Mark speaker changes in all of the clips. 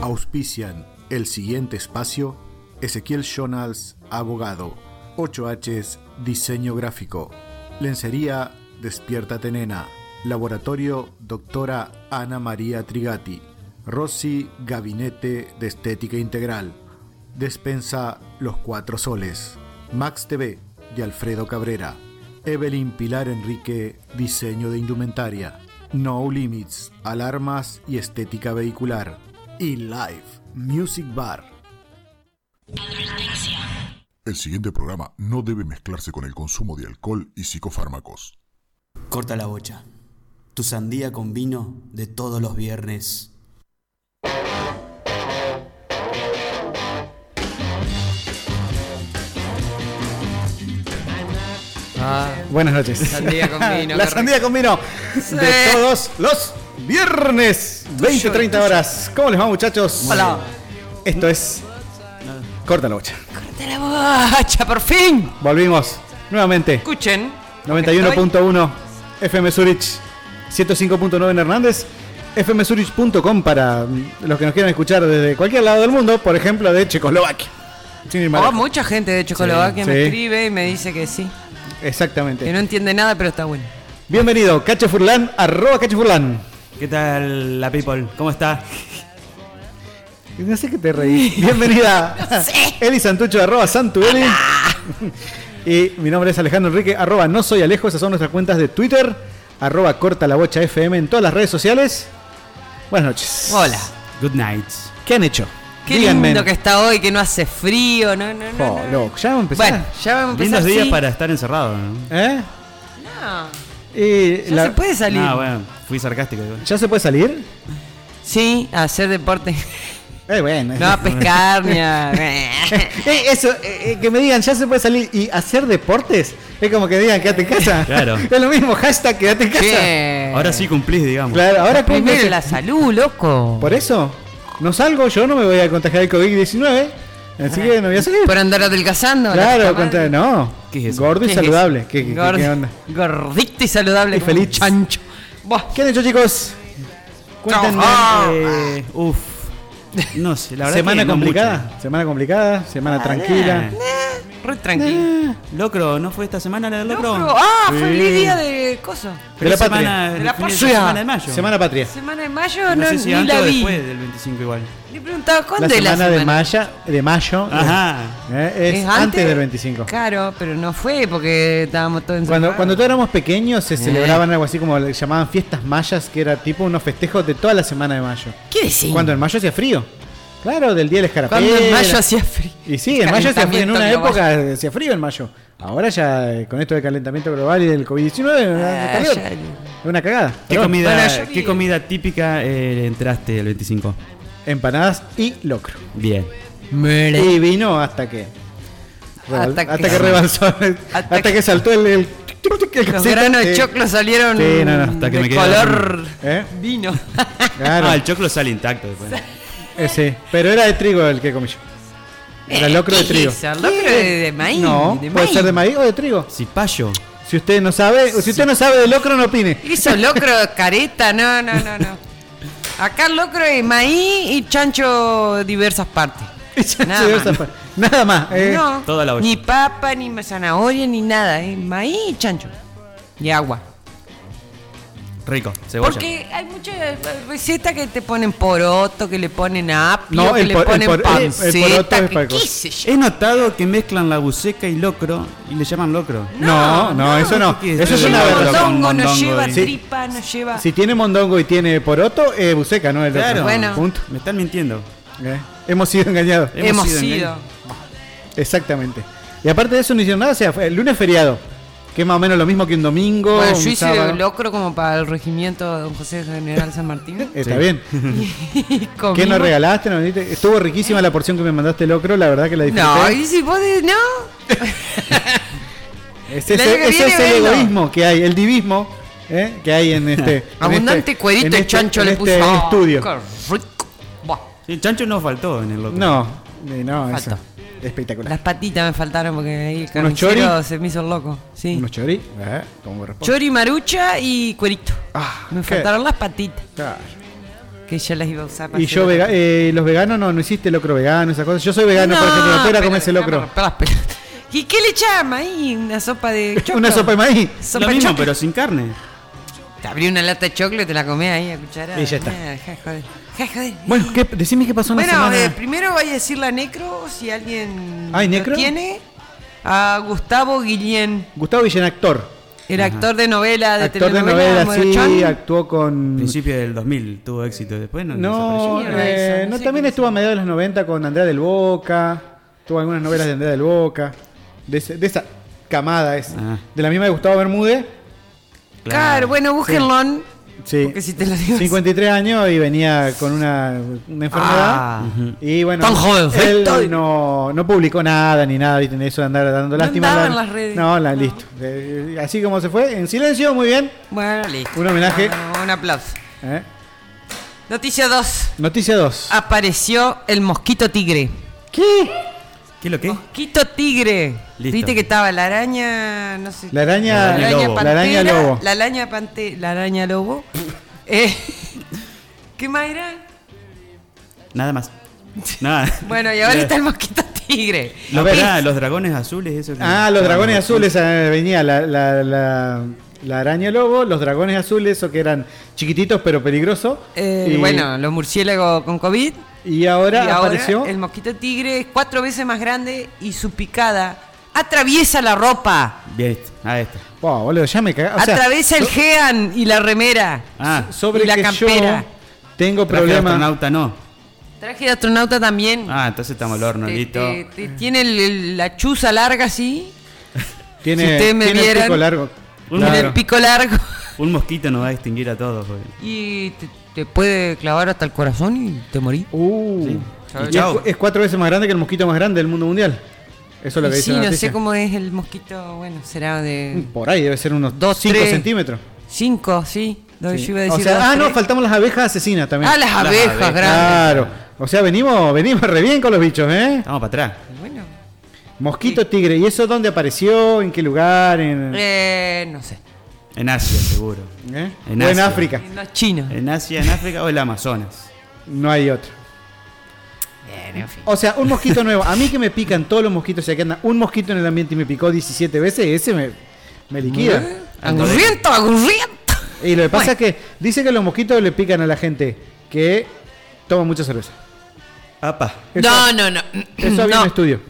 Speaker 1: Auspician el siguiente espacio Ezequiel Shonals, abogado. 8Hs, diseño gráfico. Lencería, despiértate nena. Laboratorio, doctora Ana María Trigati. Rossi, gabinete de estética integral. Despensa Los Cuatro Soles. Max TV, de Alfredo Cabrera. Evelyn Pilar Enrique, diseño de indumentaria. No Limits, alarmas y estética vehicular. Y Live, Music Bar.
Speaker 2: El siguiente programa no debe mezclarse con el consumo de alcohol y psicofármacos.
Speaker 3: Corta la bocha. Tu sandía con vino de todos los viernes.
Speaker 4: Ah,
Speaker 5: Buenas noches. Ah,
Speaker 4: Sandía con vino,
Speaker 5: La
Speaker 4: qué
Speaker 5: sandía con vino de
Speaker 4: Sí.
Speaker 5: todos los viernes, 20, 30 horas. ¿Cómo les va, muchachos?
Speaker 4: Hola.
Speaker 5: Esto es. Corta la bocha.
Speaker 4: ¡Corta la bocha, por fin!
Speaker 5: Volvimos nuevamente.
Speaker 4: Escuchen.
Speaker 5: 91.1 FM Zurich, 105.9 en Hernández. fmsurich.com para mm, los que nos quieran escuchar desde cualquier lado del mundo, por ejemplo, de Checoslovaquia. Sin ir más
Speaker 4: Oh,
Speaker 5: lejos.
Speaker 4: mucha gente de Checoslovaquia me
Speaker 5: sí.
Speaker 4: escribe y me dice que sí.
Speaker 5: Exactamente.
Speaker 4: Que no entiende nada, pero está bueno.
Speaker 5: Bienvenido, Cacho Furlan, arroba Cacho Furlan.
Speaker 6: ¿Qué tal la people? ¿Cómo está?
Speaker 5: No sé qué te reí. Bienvenida. Eli Santucho, arroba Santueli. y mi nombre es Alejandro Enrique, arroba no soy Alejo. Esas son nuestras cuentas de Twitter, arroba corta la bocha FM en todas las redes sociales. Buenas noches.
Speaker 4: Hola.
Speaker 6: Good night.
Speaker 5: ¿Qué han hecho?
Speaker 4: Qué lindo que está hoy, que no hace frío, no, no, no.
Speaker 5: Oh,
Speaker 4: no.
Speaker 5: loco, ya vamos a empezar.
Speaker 4: Bueno, ya vamos a empezar.
Speaker 6: Lindos días
Speaker 4: sí.
Speaker 6: para estar encerrado, ¿no?
Speaker 5: ¿Eh?
Speaker 4: No,
Speaker 5: Y
Speaker 4: ya
Speaker 5: la-
Speaker 4: se puede salir.
Speaker 6: Ah, bueno, fui sarcástico. igual.
Speaker 5: ¿Ya se puede salir?
Speaker 4: Sí, a hacer deporte.
Speaker 5: Eh, bueno.
Speaker 4: No a pescar ni a.
Speaker 5: Eh, eso, eh, eh, que me digan, ya se puede salir y hacer deportes, es como que digan, quédate en casa.
Speaker 6: Claro.
Speaker 5: Es lo mismo, hashtag, quédate en casa.
Speaker 4: Che.
Speaker 6: Ahora sí cumplís, digamos.
Speaker 5: Claro, ahora
Speaker 4: Primero
Speaker 5: cumple.
Speaker 4: la salud, loco.
Speaker 5: Por eso, no salgo, yo no me voy a contagiar el COVID-19, así que no voy a salir.
Speaker 4: Por andar adelgazando. la puta
Speaker 5: claro,
Speaker 4: madre.
Speaker 5: contra- no.
Speaker 6: ¿Qué es eso?
Speaker 5: Gordo y
Speaker 4: ¿Qué es
Speaker 5: saludable.
Speaker 4: eso?
Speaker 5: ¿Qué, qué-
Speaker 4: Gord-
Speaker 5: qué onda?
Speaker 4: Gordito y saludable.
Speaker 5: Y
Speaker 4: como
Speaker 5: feliz.
Speaker 4: un Chancho. Buah.
Speaker 5: ¿Qué han hecho, chicos? Cuéntenme.
Speaker 4: Ah.
Speaker 6: Eh, uf. No sé, la verdad
Speaker 5: semana
Speaker 6: que no
Speaker 5: complicada, semana complicada, semana
Speaker 4: Ah,
Speaker 5: tranquila.
Speaker 4: Re tranquilo.
Speaker 6: mucho. Locro, ¿no fue esta semana la del locro?
Speaker 4: Locro. Ah,
Speaker 5: Eh, Sí.
Speaker 4: feliz día de cosas.
Speaker 5: De la
Speaker 6: semana,
Speaker 5: patria.
Speaker 6: el
Speaker 4: De la
Speaker 6: fin de
Speaker 4: patria.
Speaker 6: semana de mayo.
Speaker 5: Semana patria.
Speaker 4: Semana de mayo,
Speaker 6: no,
Speaker 4: no,
Speaker 6: sé si
Speaker 4: ni
Speaker 6: antes
Speaker 4: la
Speaker 6: o
Speaker 4: vi.
Speaker 6: después del 25 igual.
Speaker 4: Le preguntaba cuándo
Speaker 5: La
Speaker 4: es
Speaker 5: semana de maya, de mayo.
Speaker 6: Ajá.
Speaker 5: eh, es, antes, del 25.
Speaker 4: Claro, pero no fue porque estábamos todos en
Speaker 5: Cuando, cuando todos éramos pequeños
Speaker 4: Eh.
Speaker 5: se celebraban algo así como le llamaban fiestas mayas, que era tipo unos festejos de toda la semana de mayo.
Speaker 4: ¿Qué decís?
Speaker 5: Cuando en mayo hacía frío. Claro, del día del escarapela.
Speaker 4: Cuando en mayo hacía frío.
Speaker 5: Y sí, en mayo hacía frío. En una
Speaker 4: Calentamiento
Speaker 5: época hacía frío en mayo. Ahora ya eh, con esto del calentamiento global y del COVID-19
Speaker 4: Ah,
Speaker 5: es
Speaker 4: ya-
Speaker 5: una cagada.
Speaker 6: ¿Qué
Speaker 5: Pero
Speaker 6: comida,
Speaker 4: Bueno, yo vi-
Speaker 6: ¿qué comida típica eh, entraste el 25?
Speaker 5: Empanadas y locro.
Speaker 6: Bien.
Speaker 4: global.
Speaker 5: Y vino hasta que. rebal-
Speaker 4: Hasta
Speaker 5: hasta,
Speaker 4: que-
Speaker 5: que, rebalsó. Hasta, que, saltó el. el- el
Speaker 4: Los
Speaker 5: cosito.
Speaker 4: granos
Speaker 5: Eh,
Speaker 4: de choclo salieron
Speaker 5: Sí, no, no, hasta
Speaker 6: que
Speaker 4: de
Speaker 6: me quedé
Speaker 4: color
Speaker 5: ¿Eh?
Speaker 4: vino.
Speaker 5: Claro.
Speaker 6: Ah, el choclo sale intacto después.
Speaker 5: Eh, sí. Pero era de trigo el que comí yo. Era locro de
Speaker 4: Eh, ¿Qué
Speaker 5: trigo.
Speaker 4: es eso? ¿Locro de- de maíz?
Speaker 5: No,
Speaker 4: ¿De
Speaker 5: puede
Speaker 4: maíz?
Speaker 5: ser de maíz o de trigo.
Speaker 6: Cipayo.
Speaker 5: Si usted no sabe, si usted no sabe de locro, no opine.
Speaker 4: Eso locro, careta, no, no, no, no. Acá el locro es maíz y chancho diversas partes. Nada
Speaker 5: Sí,
Speaker 4: más.
Speaker 5: esa fue. Nada más. eh.
Speaker 4: no,
Speaker 6: toda la olla.
Speaker 4: ni papa, ni zanahoria, ni nada. Es maíz y chancho. Y agua.
Speaker 6: Rico, cebolla.
Speaker 4: Porque hay muchas eh, recetas que te ponen poroto, que le ponen apio,
Speaker 5: No,
Speaker 4: que
Speaker 5: el
Speaker 4: le
Speaker 5: por- el
Speaker 4: ponen
Speaker 5: por- el- el
Speaker 4: panceta,
Speaker 5: poroto es
Speaker 4: que
Speaker 5: para
Speaker 4: qué
Speaker 5: cosas.
Speaker 4: sé yo.
Speaker 6: He notado que mezclan la buceca y locro y le llaman locro.
Speaker 5: No, no, eso no.
Speaker 6: ¿qué es?
Speaker 5: Eso es
Speaker 4: no
Speaker 5: una
Speaker 4: lleva
Speaker 6: verdad.
Speaker 5: aberración.
Speaker 4: mondongo, no
Speaker 6: Mondongo,
Speaker 4: lleva
Speaker 6: sí.
Speaker 4: tripa, no lleva...
Speaker 5: Si tiene mondongo y tiene poroto, es buceca, ¿no? El otro.
Speaker 6: Claro.
Speaker 4: Bueno.
Speaker 5: Punto.
Speaker 6: Me están mintiendo.
Speaker 5: Eh, Hemos sido engañados.
Speaker 4: Hemos
Speaker 6: hemos sido
Speaker 4: sido.
Speaker 5: Exactamente. Y aparte de eso, no hicieron nada. O sea, fue- el lunes feriado. Que es más o menos lo mismo que un domingo.
Speaker 4: Bueno,
Speaker 5: un
Speaker 4: yo hice
Speaker 5: sábado.
Speaker 4: locro como para el regimiento de Don José General San Martín.
Speaker 5: Está bien.
Speaker 4: Y
Speaker 5: ¿Qué
Speaker 4: comimos-
Speaker 5: nos regalaste? ¿Nos diste? Estuvo riquísima la porción que me mandaste locro, la verdad que la disfruté.
Speaker 4: No, y si vos de- no.
Speaker 5: Ese,
Speaker 4: El
Speaker 5: ese-
Speaker 4: año que
Speaker 5: ese
Speaker 4: viene
Speaker 5: es el
Speaker 4: vengo.
Speaker 5: egoísmo que hay, el divismo ¿eh? que hay en este. en
Speaker 4: Abundante
Speaker 5: este-
Speaker 4: cuerito
Speaker 5: en
Speaker 4: el
Speaker 5: este-
Speaker 4: chancho
Speaker 5: en
Speaker 4: le
Speaker 5: este
Speaker 4: puso.
Speaker 5: estudio.
Speaker 4: Qué rico. Buah,
Speaker 6: Sí, el chancho no faltó en el locro.
Speaker 5: No, eh, no,
Speaker 4: Falta.
Speaker 5: eso. Espectacular.
Speaker 4: Las patitas me faltaron porque ahí el
Speaker 5: ¿Unos
Speaker 4: carnicero
Speaker 5: chori?
Speaker 4: se me hizo loco. Sí.
Speaker 5: Unos chori, ¿eh? como corresponde.
Speaker 4: Chori marucha y cuerito.
Speaker 5: Ah,
Speaker 4: me
Speaker 5: qué-
Speaker 4: faltaron las patitas.
Speaker 5: Claro.
Speaker 4: que yo las iba a usar para
Speaker 5: Y
Speaker 4: hacer
Speaker 5: yo,
Speaker 4: otra
Speaker 5: vega- eh, los veganos, no, no hiciste locro vegano, esas cosas. Yo soy vegano, por ejemplo, pero
Speaker 4: pero
Speaker 5: comerse
Speaker 4: me
Speaker 5: locro.
Speaker 4: rompe las pelotas. ¿Y qué le echaba ahí? Una sopa de choclo.
Speaker 5: Una sopa de maíz.
Speaker 4: Sopa
Speaker 6: Lo
Speaker 4: de
Speaker 6: mismo,
Speaker 4: choclo.
Speaker 6: pero sin carne.
Speaker 4: Te abrí una lata de choclo y te la comés ahí a cucharada.
Speaker 5: Y ya está.
Speaker 4: Ah, ja, joder. Ja, joder.
Speaker 5: Bueno, ¿qué, decime qué pasó en la
Speaker 4: Bueno,
Speaker 5: semana.
Speaker 4: eh, primero voy a decir la necro, si alguien
Speaker 5: ¿Hay
Speaker 4: lo
Speaker 5: necro?
Speaker 4: tiene. A Gustavo Guillén,
Speaker 5: Gustavo Guillén, actor.
Speaker 4: el actor de novela, Ah, de
Speaker 5: Actor de
Speaker 4: telenovela,
Speaker 5: novela, sí,
Speaker 4: Morochón.
Speaker 5: actuó con...
Speaker 6: Principio del 2000 tuvo éxito. Después no.
Speaker 5: No,
Speaker 6: desapareció.
Speaker 4: Mierda
Speaker 5: eh,
Speaker 4: esa, no
Speaker 5: no,
Speaker 4: sé
Speaker 5: también
Speaker 4: qué
Speaker 5: estuvo a mediados de los 90 con Andrea del Boca. Tuvo algunas novelas de Andrea del Boca. De, ese- de esa camada es.
Speaker 6: Ah.
Speaker 5: De la misma de Gustavo Bermúdez.
Speaker 4: Claro, bueno, búsquenlo.
Speaker 5: Sí.
Speaker 4: Porque si te lo digo.
Speaker 5: 53 años y venía con una, una enfermedad.
Speaker 4: Ah.
Speaker 5: Y bueno,
Speaker 4: Tan jovencito.
Speaker 5: él no, no publicó nada ni nada, ¿viste? eso de andar dando
Speaker 4: No
Speaker 5: lástima.
Speaker 4: andaba
Speaker 5: la-
Speaker 4: en las redes.
Speaker 5: No, la, listo. Eh, Así como se fue, en silencio, muy bien.
Speaker 4: Bueno, listo.
Speaker 5: Un homenaje.
Speaker 4: Bueno, un aplauso.
Speaker 5: Eh,
Speaker 4: Noticia 2.
Speaker 5: Noticia 2.
Speaker 4: Ah. Apareció el mosquito tigre.
Speaker 5: ¿Qué?
Speaker 6: ¿Qué es lo que es?
Speaker 4: Mosquito tigre.
Speaker 6: Listo.
Speaker 4: Viste que estaba la araña, no sé.
Speaker 5: La araña-
Speaker 4: la araña
Speaker 6: lobo.
Speaker 4: pantera,
Speaker 5: La araña lobo.
Speaker 4: La araña pante- la araña lobo. Eh, ¿Qué más era?
Speaker 6: Nada más. Nada.
Speaker 4: Bueno, y ahora está el mosquito tigre.
Speaker 5: A
Speaker 6: Los,
Speaker 5: ver.
Speaker 6: pará, los dragones azules, eso. que-
Speaker 5: Ah, los dragones azules eh, venía la, la, la- la araña lobo, los dragones azules, o que eran chiquititos pero peligrosos.
Speaker 4: Eh, bueno, los murciélagos con COVID.
Speaker 5: y ahora
Speaker 4: y ahora
Speaker 5: apareció.
Speaker 4: el mosquito tigre es cuatro veces más grande y su picada atraviesa la ropa,
Speaker 6: Bien, este. ah, este.
Speaker 5: Wow, boludo, ya me cagaba. O sea,
Speaker 4: atraviesa el gean y la remera.
Speaker 6: Ah,
Speaker 5: sobre
Speaker 4: y la
Speaker 5: que
Speaker 4: campera.
Speaker 5: yo tengo
Speaker 6: traje de
Speaker 5: problemas.
Speaker 6: astronauta no.
Speaker 4: Traje de astronauta también.
Speaker 6: Ah, entonces estamos al horno,
Speaker 4: Te-
Speaker 6: listo.
Speaker 4: te- te- tiene el- el- la chuza larga así,
Speaker 5: Tiene,
Speaker 4: Si ustedes me
Speaker 5: tiene el
Speaker 4: vieran-
Speaker 5: pico largo.
Speaker 6: Un
Speaker 4: tiene
Speaker 6: Claro.
Speaker 4: el pico largo
Speaker 6: Un mosquito nos va a extinguir a todos. güey.
Speaker 4: y te, te puede clavar hasta el corazón y te morí.
Speaker 5: Uh,
Speaker 6: Chao,
Speaker 5: y
Speaker 6: chao.
Speaker 5: Es, es cuatro veces más grande que el mosquito más grande del mundo mundial. Eso es lo que
Speaker 4: Y
Speaker 5: dice
Speaker 4: sí,
Speaker 5: la
Speaker 4: no
Speaker 5: noticia. Mm.
Speaker 4: sé cómo es el mosquito, bueno, será de
Speaker 5: Por ahí debe ser unos
Speaker 4: Dos,
Speaker 5: 5
Speaker 4: tres.
Speaker 5: centímetros.
Speaker 4: 5, sí. No,
Speaker 5: Sí.
Speaker 4: yo iba a
Speaker 5: O
Speaker 4: decir
Speaker 5: sea,
Speaker 4: dos,
Speaker 5: ah, no,
Speaker 4: tres.
Speaker 5: faltamos las abejas asesinas también.
Speaker 4: Ah, las abejas,
Speaker 6: abejas,
Speaker 4: grandes.
Speaker 5: Claro. O sea, venimos, venimos re bien con los bichos, ¿eh?
Speaker 6: Estamos para atrás.
Speaker 4: Bueno,
Speaker 5: Mosquito tigre, ¿y eso dónde apareció? ¿En qué lugar? ¿En,
Speaker 4: eh, no sé.
Speaker 6: En Asia, seguro.
Speaker 5: ¿eh?
Speaker 6: en
Speaker 5: ¿O en
Speaker 6: Asia.
Speaker 5: África?
Speaker 4: En los chinos.
Speaker 5: Eh.
Speaker 6: En Asia, en África o el Amazonas.
Speaker 5: No hay otro.
Speaker 4: Bien, en fin.
Speaker 5: O sea, un mosquito nuevo. A mí que me pican todos los mosquitos, o sea, que anda un mosquito en el ambiente y me picó 17 veces, ese me, me liquida.
Speaker 4: ¿Eh? Agurriento, agurriento.
Speaker 5: Y lo que pasa es que dice que los mosquitos le pican a la gente que toma mucha cerveza.
Speaker 6: Papá.
Speaker 5: Eso-
Speaker 4: No, no, no.
Speaker 5: Eso había
Speaker 4: No. Ah.
Speaker 5: un estudio.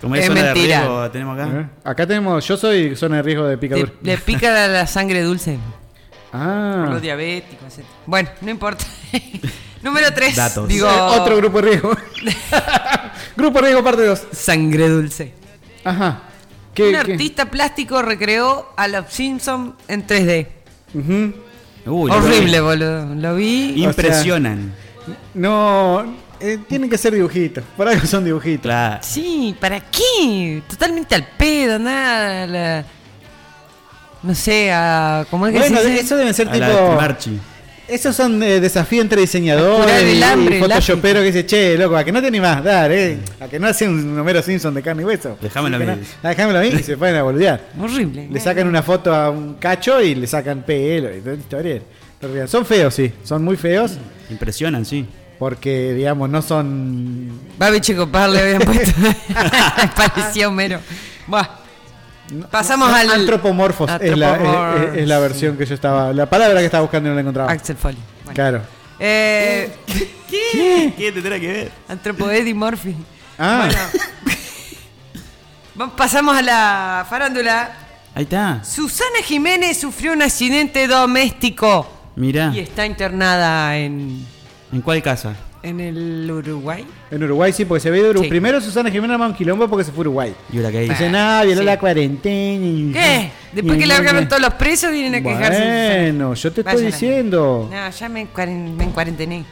Speaker 6: Como es
Speaker 4: Es
Speaker 6: zona
Speaker 4: mentira.
Speaker 6: de riesgo, tenemos acá.
Speaker 5: ¿Eh? Acá tenemos, yo soy zona de riesgo de
Speaker 4: Le,
Speaker 5: picadura.
Speaker 4: le pica la, la sangre dulce. Por
Speaker 5: Ah,
Speaker 4: los diabéticos, etc. Bueno, no importa. Número 3.
Speaker 6: Datos.
Speaker 4: Digo,
Speaker 5: otro grupo de riesgo. grupo de riesgo parte 2.
Speaker 4: Sangre dulce.
Speaker 5: Ajá. ¿Qué-
Speaker 4: Un
Speaker 5: qué?
Speaker 4: artista plástico recreó a los Simpsons en 3D.
Speaker 5: Ujú.
Speaker 6: Uy, lo
Speaker 4: Horrible,
Speaker 6: vi.
Speaker 4: boludo. Lo vi.
Speaker 6: Impresionan.
Speaker 5: No, eh, tienen que ser dibujitos. Por algo son dibujitos.
Speaker 6: Claro.
Speaker 4: Sí, ¿para qué? Totalmente al pedo, nada. la- No sé, a... ¿cómo es que
Speaker 5: Bueno,
Speaker 4: se dice?
Speaker 5: eso deben ser
Speaker 6: A la de
Speaker 5: tipo.
Speaker 6: Marchi.
Speaker 5: Esos son eh, desafíos entre
Speaker 4: Curar
Speaker 5: diseñadores
Speaker 4: el
Speaker 5: y,
Speaker 4: hambre,
Speaker 5: y
Speaker 4: el
Speaker 5: photoshoperos que dice, che, loco, a que no te animás, dale, eh, a que no hacen un Homero Simpson de carne y hueso.
Speaker 6: Dejámelo a
Speaker 5: Que
Speaker 6: mí.
Speaker 5: no- ah, Dejámelo a mí y se ponen a boludear.
Speaker 4: Horrible.
Speaker 5: Le sacan una foto a un cacho y le sacan pelo y toda esta historia. Pero, mira, Son feos, sí, son muy feos
Speaker 6: Impresionan, sí.
Speaker 5: porque, digamos, no son.
Speaker 4: Babi Checopar le habían puesto. Parecía Homero. Buah. Pasamos
Speaker 5: son
Speaker 4: al.
Speaker 5: Antropomorfos, es la, es- es- es la
Speaker 4: Antropomor-
Speaker 5: versión que yo estaba. La palabra que estaba buscando y no la encontraba.
Speaker 4: Axel Foley. Bueno.
Speaker 5: Claro.
Speaker 4: Eh,
Speaker 6: ¿Qué tendrá que ver?
Speaker 4: Antropo Eddie Murphy.
Speaker 5: Ah,
Speaker 4: Vamos- Pasamos a la farándula.
Speaker 6: Ahí está.
Speaker 4: Susana Jiménez sufrió un accidente doméstico
Speaker 6: Mirá.
Speaker 5: Ah.
Speaker 4: y está internada en,
Speaker 6: ¿En cuál casa?
Speaker 4: en el Uruguay.
Speaker 5: en Uruguay sí, porque se ve de Uruguay.
Speaker 4: Sí.
Speaker 5: Primero Susana Jiménez armaba un quilombo porque se fue a Uruguay.
Speaker 6: ¿Y ahora qué hay?
Speaker 5: Dicen, ah, violó
Speaker 4: sí.
Speaker 5: la cuarentena. y-
Speaker 4: ¿Qué? Después
Speaker 5: y-
Speaker 4: que largaron todos los presos, vienen a quejarse.
Speaker 5: Bueno, yo te estoy
Speaker 4: Vayan a-
Speaker 5: diciendo.
Speaker 4: No, ya me, encuaren- me encuarentené.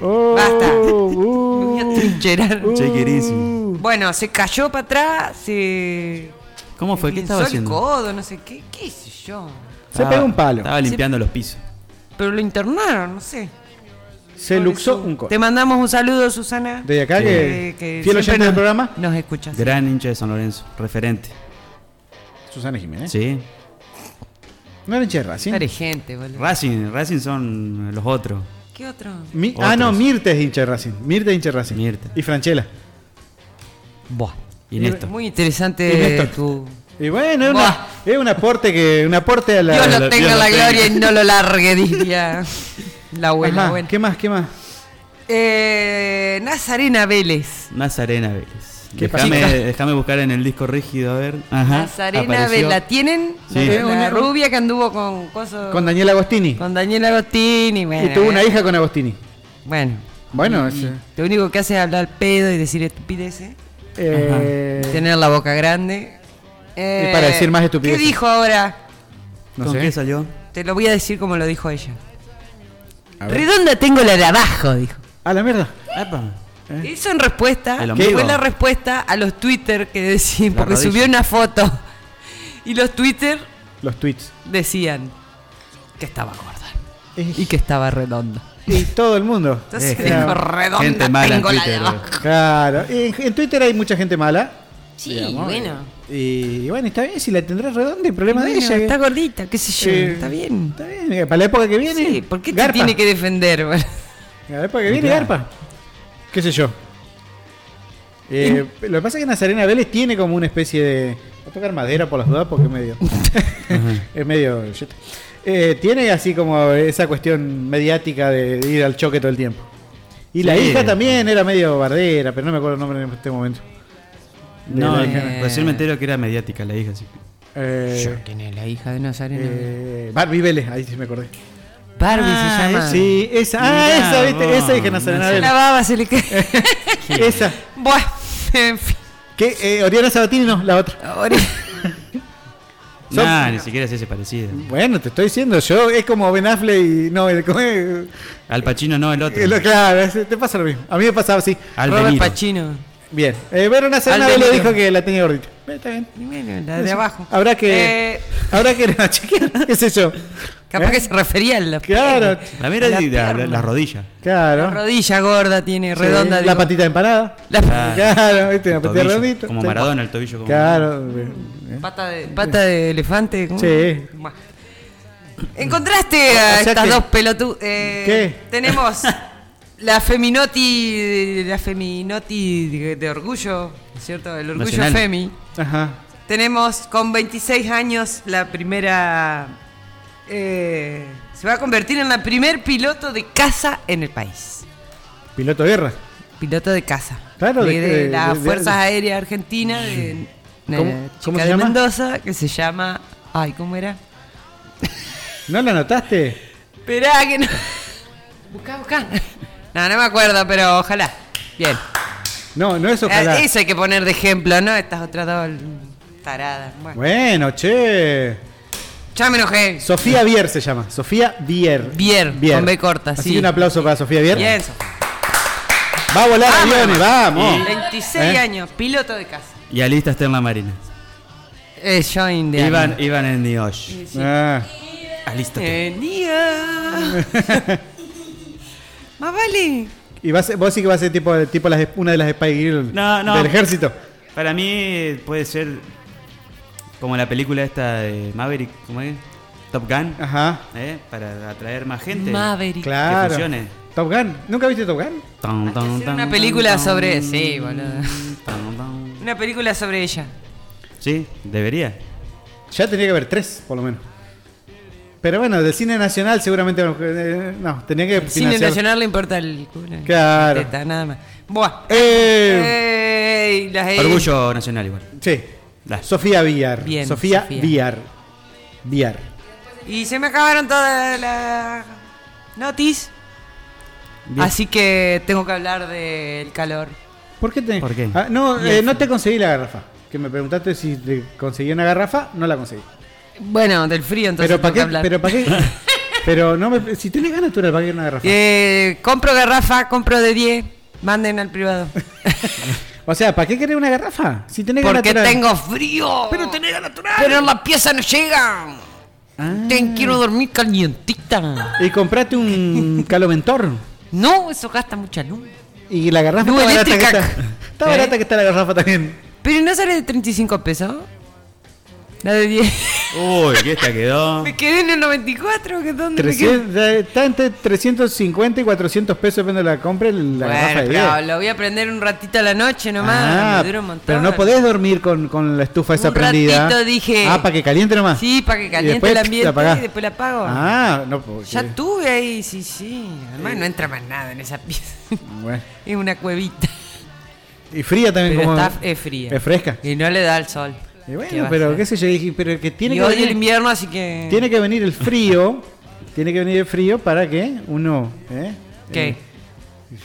Speaker 5: Oh,
Speaker 4: Basta. Me
Speaker 5: uh,
Speaker 4: voy a trincherar.
Speaker 5: uh.
Speaker 6: Chequerísimo.
Speaker 4: Bueno, se cayó para atrás, se.
Speaker 6: ¿Cómo fue? ¿Qué estaba
Speaker 4: esguinzó el
Speaker 6: haciendo?
Speaker 4: codo, no sé qué, qué sé yo.
Speaker 5: Se
Speaker 2: Ah,
Speaker 6: Estaba-
Speaker 5: pegó un palo.
Speaker 6: Estaba limpiando los pisos.
Speaker 4: Pero lo internaron, no sé.
Speaker 5: Se luxó un
Speaker 4: Te
Speaker 5: coche.
Speaker 4: mandamos un saludo, Susana.
Speaker 5: Desde acá,
Speaker 6: Sí.
Speaker 5: que,
Speaker 4: que
Speaker 5: fiel
Speaker 4: siempre
Speaker 5: oyente del
Speaker 4: nos-
Speaker 5: programa,
Speaker 4: Nos escuchas.
Speaker 6: Gran hincha de San Lorenzo. Referente.
Speaker 5: Susana Jiménez.
Speaker 6: Sí.
Speaker 5: No era hincha de Racing.
Speaker 4: Eres gente, boludo.
Speaker 6: Racing. Racing son los otros.
Speaker 4: ¿Qué otro?
Speaker 5: Mi- ah, no, Mirta es hincha de Racing. Mirta es hincha de Racing.
Speaker 6: Mirta.
Speaker 5: Y Franchella.
Speaker 6: Buah. Y Néstor.
Speaker 4: Eh, Muy
Speaker 5: Y
Speaker 4: interesante
Speaker 5: Néstor.
Speaker 4: tu.
Speaker 5: Y bueno, es, una-
Speaker 4: Buah.
Speaker 5: es un aporte que un aporte a la.
Speaker 4: Dios
Speaker 5: a la-
Speaker 4: lo tenga
Speaker 6: Dios lo
Speaker 4: la
Speaker 6: tenga.
Speaker 4: gloria y no lo largue, diría la abuela.
Speaker 5: Ajá,
Speaker 4: bueno.
Speaker 5: ¿Qué más? ¿Qué más?
Speaker 4: Eh, Nazarena Vélez.
Speaker 6: Nazarena Vélez.
Speaker 5: ¿Qué
Speaker 6: Déjame
Speaker 5: pasa?
Speaker 6: déjame buscar en el disco rígido, a ver. Ajá.
Speaker 4: Nazarena
Speaker 6: apareció.
Speaker 4: Vélez. ¿La tienen?
Speaker 6: Sí.
Speaker 4: La-
Speaker 5: Eh, una-
Speaker 4: La rubia que anduvo con coso-
Speaker 5: Con Daniel Agostini.
Speaker 4: con Daniel Agostini. Bueno,
Speaker 5: y tuvo una
Speaker 4: eh.
Speaker 5: hija con Agostini.
Speaker 4: Bueno,
Speaker 5: Bueno, es,
Speaker 4: lo único que hace es hablar pedo y decir estupideces.
Speaker 5: eh,
Speaker 4: Tener la boca grande. Eh,
Speaker 5: Y para decir más estupideces.
Speaker 4: ¿Qué dijo ahora?
Speaker 5: no
Speaker 6: ¿Con
Speaker 5: sé.
Speaker 6: qué salió?
Speaker 4: Te lo voy a decir como lo dijo ella.
Speaker 5: A ver.
Speaker 4: Redonda tengo la de abajo, dijo.
Speaker 5: A la mierda.
Speaker 6: Epa.
Speaker 4: ¿Eh? Eso en respuesta,
Speaker 6: El
Speaker 4: que
Speaker 6: ombligo.
Speaker 4: fue la respuesta a los Twitter que decían,
Speaker 6: La
Speaker 4: porque
Speaker 6: rodilla.
Speaker 4: subió una foto. Y los Twitter
Speaker 5: Los tweets.
Speaker 4: decían que estaba gorda
Speaker 5: Y,
Speaker 4: y que estaba redonda.
Speaker 5: y todo el mundo.
Speaker 4: Entonces
Speaker 6: Eh,
Speaker 4: dijo,
Speaker 5: gente-
Speaker 4: redonda
Speaker 6: gente mala en
Speaker 4: tengo la de
Speaker 6: Twitter,
Speaker 4: abajo.
Speaker 5: Claro. En, en Twitter hay mucha gente mala. eh,
Speaker 7: Sí, bueno.
Speaker 5: Y, bueno, está bien. Si la tendrás redonda, el problema de
Speaker 4: Bueno,
Speaker 5: ella.
Speaker 4: está gordita, qué sé yo,
Speaker 5: Eh,
Speaker 4: está bien.
Speaker 5: Está bien, eh, para la época que viene.
Speaker 4: Sí, ¿por qué
Speaker 5: garpa.
Speaker 4: te tiene que defender? Bueno,
Speaker 5: Para la época que viene, garpa. ¿Qué sé yo? Eh, lo que pasa es que Nazarena Vélez tiene como una especie de. Voy a tocar madera por las dudas porque es medio.
Speaker 6: eh.
Speaker 5: es medio. shit. Eh, tiene así como esa cuestión mediática de ir al choque todo el tiempo. Y la
Speaker 6: Sí.
Speaker 5: hija también era medio bardera, pero no me acuerdo el nombre en este momento. De
Speaker 6: No,
Speaker 5: la
Speaker 6: eh,
Speaker 5: hija.
Speaker 6: recién me entero que era mediática la hija, así que-
Speaker 5: Eh,
Speaker 4: ¿Quién es la hija de Nazarena?
Speaker 5: eh, Barbie Vélez, ahí sí me acordé.
Speaker 4: Barbie
Speaker 6: ah,
Speaker 4: se llama.
Speaker 5: Sí, esa. Ah,
Speaker 6: Mirá
Speaker 5: esa, viste,
Speaker 6: vos,
Speaker 5: esa hija Nazarena
Speaker 4: La
Speaker 5: Vélez.
Speaker 4: baba se le cae.
Speaker 5: Eh. Esa.
Speaker 4: Buah, en fin.
Speaker 5: ¿Qué? Eh, Oriana Sabatini no, la otra.
Speaker 4: Ahora-
Speaker 5: Son-
Speaker 6: Nah, ni siquiera se hace parecido.
Speaker 5: Bueno, te estoy diciendo, yo es como Ben Affleck y no, el, como, eh,
Speaker 6: Al Pacino no, el otro.
Speaker 5: eh, lo- claro, es- te pasa lo mismo. A mí me pasaba así.
Speaker 6: Al De
Speaker 4: Robert
Speaker 6: Niro.
Speaker 4: Pacino.
Speaker 5: Bien. Eh, pero una cena
Speaker 4: Al
Speaker 5: le
Speaker 4: Benito.
Speaker 5: dijo que la tenía gordita. Eh, Está bien.
Speaker 4: Y bueno, la de abajo.
Speaker 5: Habrá que
Speaker 4: Eh,
Speaker 5: habrá que no, chequear, qué sé yo.
Speaker 4: capaz
Speaker 5: ¿Eh?
Speaker 4: que se refería a la,
Speaker 5: Claro,
Speaker 6: La mira
Speaker 4: La
Speaker 6: y la,
Speaker 4: pierna.
Speaker 6: la rodilla.
Speaker 4: la
Speaker 5: claro.
Speaker 4: rodilla gorda, tiene redonda.
Speaker 5: Sí,
Speaker 4: digo.
Speaker 5: la patita empanada.
Speaker 4: La-
Speaker 5: Claro, viste, una
Speaker 6: El
Speaker 5: patita
Speaker 6: tobillo,
Speaker 5: redondita.
Speaker 6: como
Speaker 5: Sí.
Speaker 6: Maradona, el tobillo. Como
Speaker 5: Claro. eh, eh.
Speaker 4: pata, de, pata de elefante. ¿cómo?
Speaker 5: Sí.
Speaker 4: Buah. Encontraste
Speaker 5: O- o
Speaker 4: a
Speaker 5: sea
Speaker 4: estas
Speaker 5: que-
Speaker 4: dos pelotudas. Eh,
Speaker 5: ¿Qué?
Speaker 4: Tenemos la feminoti, la feminoti de, de orgullo, ¿no es ¿cierto? El orgullo
Speaker 6: Nacional.
Speaker 4: femi.
Speaker 5: Ajá.
Speaker 4: Tenemos con 26 años la primera. eh, se va a convertir en la primer piloto de casa en el país.
Speaker 5: Piloto de guerra.
Speaker 4: Piloto de casa.
Speaker 5: Claro,
Speaker 4: de,
Speaker 5: de-
Speaker 4: de
Speaker 5: de-
Speaker 4: las
Speaker 5: de-
Speaker 4: Fuerzas
Speaker 5: de-
Speaker 4: Aéreas Argentinas de una
Speaker 5: ¿Cómo-
Speaker 4: chica
Speaker 5: cómo se
Speaker 4: de
Speaker 5: llama?
Speaker 4: Mendoza que se llama. Ay, ¿cómo era?
Speaker 5: ¿No la notaste?
Speaker 4: Esperá que no. Buscá, buscá. No, no me acuerdo, pero ojalá. Bien.
Speaker 5: No, no es ojalá.
Speaker 4: Eh, Eso hay que poner de ejemplo, ¿no? Estas otras dos taradas. Bueno,
Speaker 5: Bueno, che.
Speaker 4: ya me enojé.
Speaker 5: Sofía Bier se llama. Sofía Bier.
Speaker 4: Bier, con B corta,
Speaker 5: Así
Speaker 4: sí.
Speaker 5: que un aplauso para Sofía Bier.
Speaker 4: Bien, Sofía.
Speaker 5: Va a volar
Speaker 4: Vamos.
Speaker 5: aviones, vamos.
Speaker 4: 26
Speaker 5: ¿Eh?
Speaker 4: años, piloto de casa.
Speaker 6: Y alista está en la marina.
Speaker 4: Eh, yo indiano.
Speaker 6: Iban, iban en Niosh.
Speaker 5: Ah,
Speaker 6: Alístate.
Speaker 4: Eh, Nia. Más vale.
Speaker 5: Y va a ser- vos sí que va a ser tipo, tipo las, una de las Spy Girls
Speaker 6: No, no.
Speaker 5: del ejército.
Speaker 6: Para mí puede ser como la película esta de Maverick, ¿cómo es? Top Gun.
Speaker 4: Ah.
Speaker 5: Ajá.
Speaker 6: ¿eh? Para atraer más gente.
Speaker 4: Maverick.
Speaker 5: Claro.
Speaker 6: funcione.
Speaker 5: Top Gun. ¿Nunca viste Top Gun?
Speaker 6: Ton, ton,
Speaker 4: hacer una
Speaker 6: ton,
Speaker 4: película
Speaker 6: ton,
Speaker 4: sobre-
Speaker 6: ton,
Speaker 4: sí, boludo.
Speaker 6: ton, ton.
Speaker 4: Una película sobre ella.
Speaker 6: Sí, debería.
Speaker 5: Ya tenía que haber tres, por lo menos. Pero bueno, del cine nacional seguramente eh, no, tenía que
Speaker 4: Cine
Speaker 5: financiar-
Speaker 4: nacional le importa el culo.
Speaker 5: Claro.
Speaker 4: la teta, nada más. Buah.
Speaker 5: Eh,
Speaker 4: Ey, las ey.
Speaker 6: Orgullo nacional igual.
Speaker 5: sí.
Speaker 6: La-
Speaker 5: Sofía Villar.
Speaker 4: Bien,
Speaker 5: Sofía
Speaker 4: Sofía.
Speaker 5: Villar. Villar.
Speaker 4: Y se me acabaron todas las notis. Así que tengo que hablar del calor.
Speaker 5: ¿Por qué te-
Speaker 6: ¿Por qué?
Speaker 5: Ah, no, eh, no te conseguí la garrafa. Que me preguntaste si te conseguí una garrafa, no la conseguí.
Speaker 4: Bueno, del frío entonces
Speaker 5: pero para
Speaker 4: tengo que
Speaker 5: qué,
Speaker 4: hablar.
Speaker 5: pero para qué. pero no me, si tenés ganas tú le pagué una garrafa.
Speaker 4: Eh, compro garrafa, compro de 10. Manden al privado.
Speaker 5: O sea, ¿para qué querés una garrafa? Si tenés ganas
Speaker 4: Porque
Speaker 5: tú la-
Speaker 4: tengo frío. Pero tenés natural. Ah. Pero la pieza no llega. Te quiero dormir calientita.
Speaker 5: Y comprate un caloventor.
Speaker 4: No, eso gasta mucha luz.
Speaker 5: Y la garrafa
Speaker 4: No,
Speaker 5: está barata que
Speaker 4: eléctrica.
Speaker 5: está. Está
Speaker 4: ¿Eh?
Speaker 5: barata que está la garrafa también.
Speaker 4: Pero no sale de 35 pesos. La de 10.
Speaker 6: Uy, que esta quedó.
Speaker 4: Me quedé en el 94, que dónde me quedé?
Speaker 5: 300, está entre 350 y 400 pesos depende de la compra la garrafa
Speaker 4: bueno,
Speaker 5: de
Speaker 4: pero
Speaker 5: vidrio.
Speaker 4: lo voy a prender un ratito a la noche nomás.
Speaker 5: Ah,
Speaker 4: me dura un montón.
Speaker 5: pero no podés dormir con, con la estufa esa
Speaker 4: Un
Speaker 5: prendida.
Speaker 4: ratito, dije.
Speaker 5: Ah, para que caliente nomás.
Speaker 4: Sí, para que
Speaker 5: Y
Speaker 4: caliente
Speaker 5: después,
Speaker 4: el
Speaker 5: la
Speaker 4: ambiente
Speaker 5: apagás.
Speaker 4: y después la apago.
Speaker 5: Ah, no. porque-
Speaker 4: ya tuve ahí, sí, sí. Además no entra más nada en esa pieza.
Speaker 5: Bueno.
Speaker 4: es una cuevita.
Speaker 5: Y fría también
Speaker 4: Pero
Speaker 5: como.
Speaker 4: está es fría.
Speaker 5: Es fresca.
Speaker 4: Y no le da el sol.
Speaker 5: Y
Speaker 4: ¿Qué
Speaker 5: bueno,
Speaker 4: va a
Speaker 5: pero
Speaker 4: hacer?
Speaker 5: qué sé yo, dije, pero el que tiene
Speaker 4: y
Speaker 5: que
Speaker 4: odio el
Speaker 5: venir-
Speaker 4: invierno, así que.
Speaker 5: Tiene que venir el frío. tiene que venir el frío para que uno. ¿eh?
Speaker 4: ¿Qué?
Speaker 5: Eh,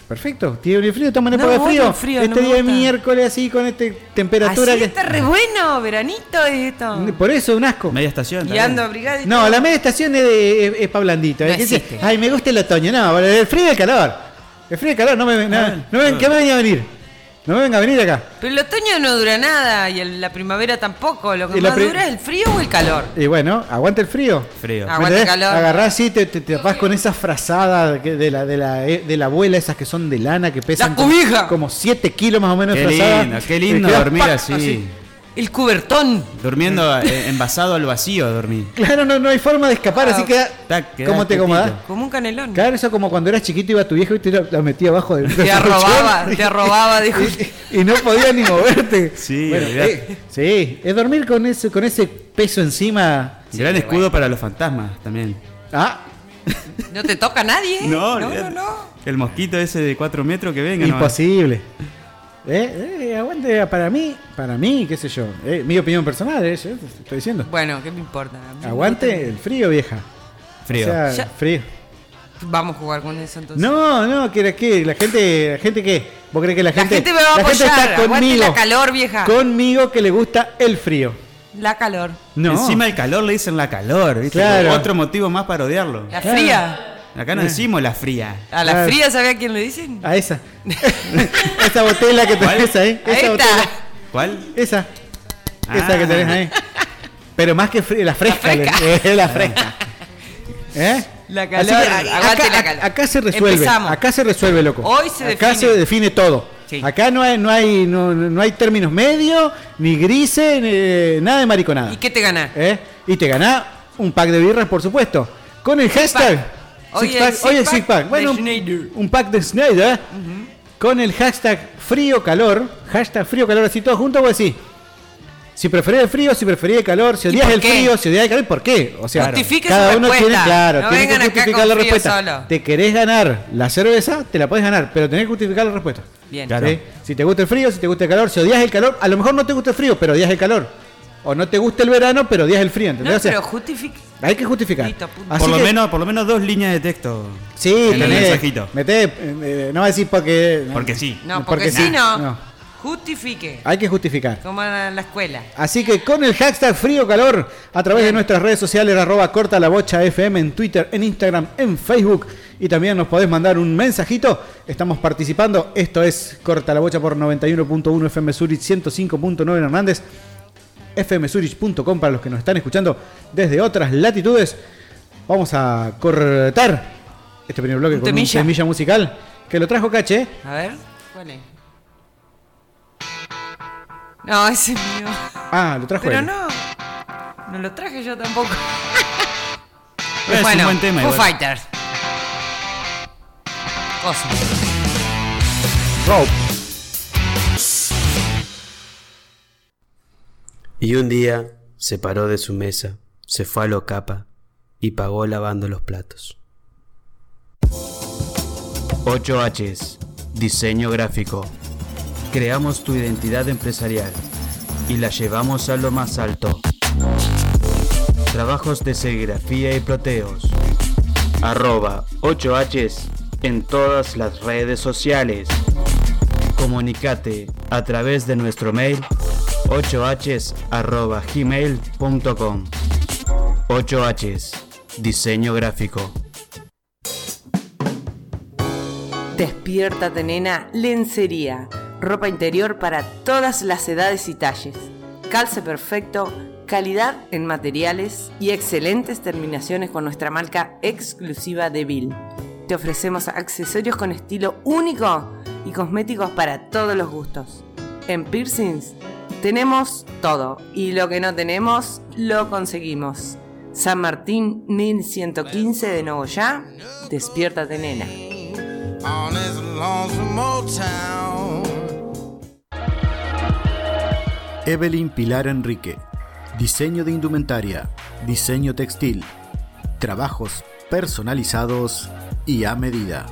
Speaker 5: perfecto. Tiene que venir el frío. Toman
Speaker 4: No,
Speaker 5: época de
Speaker 4: odio
Speaker 5: frío.
Speaker 4: el frío, no
Speaker 5: este
Speaker 4: me
Speaker 5: día de
Speaker 4: gusta.
Speaker 5: miércoles así con esta temperatura.
Speaker 4: Así
Speaker 5: que-
Speaker 4: está re bueno, veranito es esto.
Speaker 5: Por eso un asco.
Speaker 6: Media estación.
Speaker 4: Y
Speaker 6: está
Speaker 4: ando
Speaker 6: bien.
Speaker 4: abrigada y
Speaker 5: No,
Speaker 4: todo.
Speaker 5: la media estación es, de- es, para blandito.
Speaker 4: No
Speaker 5: ¿eh? Que dice,
Speaker 4: existe.
Speaker 5: Ay, me gusta el otoño. No, el frío y el calor. El frío y el calor. No
Speaker 4: Ah,
Speaker 5: me, no, no me- ¿qué me venía a venir? No me venga a venir acá.
Speaker 4: Pero el otoño no dura nada y el- la primavera tampoco. Lo que
Speaker 5: Y la
Speaker 4: más
Speaker 5: pri-
Speaker 4: dura es el frío o el calor.
Speaker 5: Y bueno, aguanta el frío.
Speaker 6: Frío.
Speaker 4: Ah, Aguante
Speaker 5: ¿Me entendés?
Speaker 4: calor.
Speaker 5: Agarrás así, te, te, te tapás con esas frazadas que- de la, de, la, eh, de la abuela, esas que son de lana, que pesan
Speaker 4: ¡La
Speaker 5: como-
Speaker 4: cobija!
Speaker 5: como 7 kilos más o menos
Speaker 6: Qué
Speaker 5: frazadas.
Speaker 6: lindo, qué
Speaker 5: Y
Speaker 6: lindo
Speaker 5: quedás
Speaker 6: dormir
Speaker 5: pac,
Speaker 6: así.
Speaker 4: El cubertón.
Speaker 6: Durmiendo eh, envasado al vacío dormí.
Speaker 5: Claro, no, no hay forma de escapar, así
Speaker 4: Ah,
Speaker 5: queda.
Speaker 6: tac, quedás
Speaker 5: ¿Cómo te
Speaker 6: quietito.
Speaker 5: acomodás?
Speaker 4: Como un canelón.
Speaker 5: Claro, eso como cuando eras chiquito iba tu viejo y te lo, lo metía abajo del
Speaker 4: Te arrobaba, te arrobaba, dijo.
Speaker 5: y, y no podías ni moverte.
Speaker 6: Sí,
Speaker 5: Bueno,
Speaker 6: olvidate.
Speaker 5: eh, sí, es dormir con ese, con ese peso encima.
Speaker 6: Gran escudo para los fantasmas también.
Speaker 5: Ah,
Speaker 4: No te toca a nadie. ¿eh? no, no,
Speaker 6: olvidate.
Speaker 4: no.
Speaker 6: El mosquito ese de 4 metros que venga. nomás.
Speaker 5: Imposible. Eh, eh, aguante, para mí, para mí, qué sé yo. eh, mi opinión personal, eh, yo te estoy diciendo.
Speaker 4: Bueno, ¿qué me importa? A mí me
Speaker 5: Aguante el frío, vieja.
Speaker 6: Frío.
Speaker 5: O sea,
Speaker 4: Ya.
Speaker 5: frío.
Speaker 4: gusta. Vamos a jugar con eso entonces.
Speaker 5: No, no, que, que la gente, la gente qué? ¿Vos crees que la
Speaker 4: La
Speaker 5: gente,
Speaker 4: gente me va a
Speaker 5: la gente
Speaker 4: apoyar,
Speaker 5: está
Speaker 4: aguante
Speaker 5: conmigo?
Speaker 4: la calor, vieja.
Speaker 5: Conmigo que le gusta el frío.
Speaker 4: La calor.
Speaker 5: No.
Speaker 6: Encima el calor le dicen la calor, ¿viste?
Speaker 5: Claro. Eh.
Speaker 6: Otro motivo más para odiarlo.
Speaker 4: La
Speaker 5: Claro.
Speaker 4: fría.
Speaker 6: Acá no decimos la fría.
Speaker 4: A la
Speaker 5: Claro.
Speaker 4: fría, ¿sabía a quién le dicen?
Speaker 5: A esa. esa botella que
Speaker 6: ¿Cuál?
Speaker 5: tenés ahí. Esa
Speaker 4: Ahí está.
Speaker 5: botella.
Speaker 6: ¿Cuál?
Speaker 5: Esa.
Speaker 6: Ah.
Speaker 5: Esa que tenés ahí. Pero más que frío, la fresca. le- eh, La fresca. ¿Eh?
Speaker 4: La calor,
Speaker 5: Así
Speaker 4: aguante
Speaker 5: acá,
Speaker 4: la calor.
Speaker 5: acá se resuelve,
Speaker 4: Empezamos.
Speaker 5: acá se resuelve, loco.
Speaker 4: Hoy se
Speaker 5: acá
Speaker 4: define.
Speaker 5: se define todo.
Speaker 4: Sí.
Speaker 5: Acá no hay, no hay, no, no hay términos medios, ni grises, ni- eh, nada de mariconada.
Speaker 4: ¿Y qué te ganás?
Speaker 5: ¿Eh? Y te ganás un pack de birras, por supuesto. Con el hashtag.
Speaker 4: pack. Hoy
Speaker 5: Six
Speaker 4: el
Speaker 5: pack,
Speaker 4: six
Speaker 5: hoy el
Speaker 4: pack
Speaker 5: six pack.
Speaker 4: de
Speaker 5: Bueno, un-
Speaker 4: Schneider.
Speaker 5: un pack de Snyder. ¿eh? Con el hashtag frío calor. Hashtag frío calor, así todos juntos, vos decís. Si preferís el frío, si preferís el calor, si
Speaker 4: ¿Y
Speaker 5: odias
Speaker 4: por
Speaker 5: el
Speaker 4: qué?
Speaker 5: frío, si odias el calor, ¿por qué? O sea,
Speaker 4: Justifique
Speaker 5: cada
Speaker 4: su
Speaker 5: uno
Speaker 4: respuesta.
Speaker 5: tiene, claro,
Speaker 4: No
Speaker 5: tiene que
Speaker 4: vengan acá
Speaker 5: justificar
Speaker 4: con
Speaker 5: la
Speaker 4: frío
Speaker 5: respuesta.
Speaker 4: solo.
Speaker 5: Te querés ganar la cerveza, te la podés ganar, pero tenés que justificar la respuesta.
Speaker 4: Bien.
Speaker 6: Claro.
Speaker 5: ¿Sí? Si te gusta el frío, si te gusta el calor, si odias el calor, a lo mejor no te gusta el frío, pero odias el calor. O no te gusta el verano, pero odias el frío,
Speaker 4: No,
Speaker 5: ¿entendés? O sea,
Speaker 4: pero justifique.
Speaker 5: hay que justificar.
Speaker 4: Listo, punto.
Speaker 5: Así
Speaker 6: Por lo,
Speaker 5: que-
Speaker 6: menos, por lo menos dos líneas de texto.
Speaker 5: Sí,
Speaker 6: en el
Speaker 5: tenés.
Speaker 6: mensajito.
Speaker 5: meté, eh, eh, no va a decir porque.
Speaker 6: Porque sí.
Speaker 4: No,
Speaker 5: porque
Speaker 4: porque si
Speaker 5: sí.
Speaker 4: no,
Speaker 5: No. Ah.
Speaker 4: justifique.
Speaker 5: Hay que justificar.
Speaker 4: Como en la escuela.
Speaker 5: Así que con el hashtag frío calor a través de
Speaker 4: Bien.
Speaker 5: nuestras redes sociales arroba corta la bocha FM en Twitter, en Instagram, en Facebook y también nos podés mandar un mensajito. Estamos participando. Esto es corta la bocha por 91.1 FM Zurich 105.9 en Hernández, fmsurich.com para los que nos están escuchando desde otras latitudes. Vamos a cortar este primer bloque
Speaker 4: Un
Speaker 5: con
Speaker 4: temilla.
Speaker 5: un semilla musical que lo trajo Cache.
Speaker 4: A ver, ¿cuál es? No, ese es mío.
Speaker 5: Ah, lo trajo
Speaker 4: Pero
Speaker 5: él.
Speaker 4: no, no lo traje yo tampoco.
Speaker 6: Es un buen tema
Speaker 4: Foo
Speaker 6: igual.
Speaker 4: Fighters. Cosas.
Speaker 5: Rope.
Speaker 7: Y un día se paró de su mesa, se fue a lo capa y pagó lavando los platos. 8Hs, diseño gráfico. Creamos tu identidad empresarial y la llevamos a lo más alto. Trabajos de serigrafía y proteos. Arroba 8Hs en todas las redes sociales. Comunicate a través de nuestro mail 8h@gmail.com. 8h Diseño gráfico.
Speaker 8: Despiértate nena, lencería, ropa interior para todas las edades y talles, calce perfecto, calidad en materiales y excelentes terminaciones con nuestra marca exclusiva de Bill. Te ofrecemos accesorios con estilo único y cosméticos para todos los gustos. En piercings
Speaker 4: Tenemos todo y lo que no tenemos lo conseguimos. San Martín 1115 de Nogoyá, despiértate nena.
Speaker 9: on this lonesome old town.
Speaker 1: Evelyn Pilar Enrique. Diseño de indumentaria, diseño textil, trabajos personalizados y a medida.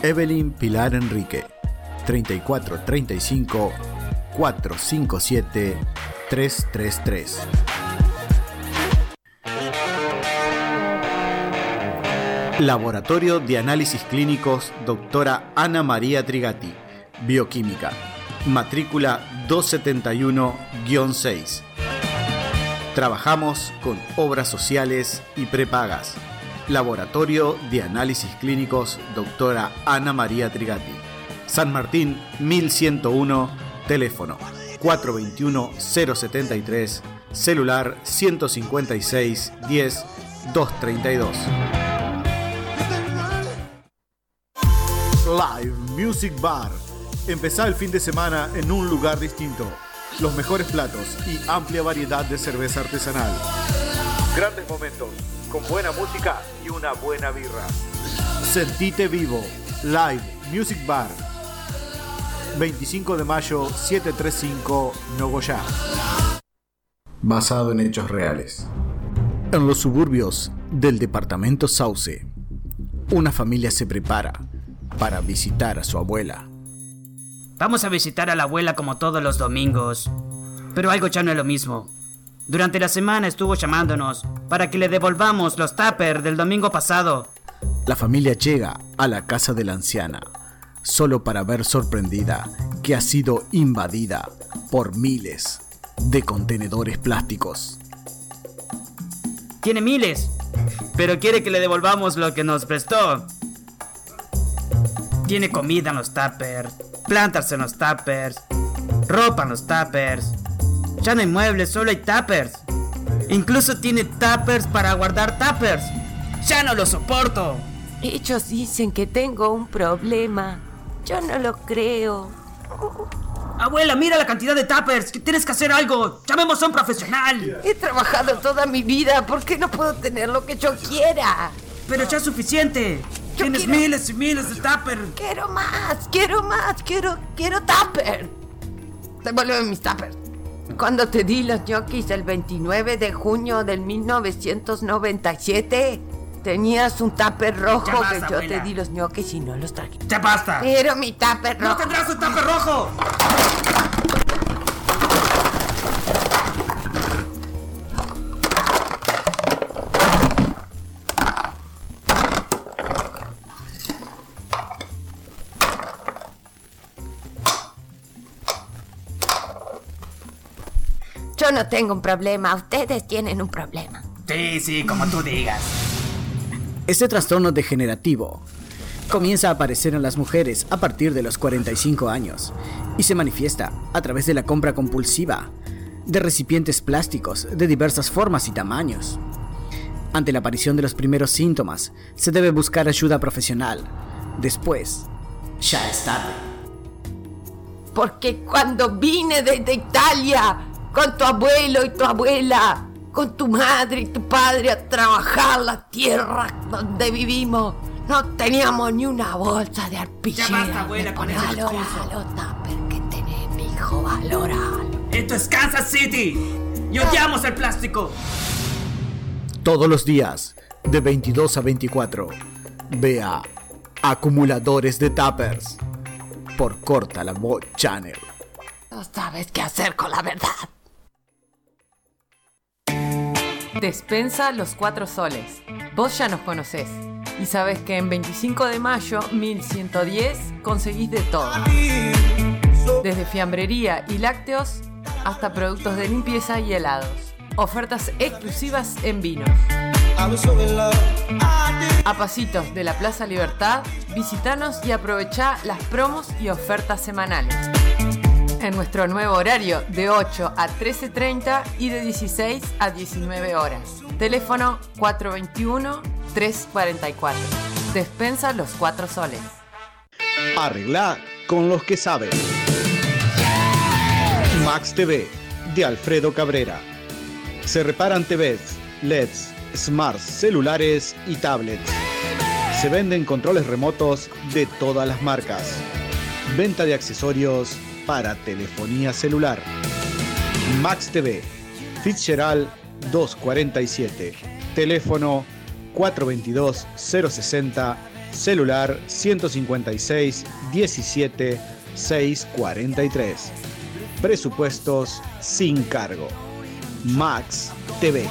Speaker 1: Evelyn Pilar Enrique. 3435 457 333. Laboratorio de Análisis Clínicos, doctora Ana María Trigati, Bioquímica, matrícula 271-6. Trabajamos con obras sociales y prepagas. Laboratorio de Análisis Clínicos, doctora Ana María Trigati, San Martín 1101, teléfono 421-073, celular 156-10-232. Live Music Bar. Empezá el fin de semana en un lugar distinto. Los mejores platos y amplia variedad de cerveza artesanal. Grandes momentos, con buena música y una buena birra. Sentite vivo. Live Music Bar. 25 de mayo, 735, Nogoyá. Basado en hechos reales. En los suburbios del departamento Sauce, una familia se prepara para visitar a su abuela.
Speaker 6: Vamos a visitar a la abuela como todos los domingos. Pero algo ya no es lo mismo. Durante la semana estuvo llamándonos para que le devolvamos los tupper del domingo pasado.
Speaker 1: La familia llega a la casa de la anciana, solo para ver sorprendida que ha sido invadida por miles de contenedores plásticos.
Speaker 6: Tiene miles. Pero quiere que le devolvamos lo que nos prestó. Tiene comida en los tuppers, plantas en los tuppers, ropa en los tuppers. Ya no hay muebles, solo hay tuppers. Incluso tiene tuppers para guardar tuppers. Ya no lo soporto.
Speaker 10: Ellos dicen que tengo un problema. Yo no lo creo.
Speaker 6: Abuela, mira la cantidad de tuppers. que Tienes que hacer algo. Llamemos a un profesional.
Speaker 10: He trabajado toda mi vida. ¿Por qué no puedo tener lo que yo quiera?
Speaker 6: Pero ya es suficiente.
Speaker 10: Yo
Speaker 6: Tienes
Speaker 10: quiero-
Speaker 6: miles y miles de tuppers.
Speaker 10: Quiero más, quiero más, quiero, quiero tupper. Devuélveme mis tuppers. Cuando te di los ñoquis el 29 de junio del 1997, tenías un tupper rojo
Speaker 6: Ya basta,
Speaker 10: que yo
Speaker 6: abuela.
Speaker 10: te di los ñoquis y no los traje.
Speaker 6: ¡Ya basta!
Speaker 10: Quiero mi tupper
Speaker 6: ¡No
Speaker 10: rojo.
Speaker 6: tendrás un tupper rojo!
Speaker 10: Yo no tengo un problema, ustedes tienen un problema.
Speaker 6: Sí, sí, como tú digas.
Speaker 11: Este trastorno degenerativo comienza a aparecer en las mujeres a partir de los 45 años y se manifiesta a través de la compra compulsiva de recipientes plásticos de diversas formas y tamaños. Ante la aparición de los primeros síntomas, se debe buscar ayuda profesional. Después, ya es tarde.
Speaker 10: Porque cuando vine desde Italia con tu abuelo y tu abuela, con tu madre y tu padre a trabajar la tierra donde vivimos, no teníamos ni una bolsa de arpillera.
Speaker 6: Ya basta, abuela, con ese discurso.
Speaker 10: que tenés, mi hijo, valoralo.
Speaker 6: Esto es Kansas City. Y odiamos el plástico.
Speaker 1: Todos los días, de 22 a 24, vea acumuladores de tappers por Corta la Voz Channel.
Speaker 10: No sabes qué hacer con la verdad.
Speaker 4: Despensa los cuatro soles. Vos ya nos conocés. Y sabés que en 25 de mayo 1110 conseguís de todo. Desde fiambrería y lácteos hasta productos de limpieza y helados. Ofertas exclusivas en vinos.
Speaker 9: I was so in love.
Speaker 4: A pasitos de la Plaza Libertad, visitanos y aprovechá las promos y ofertas semanales. En nuestro nuevo horario de 8 a 13.30 y de 16 a 19 horas. Teléfono 421-344. Despensa los 4 soles.
Speaker 5: Arregla con los que saben.
Speaker 12: Max TV de Alfredo Cabrera. Se reparan TVs, LEDs, E smarts, celulares y tablets. Se venden controles remotos de todas las marcas. Venta de accesorios para telefonía celular. Max TV, Fitzgerald 247. Teléfono 422-060, celular 156 17 643. Presupuestos sin cargo. Max TV.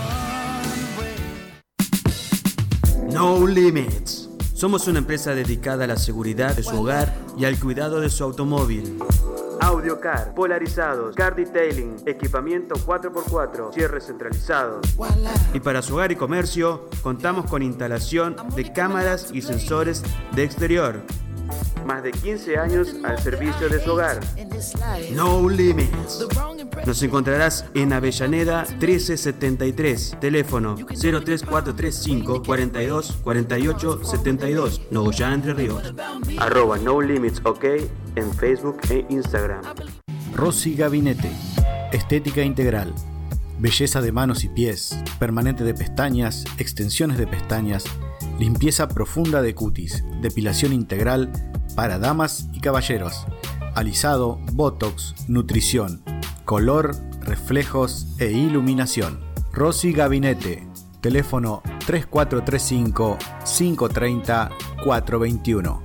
Speaker 2: No Limits. Somos una empresa dedicada a la seguridad de su hogar y al cuidado de su automóvil. Audiocar, polarizados, car detailing, equipamiento 4x4, cierre centralizado. Y para su hogar y comercio, contamos con instalación de cámaras y sensores de exterior. Más de 15 años al servicio de su hogar. No Limits. Nos encontrarás en Avellaneda 1373, teléfono 03435 42 48 72, Nogoyá Entre Ríos. Arroba No Limits OK en Facebook e Instagram.
Speaker 1: Rosy Gabinete. Estética integral. Belleza de manos y pies, permanente de pestañas, extensiones de pestañas, limpieza profunda de cutis, depilación integral para damas y caballeros, alisado, botox, nutrición, color, reflejos e iluminación. Rosy Gabinete. Teléfono 3435 530 421.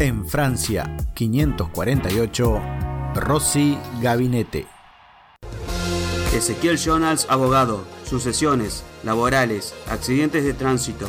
Speaker 1: En Francia, 548, Rossi Gabinete.
Speaker 2: Ezequiel Jonas, abogado. Sucesiones, laborales, accidentes de tránsito,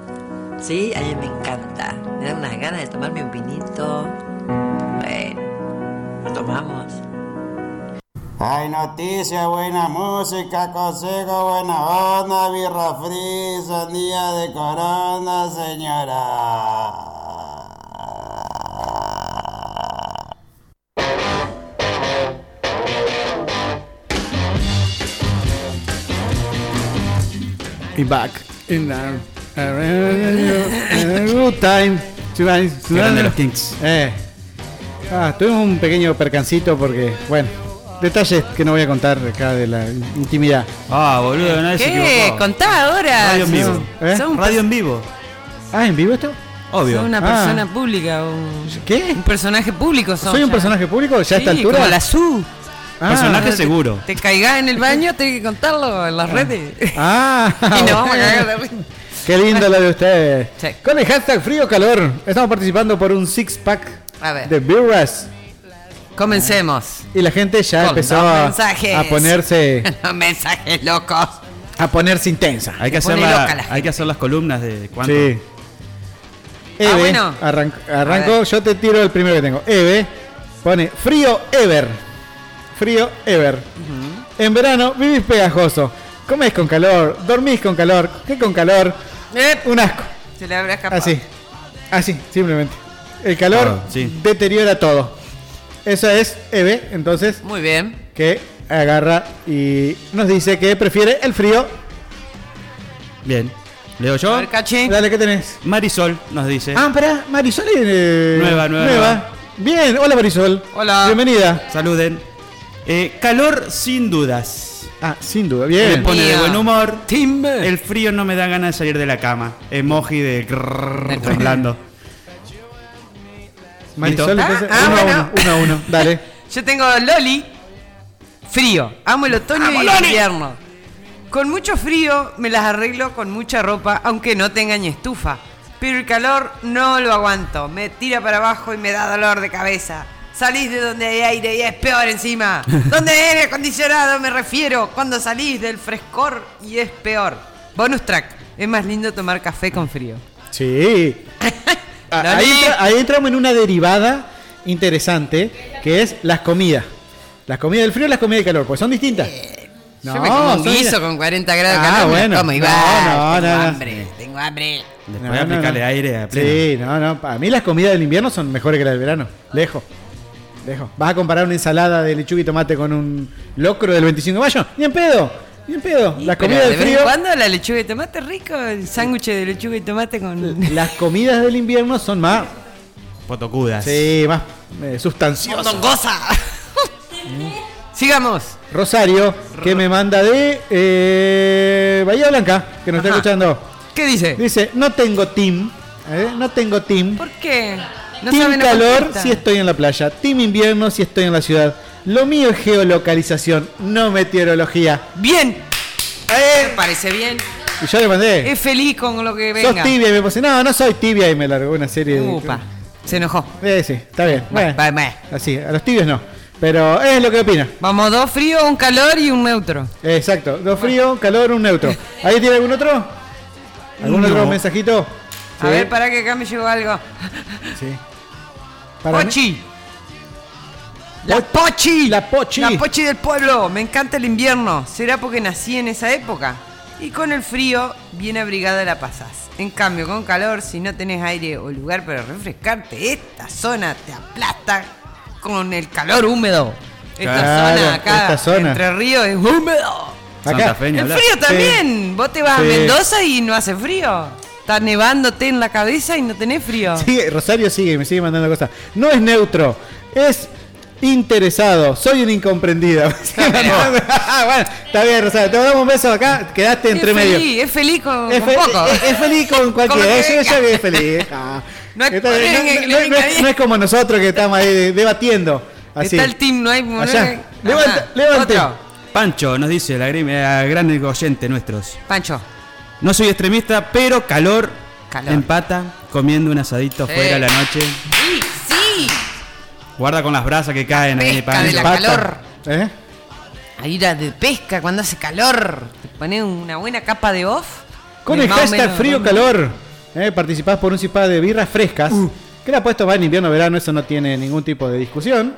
Speaker 10: Sí, a mí me encanta. Me dan unas ganas de tomarme un vinito. Bueno, lo tomamos.
Speaker 13: Hay noticias, buena música, consejo, buena onda, birra free, sandía de corona, señora.
Speaker 5: Y back in our, our- our time.
Speaker 14: Qué grande los Kings.
Speaker 5: Eh. Ah, tuvimos un pequeño percancito porque, bueno, detalles que no voy a contar acá de la intimidad.
Speaker 14: Ah, boludo, nadie se
Speaker 4: ¿Qué?
Speaker 14: equivocó.
Speaker 4: Contá ahora.
Speaker 14: Radio en vivo. ¿Eh?
Speaker 4: Sos- sos un
Speaker 14: Radio en vivo.
Speaker 5: Ah, ¿en vivo esto?
Speaker 14: Obvio.
Speaker 4: Sos una
Speaker 5: Ah.
Speaker 4: persona pública. Un,
Speaker 5: ¿Qué?
Speaker 4: Un personaje público. sos
Speaker 5: ¿Soy un
Speaker 4: ya.
Speaker 5: personaje público ya a esta
Speaker 4: Sí,
Speaker 5: altura? Ah.
Speaker 4: como la SU.
Speaker 14: Ah, Personaje
Speaker 4: te-
Speaker 14: seguro.
Speaker 4: Te, caigás en el baño, tenés que contarlo en las redes.
Speaker 5: Ah,
Speaker 4: Y nos vamos a cagar de risa.
Speaker 5: qué lindo lo de ustedes.
Speaker 4: Sí.
Speaker 5: Con el hashtag frío calor, estamos participando por un six pack
Speaker 4: A ver.
Speaker 5: de birras.
Speaker 4: Comencemos.
Speaker 5: Y la gente ya
Speaker 4: Con
Speaker 5: empezaba
Speaker 4: los mensajes.
Speaker 5: a ponerse
Speaker 4: Los mensajes locos.
Speaker 5: a ponerse intensa.
Speaker 14: Hay que,
Speaker 4: Se
Speaker 14: hacer
Speaker 4: pone
Speaker 14: la-
Speaker 4: loca la
Speaker 14: hay que hacer las columnas de cuánto.
Speaker 5: Sí. Eve,
Speaker 14: Ah, bueno.
Speaker 5: arranc-
Speaker 14: A
Speaker 5: arranco,
Speaker 14: ver.
Speaker 5: yo te tiro el primero que tengo. Eve pone frío ever. Frío ever. En verano vivís pegajoso. Comés con calor, dormís con calor, ¿qué con calor? Un asco.
Speaker 4: Se le habrá escapado.
Speaker 5: Así. Así, simplemente. El calor
Speaker 14: Ah, sí.
Speaker 5: deteriora todo. Esa es Eve, entonces.
Speaker 4: Muy bien.
Speaker 5: Que agarra y nos dice que prefiere el frío.
Speaker 14: Bien. ¿Leo yo?
Speaker 5: Dale, ¿qué tenés?
Speaker 14: Marisol nos dice.
Speaker 5: Ah, pará, Marisol eh,
Speaker 14: Nueva, nueva, nueva.
Speaker 5: Bien, hola Marisol.
Speaker 4: Hola.
Speaker 5: Bienvenida.
Speaker 14: Saluden. Eh, calor sin dudas.
Speaker 5: Ah, sin duda, bien.
Speaker 14: Me pone de
Speaker 5: Mía.
Speaker 14: buen humor. El frío no me da ganas de salir de la cama. Emoji de grrrr, temblando.
Speaker 5: Marisol,
Speaker 14: ¿Listo?
Speaker 5: entonces,
Speaker 4: Ah, ah,
Speaker 5: uno, a
Speaker 4: bueno.
Speaker 5: uno, uno a uno. Dale.
Speaker 4: Yo tengo Loli. Frío. Amo el otoño y el invierno. Con mucho frío me las arreglo con mucha ropa, aunque no tenga ni estufa. Pero el calor no lo aguanto. Me tira para abajo y me da dolor de cabeza. Salís de donde hay aire y es peor encima. Donde hay aire acondicionado me refiero. Cuando salís del frescor y es peor. Bonus track. Es más lindo tomar café con frío.
Speaker 5: Sí. Ah, ahí, entra- ahí entramos en una derivada interesante que es las comidas. Las comidas del frío y las comidas del calor, pues son distintas.
Speaker 4: Yo me como un
Speaker 5: son-
Speaker 4: guiso con 40 grados de
Speaker 5: Ah,
Speaker 4: calor, me lo
Speaker 5: bueno.
Speaker 4: como y
Speaker 5: No,
Speaker 4: va,
Speaker 5: no,
Speaker 4: tengo
Speaker 5: no, no.
Speaker 4: hambre, tengo hambre.
Speaker 6: Después aplicarle aire a pleno.
Speaker 5: Sí, no, no. Para mí las comidas del invierno son mejores que las del verano. Lejos. Lejos. ¿Vas a comparar una ensalada de lechuga y tomate con un locro del 25 de mayo? Ni en pedo. Ni en pedo. las
Speaker 4: Pero
Speaker 5: comidas
Speaker 4: de
Speaker 5: del
Speaker 4: vez en
Speaker 5: frío.
Speaker 4: cuando la lechuga y tomate rico, el sándwich de lechuga y tomate con...
Speaker 5: Las comidas del invierno son más.
Speaker 6: Potocudas.
Speaker 5: Sí, más eh, sustanciosas.
Speaker 4: Sigamos.
Speaker 5: Rosario, que me manda de eh, Bahía Blanca, que nos
Speaker 4: Ajá.
Speaker 5: está escuchando.
Speaker 4: ¿Qué dice?
Speaker 5: Dice, no tengo team. ¿eh? No tengo team.
Speaker 4: ¿Por qué? No
Speaker 5: team
Speaker 4: saben la
Speaker 5: calor
Speaker 4: respuesta.
Speaker 5: si estoy en la playa. Team invierno si estoy en la ciudad. Lo mío es geolocalización, no meteorología.
Speaker 4: Bien. Eh, parece bien.
Speaker 5: Y yo le mandé.
Speaker 4: Es feliz con lo que
Speaker 5: Sos
Speaker 4: venga.
Speaker 5: tibia y me puse, no, no soy tibia y me largó una serie de.
Speaker 4: Upa, se enojó.
Speaker 5: Eh, sí, está bien.
Speaker 4: Bueno,
Speaker 5: Bueno, Así, a los tibios no. Pero es lo que opina.
Speaker 4: Vamos, dos fríos, un calor y un neutro.
Speaker 5: Exacto, dos frío, calor, un neutro. ¿Ahí tiene algún otro? ¿Algún
Speaker 4: No.
Speaker 5: otro mensajito?
Speaker 4: A ver, para que acá me llegó algo.
Speaker 5: Sí. mí-
Speaker 4: Pochi. La Pochi. La Pochi. La Pochi del pueblo. Me encanta el invierno. ¿Será porque nací en esa época? Y con el frío, bien abrigada la pasás. En cambio, con calor, si no tenés aire o lugar para refrescarte, esta zona te aplasta con el calor húmedo. Esta
Speaker 5: Claro,
Speaker 4: zona acá,
Speaker 5: esta zona.
Speaker 4: Entre Ríos, es húmedo.
Speaker 5: Acá. Santa Fe, ni
Speaker 4: el
Speaker 5: hablar.
Speaker 4: frío
Speaker 5: Sí.
Speaker 4: también. Vos te vas
Speaker 5: Sí.
Speaker 4: a Mendoza y no hace frío. Está nevándote en la cabeza y no tenés frío.
Speaker 5: Sigue, Rosario sigue, me sigue mandando cosas. No es neutro, es interesado. Soy un incomprendido. Me sigue mandando- Ah, bueno, está bien, Rosario. Te damos un beso acá, quedaste entre
Speaker 4: es
Speaker 5: medio.
Speaker 4: Feliz, es feliz con,
Speaker 5: Es,
Speaker 4: con
Speaker 5: fe-
Speaker 4: poco.
Speaker 5: es- es feliz con cualquiera.
Speaker 4: Con lo que
Speaker 5: Yo- yo
Speaker 4: venga.
Speaker 5: que es feliz. Ah.
Speaker 4: No es-
Speaker 5: Está bien,
Speaker 4: no
Speaker 5: no-
Speaker 4: es-
Speaker 5: no- no es- no es como nosotros que estamos ahí de- debatiendo. Así.
Speaker 4: Está el team, no hay. no hay-
Speaker 5: Allá. Levanta,
Speaker 4: Ajá.
Speaker 5: levante.
Speaker 4: Otro.
Speaker 6: Pancho nos dice, la grim- eh, gran oyente nuestros.
Speaker 4: Pancho.
Speaker 6: No soy extremista, pero calor,
Speaker 4: Calor.
Speaker 6: empata comiendo un asadito
Speaker 4: Sí.
Speaker 6: fuera a la noche.
Speaker 4: Sí, sí.
Speaker 6: Guarda con las brasas que caen ahí
Speaker 4: Pesca de la
Speaker 6: Empata.
Speaker 4: calor.
Speaker 5: ¿Eh?
Speaker 4: Ahí era de pesca cuando hace calor. Te pones una buena capa de off.
Speaker 5: Con
Speaker 4: de
Speaker 5: el
Speaker 4: más o
Speaker 5: hashtag
Speaker 4: menos-
Speaker 5: frío calor, eh, participás por un cipá de birras frescas. Que la puesto va en invierno verano, eso no tiene ningún tipo de discusión.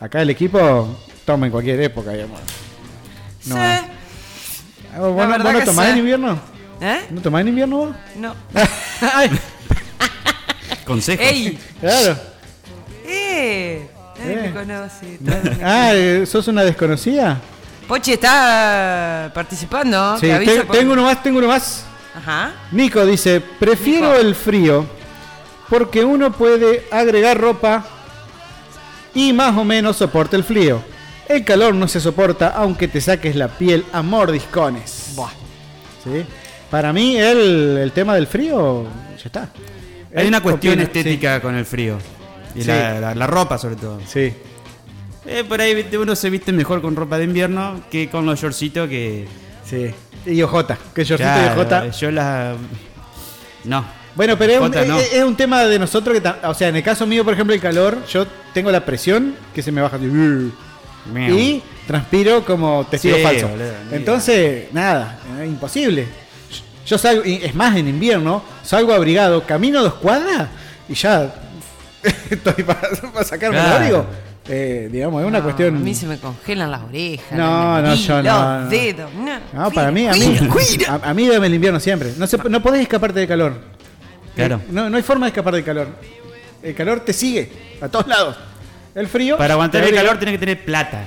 Speaker 5: Acá el equipo toma en cualquier época, digamos. No.
Speaker 4: Sí.
Speaker 5: Ah, ¿Vos,
Speaker 4: La
Speaker 5: no,
Speaker 4: verdad
Speaker 5: vos no
Speaker 4: que
Speaker 5: tomás
Speaker 4: sí.
Speaker 5: en invierno?
Speaker 4: ¿Eh?
Speaker 5: ¿No tomás en invierno vos?
Speaker 4: No.
Speaker 5: Ay,
Speaker 6: Consejos.
Speaker 4: ¡Ey!
Speaker 5: claro.
Speaker 4: ¡Eh! Nadie me conoce.
Speaker 5: Ah, eh, ¿sos una desconocida?
Speaker 4: Pochi está participando.
Speaker 5: Sí,
Speaker 4: te aviso
Speaker 5: te-
Speaker 4: por-
Speaker 5: tengo uno más, tengo uno más.
Speaker 4: Ajá.
Speaker 5: Nico dice, prefiero el frío porque uno puede agregar ropa y más o menos soporta el frío. El calor no se soporta aunque te saques la piel a mordiscones. ¿Sí? Para mí el, el tema del frío ya está.
Speaker 6: Hay
Speaker 5: Él
Speaker 6: una cuestión
Speaker 5: opina,
Speaker 6: estética con el frío. Y
Speaker 5: Eh, Sí.
Speaker 6: la, la- la ropa sobre todo. Eh,
Speaker 5: Sí.
Speaker 6: por ahí viste, uno se viste mejor con ropa de invierno que con los shortcitos que...
Speaker 5: Sí. Y ojota, que shortcito y ojota.
Speaker 6: Yo la... No.
Speaker 5: Bueno, pero eh, es un,
Speaker 6: Jota, no.
Speaker 5: es- es un tema de nosotros que, ta- o sea, en el caso mío, por ejemplo, el calor, yo tengo la presión que se me baja así, "Brr",
Speaker 6: Miau.
Speaker 5: eh, y transpiro como testigo
Speaker 6: Sí,
Speaker 5: falso.
Speaker 6: boludo, ni
Speaker 5: Entonces, nada, es imposible. Yo salgo, y es más, en invierno, salgo abrigado, camino dos cuadras y ya estoy para, para sacarme
Speaker 4: Claro.
Speaker 5: el abrigo. Eh, digamos, es una
Speaker 4: No,
Speaker 5: cuestión.
Speaker 4: A mí se me congelan las orejas.
Speaker 5: No,
Speaker 4: la
Speaker 5: no,
Speaker 4: nariz,
Speaker 5: yo no,
Speaker 4: Los
Speaker 5: no.
Speaker 4: dedos. No,
Speaker 5: No, para mí, a mí, a, a mí dame el invierno siempre. No, se- no podés escaparte del calor.
Speaker 6: Claro.
Speaker 5: Eh, No, no hay forma de escapar del calor. El calor te sigue a todos lados. El frío.
Speaker 6: Para aguantar
Speaker 5: te
Speaker 6: el
Speaker 5: abriga.
Speaker 6: calor tienes que tener plata.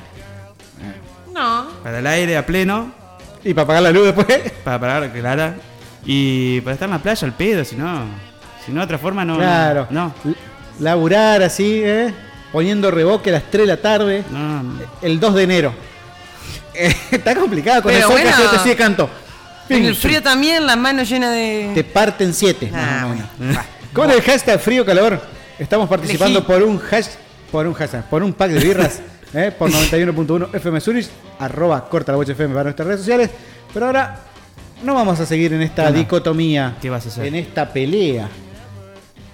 Speaker 4: No.
Speaker 6: Para el aire a pleno.
Speaker 5: Y para apagar la luz después.
Speaker 6: Para pagar, claro. Y para estar en la playa al pedo, si no. Si no, de otra forma no. no.
Speaker 5: Claro.
Speaker 6: No.
Speaker 5: L- Laburar así, ¿eh? Poniendo reboque a las 3 de la tarde. El 2 de enero. Eh, Está complicado con
Speaker 4: Pero
Speaker 5: el sol
Speaker 4: bueno.
Speaker 5: que hace- te sigue canto.
Speaker 4: En
Speaker 5: Fin.
Speaker 4: el frío también, las manos llenas de.
Speaker 5: Te parten 7.
Speaker 4: Ah,
Speaker 5: Con el hashtag frío calor estamos participando
Speaker 4: Elegí.
Speaker 5: por un hashtag, por un hashtag, por un pack de birras, eh, por 91.1 FM Zurich, arroba corta la bocha FM para nuestras redes sociales. Pero ahora no vamos a seguir en esta
Speaker 6: No.
Speaker 5: dicotomía,
Speaker 6: ¿Qué vas a hacer? Ah.
Speaker 5: en esta pelea,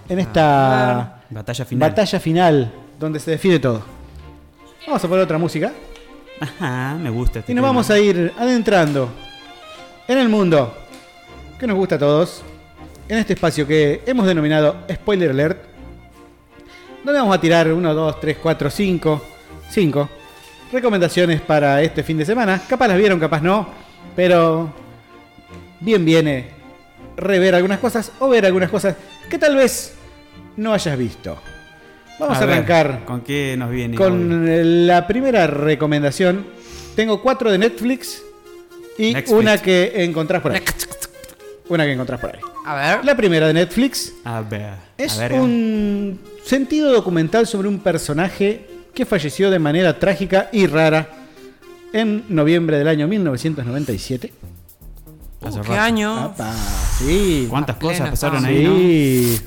Speaker 5: en esta
Speaker 6: Batalla final.
Speaker 5: batalla final donde se define todo. Vamos a poner otra música
Speaker 6: Ajá, me gusta este
Speaker 5: y nos
Speaker 6: tema.
Speaker 5: vamos a ir adentrando en el mundo que nos gusta a todos, en este espacio que hemos denominado Spoiler Alert, donde vamos a tirar 1, 2, 3, 4, 5, 5 Recomendaciones para este fin de semana. Capaz las vieron, capaz no. Pero bien viene rever algunas cosas o ver algunas cosas que tal vez no hayas visto. Vamos a,
Speaker 6: ver,
Speaker 5: arrancar
Speaker 6: ¿Con qué nos viene? hoy?
Speaker 5: con eh, la primera recomendación. Tengo cuatro de Netflix y
Speaker 6: Netflix.
Speaker 5: una que encontrás por ahí. Una que encontrás por ahí.
Speaker 4: A ver.
Speaker 5: La primera de Netflix
Speaker 6: A ver.
Speaker 5: es
Speaker 6: Ah, a ver,
Speaker 5: un sentido documental sobre un personaje que falleció de manera trágica y rara en noviembre del año 1997.
Speaker 6: hace
Speaker 4: ¿Qué
Speaker 6: rato.
Speaker 4: año?
Speaker 5: Ah, Sí.
Speaker 6: ¿Cuántas cosas
Speaker 4: pleno
Speaker 6: pasaron
Speaker 4: estaba.
Speaker 6: ahí? no?
Speaker 5: Sí.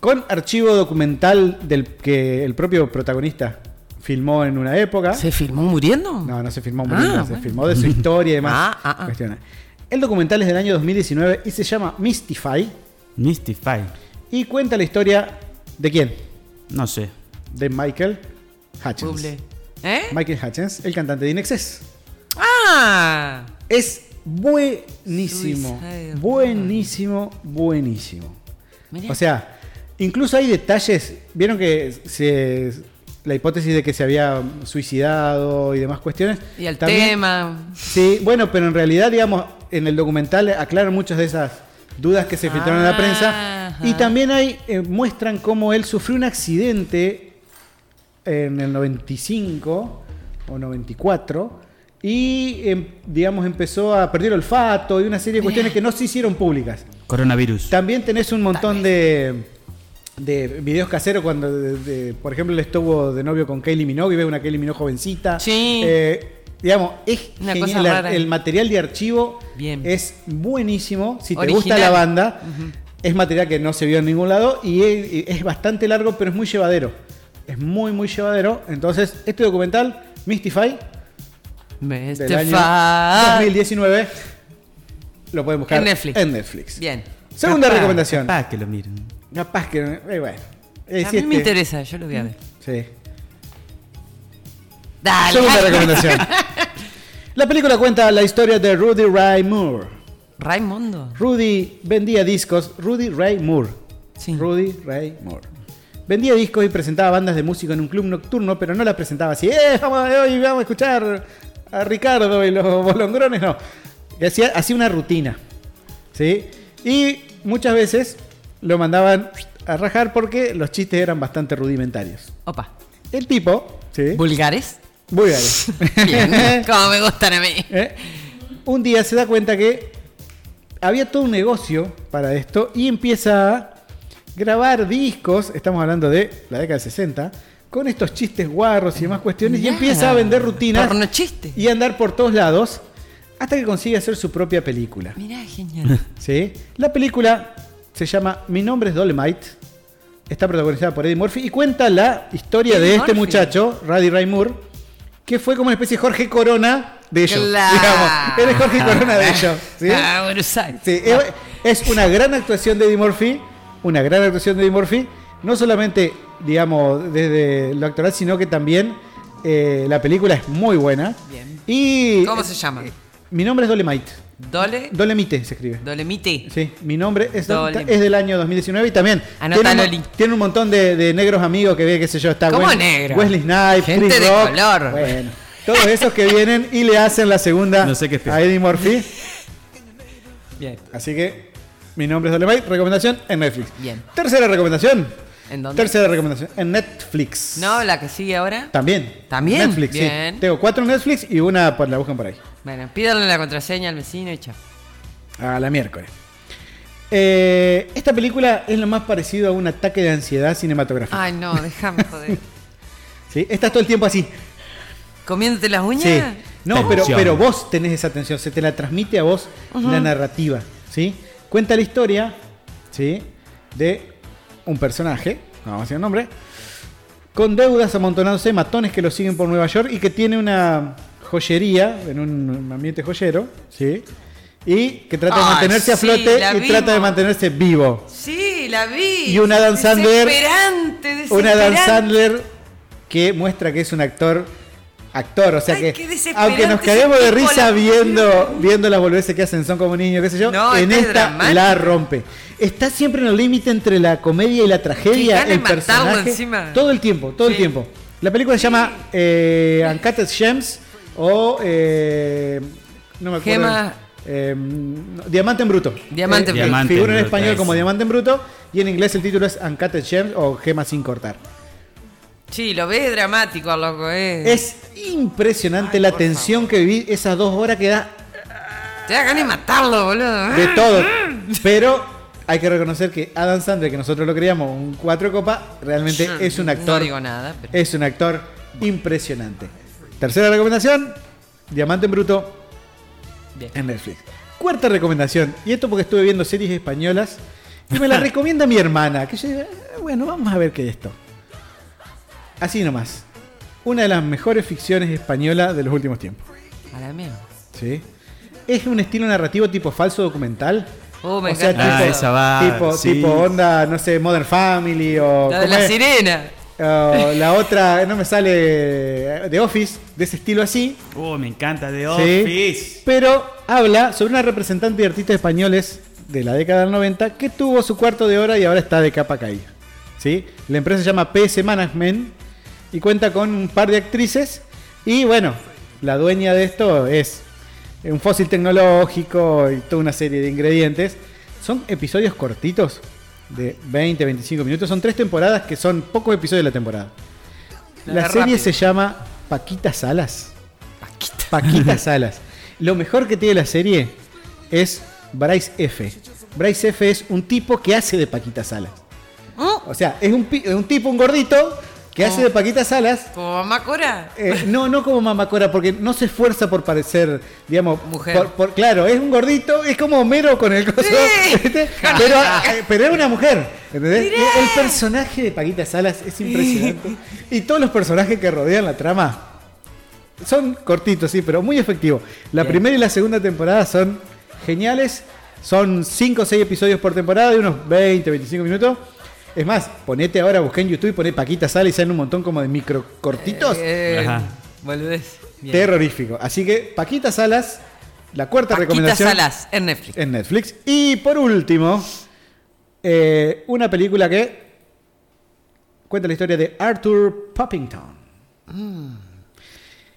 Speaker 5: Con archivo documental del que el propio protagonista filmó en una época. ¿Se
Speaker 4: filmó muriendo?
Speaker 5: No, no se filmó muriendo,
Speaker 4: Ah,
Speaker 5: se
Speaker 4: bueno.
Speaker 5: filmó de su historia y demás.
Speaker 4: Ah, ah, ah.
Speaker 5: Cuestiones. El documental es del año 2019 y se llama Mystify.
Speaker 6: Mystify.
Speaker 5: Y cuenta la historia de quién?
Speaker 6: No sé.
Speaker 5: De Michael Hutchins.
Speaker 4: Bublé. ¿Eh?
Speaker 5: Michael Hutchins, el cantante de Inexcess.
Speaker 4: ¡Ah!
Speaker 5: Es buenísimo.
Speaker 4: Suicide
Speaker 5: Buenísimo, buenísimo.
Speaker 4: Mirá.
Speaker 5: O sea, incluso hay detalles. Vieron que se, la hipótesis de que se había suicidado y demás cuestiones.
Speaker 4: Y el
Speaker 5: También-
Speaker 4: tema.
Speaker 5: Sí, bueno, pero en realidad, digamos, en el documental aclaran muchas de esas dudas que se filtraron a la prensa. Y también hay, eh, muestran cómo él sufrió un accidente en el 95 o 94 y, em, digamos, empezó a perder olfato y una serie de cuestiones que no se hicieron públicas.
Speaker 6: Coronavirus.
Speaker 5: También tenés un montón de, de videos caseros cuando, de- de- por ejemplo, él estuvo de novio con Kylie Minogue y ve una Kylie Minogue jovencita.
Speaker 4: Sí.
Speaker 5: Eh, digamos, es
Speaker 4: Una
Speaker 5: genial.
Speaker 4: cosa
Speaker 5: La-
Speaker 4: rara.
Speaker 5: El material de archivo
Speaker 4: Bien.
Speaker 5: es buenísimo. Si te
Speaker 4: Original.
Speaker 5: gusta la banda,
Speaker 4: Ujú.
Speaker 5: es material que no se vio en ningún lado y es, es bastante largo, pero es muy llevadero. Es muy, muy llevadero. Entonces, este documental, Mystify,
Speaker 4: este
Speaker 5: del año
Speaker 4: Mystify.
Speaker 5: 2019, lo pueden buscar
Speaker 4: En Netflix.
Speaker 5: En Netflix.
Speaker 4: Bien.
Speaker 5: Segunda
Speaker 6: Capaz,
Speaker 5: recomendación.
Speaker 6: Capaz que lo miren.
Speaker 5: Capaz que. eh, bueno. Eh,
Speaker 4: a
Speaker 5: si
Speaker 4: mí me
Speaker 5: este-
Speaker 4: interesa, yo lo voy a ver.
Speaker 5: Sí.
Speaker 4: Dale.
Speaker 5: Segunda recomendación. La película cuenta la historia de Rudy Ray Moore.
Speaker 4: Raimundo.
Speaker 5: Rudy vendía discos. Rudy Ray Moore. Rudy Ray Moore. Vendía discos y presentaba bandas de música en un club nocturno, pero no las presentaba así. ¡Eh, vamos, eh, hoy vamos a escuchar a Ricardo y los bolongrones! No. Y Hacía, hacía una rutina. ¿Sí? Y muchas veces lo mandaban a rajar porque los chistes eran bastante rudimentarios.
Speaker 4: Opa.
Speaker 5: El tipo. ¿sí?
Speaker 4: ¿Vulgares?
Speaker 5: Vulgares.
Speaker 4: Bien. Como me gustan a mí.
Speaker 5: ¿Eh? Un día se da cuenta que había todo un negocio para esto y empieza a grabar discos, estamos hablando de la década de 60, con estos chistes guarros y demás cuestiones y
Speaker 4: Mirá.
Speaker 5: empieza a vender rutinas
Speaker 4: Porno chiste.
Speaker 5: y a andar por todos lados hasta que consigue hacer su propia película.
Speaker 4: Mirá, genial.
Speaker 5: ¿Sí? La película se llama Mi nombre es Dolemite. Está protagonizada por Eddie Murphy y cuenta la historia
Speaker 4: Eddie
Speaker 5: de este
Speaker 4: Murphy.
Speaker 5: muchacho, Raddy Ray Moore, que fue como una especie de Jorge Corona de ellos.
Speaker 4: Claro.
Speaker 5: Digamos, él es Jorge Corona de ellos. ¿sí?
Speaker 4: Ah, Buenos Aires.
Speaker 5: Sí, eh, es una gran actuación de Eddie Murphy, una gran actuación de Eddie Murphy, no solamente, digamos, desde lo actoral, sino que también eh, la película es muy buena.
Speaker 4: Bien.
Speaker 5: Y
Speaker 4: ¿Cómo se llama?
Speaker 5: Eh, mi nombre es Dolemite.
Speaker 4: Dole.
Speaker 5: Dolemite se escribe.
Speaker 4: Dolemite.
Speaker 5: eh, Sí, mi nombre es,
Speaker 4: Doble.
Speaker 5: es del año 2019 y también
Speaker 4: Anotalo,
Speaker 5: tiene, un,
Speaker 4: Lin.
Speaker 5: tiene un montón de, de negros amigos que ve, qué sé yo, está
Speaker 4: ¿Cómo
Speaker 5: Wen-
Speaker 4: negro?
Speaker 5: Wesley Snipes,
Speaker 4: Gente
Speaker 5: Chris
Speaker 4: de
Speaker 5: Rock,
Speaker 4: color.
Speaker 5: Bueno, todos esos que vienen y le hacen la segunda a Eddie Murphy.
Speaker 4: Bien.
Speaker 5: Así que mi nombre es Dolemite, recomendación en Netflix.
Speaker 4: Bien.
Speaker 5: Tercera recomendación.
Speaker 4: ¿En dónde?
Speaker 5: Tercera recomendación en Netflix.
Speaker 4: No, la que sigue ahora.
Speaker 5: También.
Speaker 4: También.
Speaker 5: Netflix, sí.
Speaker 4: Bien.
Speaker 5: Tengo cuatro en Netflix y una por la buscan por ahí.
Speaker 4: Bueno, pídanle la contraseña al vecino y chao.
Speaker 5: A la miércoles. Eh, esta película es lo más parecido a un ataque de ansiedad cinematográfica.
Speaker 4: Ay, no, déjame joder.
Speaker 5: ¿Sí? Estás todo el tiempo así.
Speaker 4: ¿Comiéndote las uñas?
Speaker 5: Sí. No, pero,
Speaker 4: Tensión.
Speaker 5: pero vos tenés esa tensión, se te la transmite a vos
Speaker 4: Ujú.
Speaker 5: la narrativa. ¿sí? Cuenta la historia ¿sí? de un personaje, no vamos a decir el nombre, con deudas amontonándose, matones que lo siguen por Nueva York y que tiene una joyería en un ambiente joyero, ¿sí? y que trata de
Speaker 4: Ay,
Speaker 5: mantenerse a
Speaker 4: sí,
Speaker 5: flote
Speaker 4: la
Speaker 5: y trata de
Speaker 4: vimos.
Speaker 5: mantenerse vivo.
Speaker 4: Sí, la vi.
Speaker 5: Y un Adam Sandler-
Speaker 4: Desesperante,
Speaker 5: Un Adam
Speaker 4: desesperante.
Speaker 5: Sandler que muestra que es un actor. Actor, o sea
Speaker 4: Ay, qué
Speaker 5: que.
Speaker 4: desesperante
Speaker 5: Aunque nos
Speaker 4: ese
Speaker 5: caguemos de
Speaker 4: tipo,
Speaker 5: risa
Speaker 4: la-
Speaker 5: viendo, viendo las boludeces que hacen, son como niños, qué sé yo.
Speaker 4: No,
Speaker 5: en
Speaker 4: este es
Speaker 5: esta
Speaker 4: dramático.
Speaker 5: la rompe. Está siempre en el límite entre la comedia y la
Speaker 4: Qué
Speaker 5: tragedia.
Speaker 4: gana de
Speaker 5: El
Speaker 4: matarlo
Speaker 5: personaje.
Speaker 4: encima.
Speaker 5: Todo el tiempo, todo el tiempo. La película se llama eh, Uncut Gems o. eh, no me acuerdo.
Speaker 4: Gema-
Speaker 5: Eh, no, Diamante en Bruto.
Speaker 4: Diamante en
Speaker 5: Eh, Figura
Speaker 4: Bruto.
Speaker 5: en
Speaker 4: Diamante en
Speaker 5: español
Speaker 4: Bruto,
Speaker 5: como
Speaker 4: eso.
Speaker 5: Diamante en Bruto y en inglés el título es Uncut Gems o Gema sin cortar.
Speaker 4: Sí, lo ves dramático, loco, eh.
Speaker 5: Es impresionante la tensión que viví esas dos horas que da
Speaker 4: Te da ganas de matarlo, boludo. ¿eh?
Speaker 5: de todo. Pero hay que reconocer que Adam Sandler, que nosotros lo creíamos un cuatro copa, realmente
Speaker 4: Yo
Speaker 5: es un actor.
Speaker 4: No digo nada, pero.
Speaker 5: Es un actor impresionante. Tercera recomendación, Diamante en Bruto
Speaker 4: Bien.
Speaker 5: en Netflix. Cuarta recomendación, y esto porque estuve viendo series españolas y me la recomienda mi hermana, que yo digo, "Ah, bueno, vamos a ver qué es esto. Así nomás. Una de las mejores ficciones españolas de los últimos tiempos.
Speaker 4: A la mierda.
Speaker 5: ¿sí? Es un estilo narrativo tipo falso documental.
Speaker 4: Oh, me
Speaker 5: o sea,
Speaker 4: encanta.
Speaker 5: tipo,
Speaker 4: Ah, esa va,
Speaker 5: tipo,
Speaker 4: sí.
Speaker 5: tipo onda, no sé, Modern Family o...
Speaker 4: La
Speaker 5: oh,
Speaker 4: de
Speaker 5: ¿cómo
Speaker 4: la
Speaker 5: es?
Speaker 4: sirena.
Speaker 5: O Oh, la otra, no me sale, de Office, de ese estilo así.
Speaker 6: Oh, me encanta The
Speaker 5: ¿sí?
Speaker 6: Office.
Speaker 5: Pero habla sobre una representante de artistas españoles de la década del 90 que tuvo su cuarto de hora y ahora está de capa caída. ¿sí? La empresa se llama PS Management y cuenta con un par de actrices. Y bueno, la dueña de esto es un fósil tecnológico y toda una serie de ingredientes. Son episodios cortitos de 20, 25 minutos. Son tres temporadas que son pocos episodios de la temporada.
Speaker 15: La
Speaker 5: La
Speaker 15: verdad,
Speaker 5: serie
Speaker 15: rápido.
Speaker 5: se llama Paquita Salas. Paquita Salas. Lo mejor que tiene la serie es Bryce F. Bryce F es un tipo que hace de Paquita Salas.
Speaker 4: ¿Mm?
Speaker 5: O sea, es un, pi- un tipo, un gordito, que hace de Paquita Salas.
Speaker 4: ¿Como mamá Cora?
Speaker 5: Eh, no, no como mamacora, porque no se esfuerza por parecer, digamos,
Speaker 4: Mujer.
Speaker 5: por- por- claro, es un gordito, es como Homero con el coso, ¿viste? pero, eh, pero es una mujer, ¿entendés? El personaje de Paquita Salas es impresionante. y todos los personajes que rodean la trama son cortitos, sí, pero muy efectivos. La primera y la segunda temporada son geniales. Son 5 o 6 episodios por temporada de unos 20, 25 minutos. Es más, ponete ahora, busqué en YouTube y poné Paquita Sala y salen un montón como de micro cortitos.
Speaker 4: Eh, Boludez. Bien.
Speaker 5: Terrorífico. Así que Paquita Salas, la cuarta recomendación.
Speaker 4: Salas, en Netflix.
Speaker 5: En Netflix. Y por último, eh, una película que cuenta la historia de Arthur Poppington.
Speaker 4: Mm.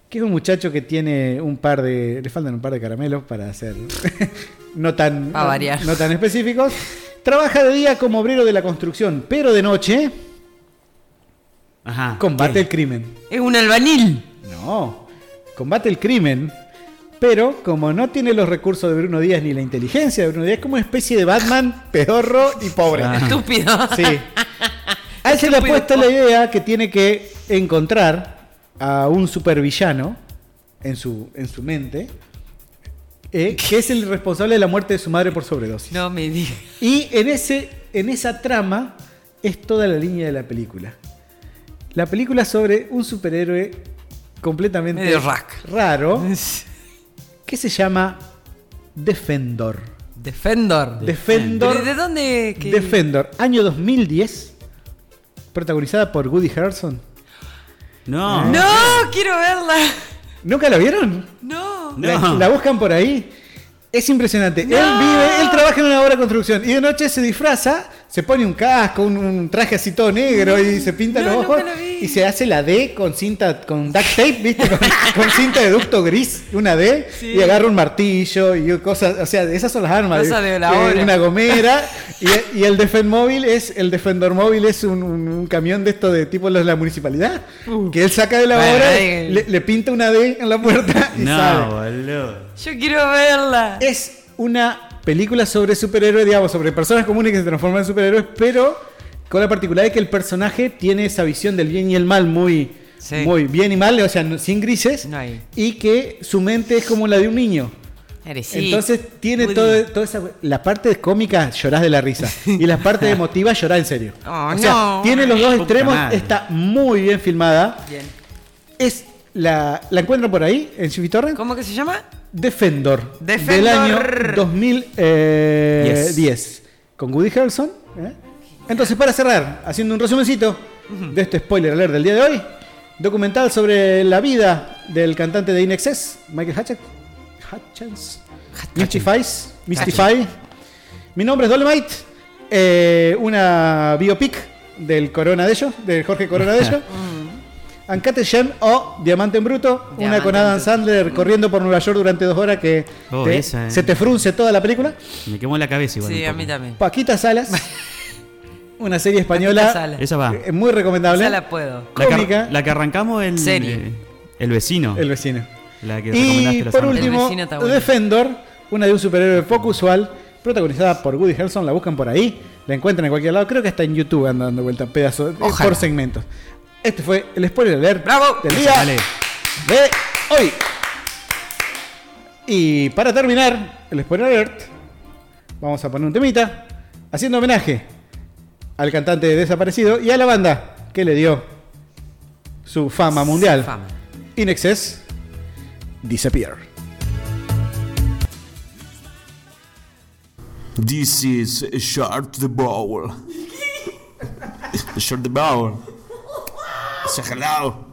Speaker 5: Que es un muchacho que tiene un par de. Le faltan un par de caramelos para hacer. no tan.
Speaker 4: Pa' variar.
Speaker 5: No, no tan específicos. Trabaja de día como obrero de la construcción, pero de noche. Combate el crimen.
Speaker 4: Es un albanil.
Speaker 5: No. Combate el crimen. Pero como no tiene los recursos de Bruno Díaz ni la inteligencia de Bruno Díaz, es como una especie de Batman pedorro y pobre.
Speaker 4: Ah. Estúpido.
Speaker 5: Sí. A él se le ha puesto la idea que tiene que encontrar a un supervillano en su, en su mente, eh, que es el responsable de la muerte de su madre por sobredosis.
Speaker 4: No me digas.
Speaker 5: Y en, ese, en esa trama es toda la línea de la película. La película sobre un superhéroe completamente
Speaker 4: Medio rack.
Speaker 5: raro que se llama Defendor.
Speaker 4: Defendor.
Speaker 5: Defendor.
Speaker 4: ¿Pero ¿De dónde? que-
Speaker 5: Defendor, año 2010, protagonizada por Woody Harrelson.
Speaker 6: No.
Speaker 5: Ah.
Speaker 4: No, quiero verla.
Speaker 5: ¿Nunca la vieron?
Speaker 4: No.
Speaker 5: La, la buscan por ahí. Es impresionante.
Speaker 4: No.
Speaker 5: Él vive, él trabaja en una obra de construcción y de noche se disfraza, se pone un casco, un, un traje así todo negro y se pinta los ojos y se hace la D con cinta, con duct tape, ¿viste? Con, con cinta de ducto gris, una D,
Speaker 15: Sí.
Speaker 5: y agarra un martillo y cosas, o sea, esas son las armas.
Speaker 15: Cosas de la
Speaker 5: Eh,
Speaker 15: obra.
Speaker 5: Una gomera y, y el Defend Móvil es, el Defendor Móvil es un, un- un camión de esto de tipo los de la municipalidad, que él saca de la
Speaker 4: Bueno,
Speaker 5: obra,
Speaker 4: eh.
Speaker 5: le, le pinta una D en la puerta y sale.
Speaker 6: No, boludo.
Speaker 4: Yo quiero verla.
Speaker 5: Es una película sobre superhéroes, digamos, sobre personas comunes que se transforman en superhéroes, pero con la particularidad de que el personaje tiene esa visión del bien y el mal muy, muy bien y mal, o sea, no- sin grises, y que su mente es como la de un niño.
Speaker 4: Eres sí.
Speaker 5: Entonces tiene
Speaker 4: Woody.
Speaker 5: todo, toda esa... La parte cómica llorás de la risa y la parte emotiva llorás en serio.
Speaker 4: Oh,
Speaker 5: o sea,
Speaker 4: no.
Speaker 5: tiene los dos
Speaker 4: Puta
Speaker 5: extremos,
Speaker 4: madre.
Speaker 5: está muy bien filmada.
Speaker 4: Bien.
Speaker 5: Es la, la encuentro por ahí, en Civi Torrent.
Speaker 4: ¿Cómo que se llama?
Speaker 5: Defendor,
Speaker 4: Defendor.
Speaker 5: del año 2010 con Woody Harrelson. ¿eh? Entonces, para cerrar, haciendo un resumencito de este spoiler alert del día de hoy, documental sobre la vida del cantante de In Excess, Michael Hatchett, Hutchins, Mystifies, Mystify. Mi nombre es Dolomite, eh, una biopic del Corona de ellos, de Jorge Corona de ellos. Ancate Gem o Diamante en Bruto, una
Speaker 6: Diamante
Speaker 5: con
Speaker 6: en
Speaker 5: Adam
Speaker 4: Mm.
Speaker 5: Sandler corriendo por Nueva York durante dos horas que
Speaker 6: Oh,
Speaker 5: te-
Speaker 6: esa, eh.
Speaker 5: se te frunce toda la película.
Speaker 6: Me quemó la cabeza igual.
Speaker 4: Sí,
Speaker 6: un
Speaker 4: a
Speaker 6: poco.
Speaker 4: mí también.
Speaker 5: Paquita Salas, una serie
Speaker 4: Mm. Paquita
Speaker 5: española
Speaker 4: Salas.
Speaker 6: Esa va.
Speaker 5: eh, muy recomendable.
Speaker 4: Esa la puedo.
Speaker 6: La que,
Speaker 5: cómica.
Speaker 6: ar- la que arrancamos el.
Speaker 5: Serie.
Speaker 6: eh, el vecino. El
Speaker 5: vecino.
Speaker 6: La que
Speaker 5: Y
Speaker 6: recomendaste la
Speaker 5: por
Speaker 6: semana
Speaker 5: último,
Speaker 6: pasada.
Speaker 5: Defender, una de un superhéroe poco usual, protagonizada por Woody Harrelson, la buscan por ahí, la encuentran en cualquier lado, creo que hasta en YouTube andan dando vuelta pedazos eh,
Speaker 4: Ojalá.
Speaker 5: por segmentos. Este fue el spoiler alert del día
Speaker 4: Dale.
Speaker 5: de hoy. Y para terminar, el spoiler alert, vamos a poner un temita haciendo homenaje al cantante desaparecido y a la banda que le dio su fama mundial. In Excess, Disappear.
Speaker 16: This is Short the Bowl. Short the Bowl. Say hello.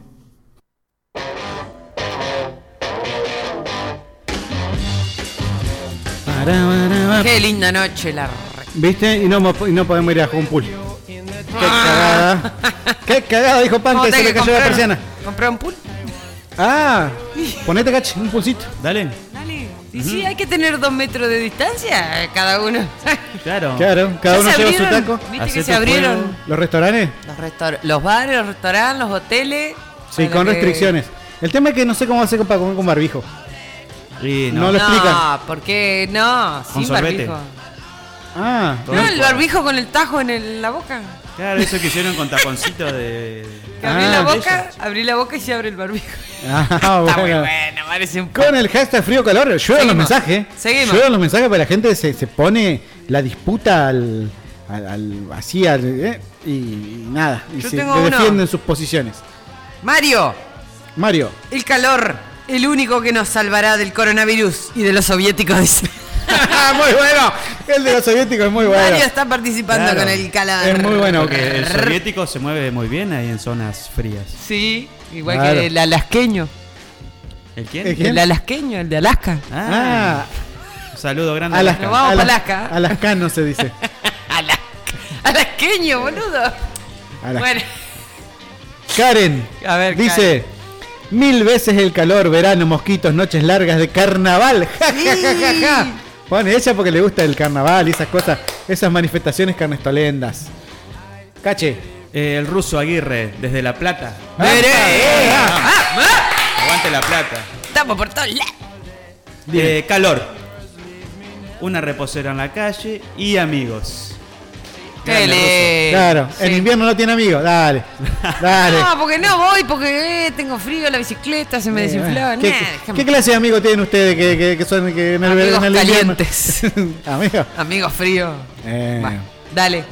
Speaker 5: Ah.
Speaker 4: Qué linda noche la re-
Speaker 5: ¿Viste? Y no, mo- y no podemos ir a un pool. ¡Qué cagada! ¡Qué cagada! Dijo Pan
Speaker 4: ¿Cómo
Speaker 5: que
Speaker 4: Ah. tenés
Speaker 5: se le
Speaker 4: que
Speaker 5: cayó la
Speaker 4: comprar?
Speaker 5: persiana.
Speaker 4: ¿Compré un pool?
Speaker 5: ¡Ah! Ponete, Cachi, un pulsito.
Speaker 6: Dale.
Speaker 4: Dale. Y sí, hay que tener dos metros de distancia eh, cada uno.
Speaker 6: Claro.
Speaker 5: Claro, cada
Speaker 4: Ya
Speaker 5: uno
Speaker 4: se
Speaker 5: lleva su
Speaker 4: abrieron,
Speaker 5: taco.
Speaker 4: viste que Hacete se abrieron. fuego.
Speaker 5: ¿Los restaurantes?
Speaker 4: Los, restaur- los bares, los restaurantes, los hoteles.
Speaker 5: Sí,
Speaker 4: para
Speaker 5: con
Speaker 4: que-
Speaker 5: restricciones. El tema es que no sé cómo hacer para comer con barbijo. no.
Speaker 4: No,
Speaker 5: lo explican.
Speaker 4: ¿por qué no?
Speaker 5: Con
Speaker 4: Sin
Speaker 5: sorbete.
Speaker 4: barbijo.
Speaker 5: Ah,
Speaker 4: No, el barbijo con el tajo en el- la boca.
Speaker 6: Claro, eso que hicieron con taponcitos de.
Speaker 4: Que abrí
Speaker 5: Ah,
Speaker 4: la
Speaker 5: de
Speaker 4: boca, abrí la boca y se abre el barbijo.
Speaker 5: Ah,
Speaker 4: Está muy
Speaker 5: bueno.
Speaker 4: bueno, parece un
Speaker 5: Con el hashtag frío calor, lluevan los
Speaker 4: Seguimos.
Speaker 5: mensajes.
Speaker 4: Seguimos.
Speaker 5: Lluevan los mensajes para la gente se, se pone la disputa al, al, al- así al- eh, y, y nada. Y
Speaker 4: Yo
Speaker 5: se
Speaker 4: tengo
Speaker 5: le
Speaker 4: uno.
Speaker 5: defienden sus posiciones.
Speaker 4: Mario,
Speaker 5: Mario,
Speaker 4: el calor, el único que nos salvará del coronavirus y de los soviéticos. dice.
Speaker 5: muy bueno. El de los soviéticos es muy bueno.
Speaker 4: Mario está participando
Speaker 6: Claro.
Speaker 4: con el calor.
Speaker 6: Porque el soviético se mueve muy bien ahí en zonas frías.
Speaker 4: Sí, igual
Speaker 6: Claro.
Speaker 4: que el alasqueño.
Speaker 6: ¿El quién?
Speaker 4: ¿El, alasqueño, el de Alaska.
Speaker 6: Ah. Un saludo grande.
Speaker 5: Alasca,
Speaker 4: Nos vamos para
Speaker 5: Alas-
Speaker 4: Alaska.
Speaker 5: Alascano se dice.
Speaker 4: Alasqueño, boludo.
Speaker 5: Alas-
Speaker 4: Bueno,
Speaker 5: Karen dice: Mil veces el calor, verano, mosquitos, noches largas de carnaval. Ja, ja, ja, ja, ja. Bueno, ella porque le gusta el carnaval y esas cosas, esas manifestaciones carnestolendas. Cache.
Speaker 6: Eh, el ruso Aguirre, desde La Plata.
Speaker 5: Ah.
Speaker 6: Aguante La Plata.
Speaker 4: estamos por todos lados.
Speaker 6: Eh, calor. Una reposera en la calle y amigos. Grande ruso.
Speaker 5: Claro, en invierno no tiene amigos. Dale. Dale.
Speaker 4: No, porque no voy, porque eh, tengo frío, la bicicleta se me
Speaker 5: Eh,
Speaker 4: desinfló.
Speaker 5: ¿Qué,
Speaker 4: nah,
Speaker 5: qué-
Speaker 4: déjame.
Speaker 5: qué clase de amigos tienen ustedes que, que- que son que en el
Speaker 4: Amigos
Speaker 5: verano en el invierno? Amigos.
Speaker 4: Amigo frío.
Speaker 5: Eh.
Speaker 4: Dale.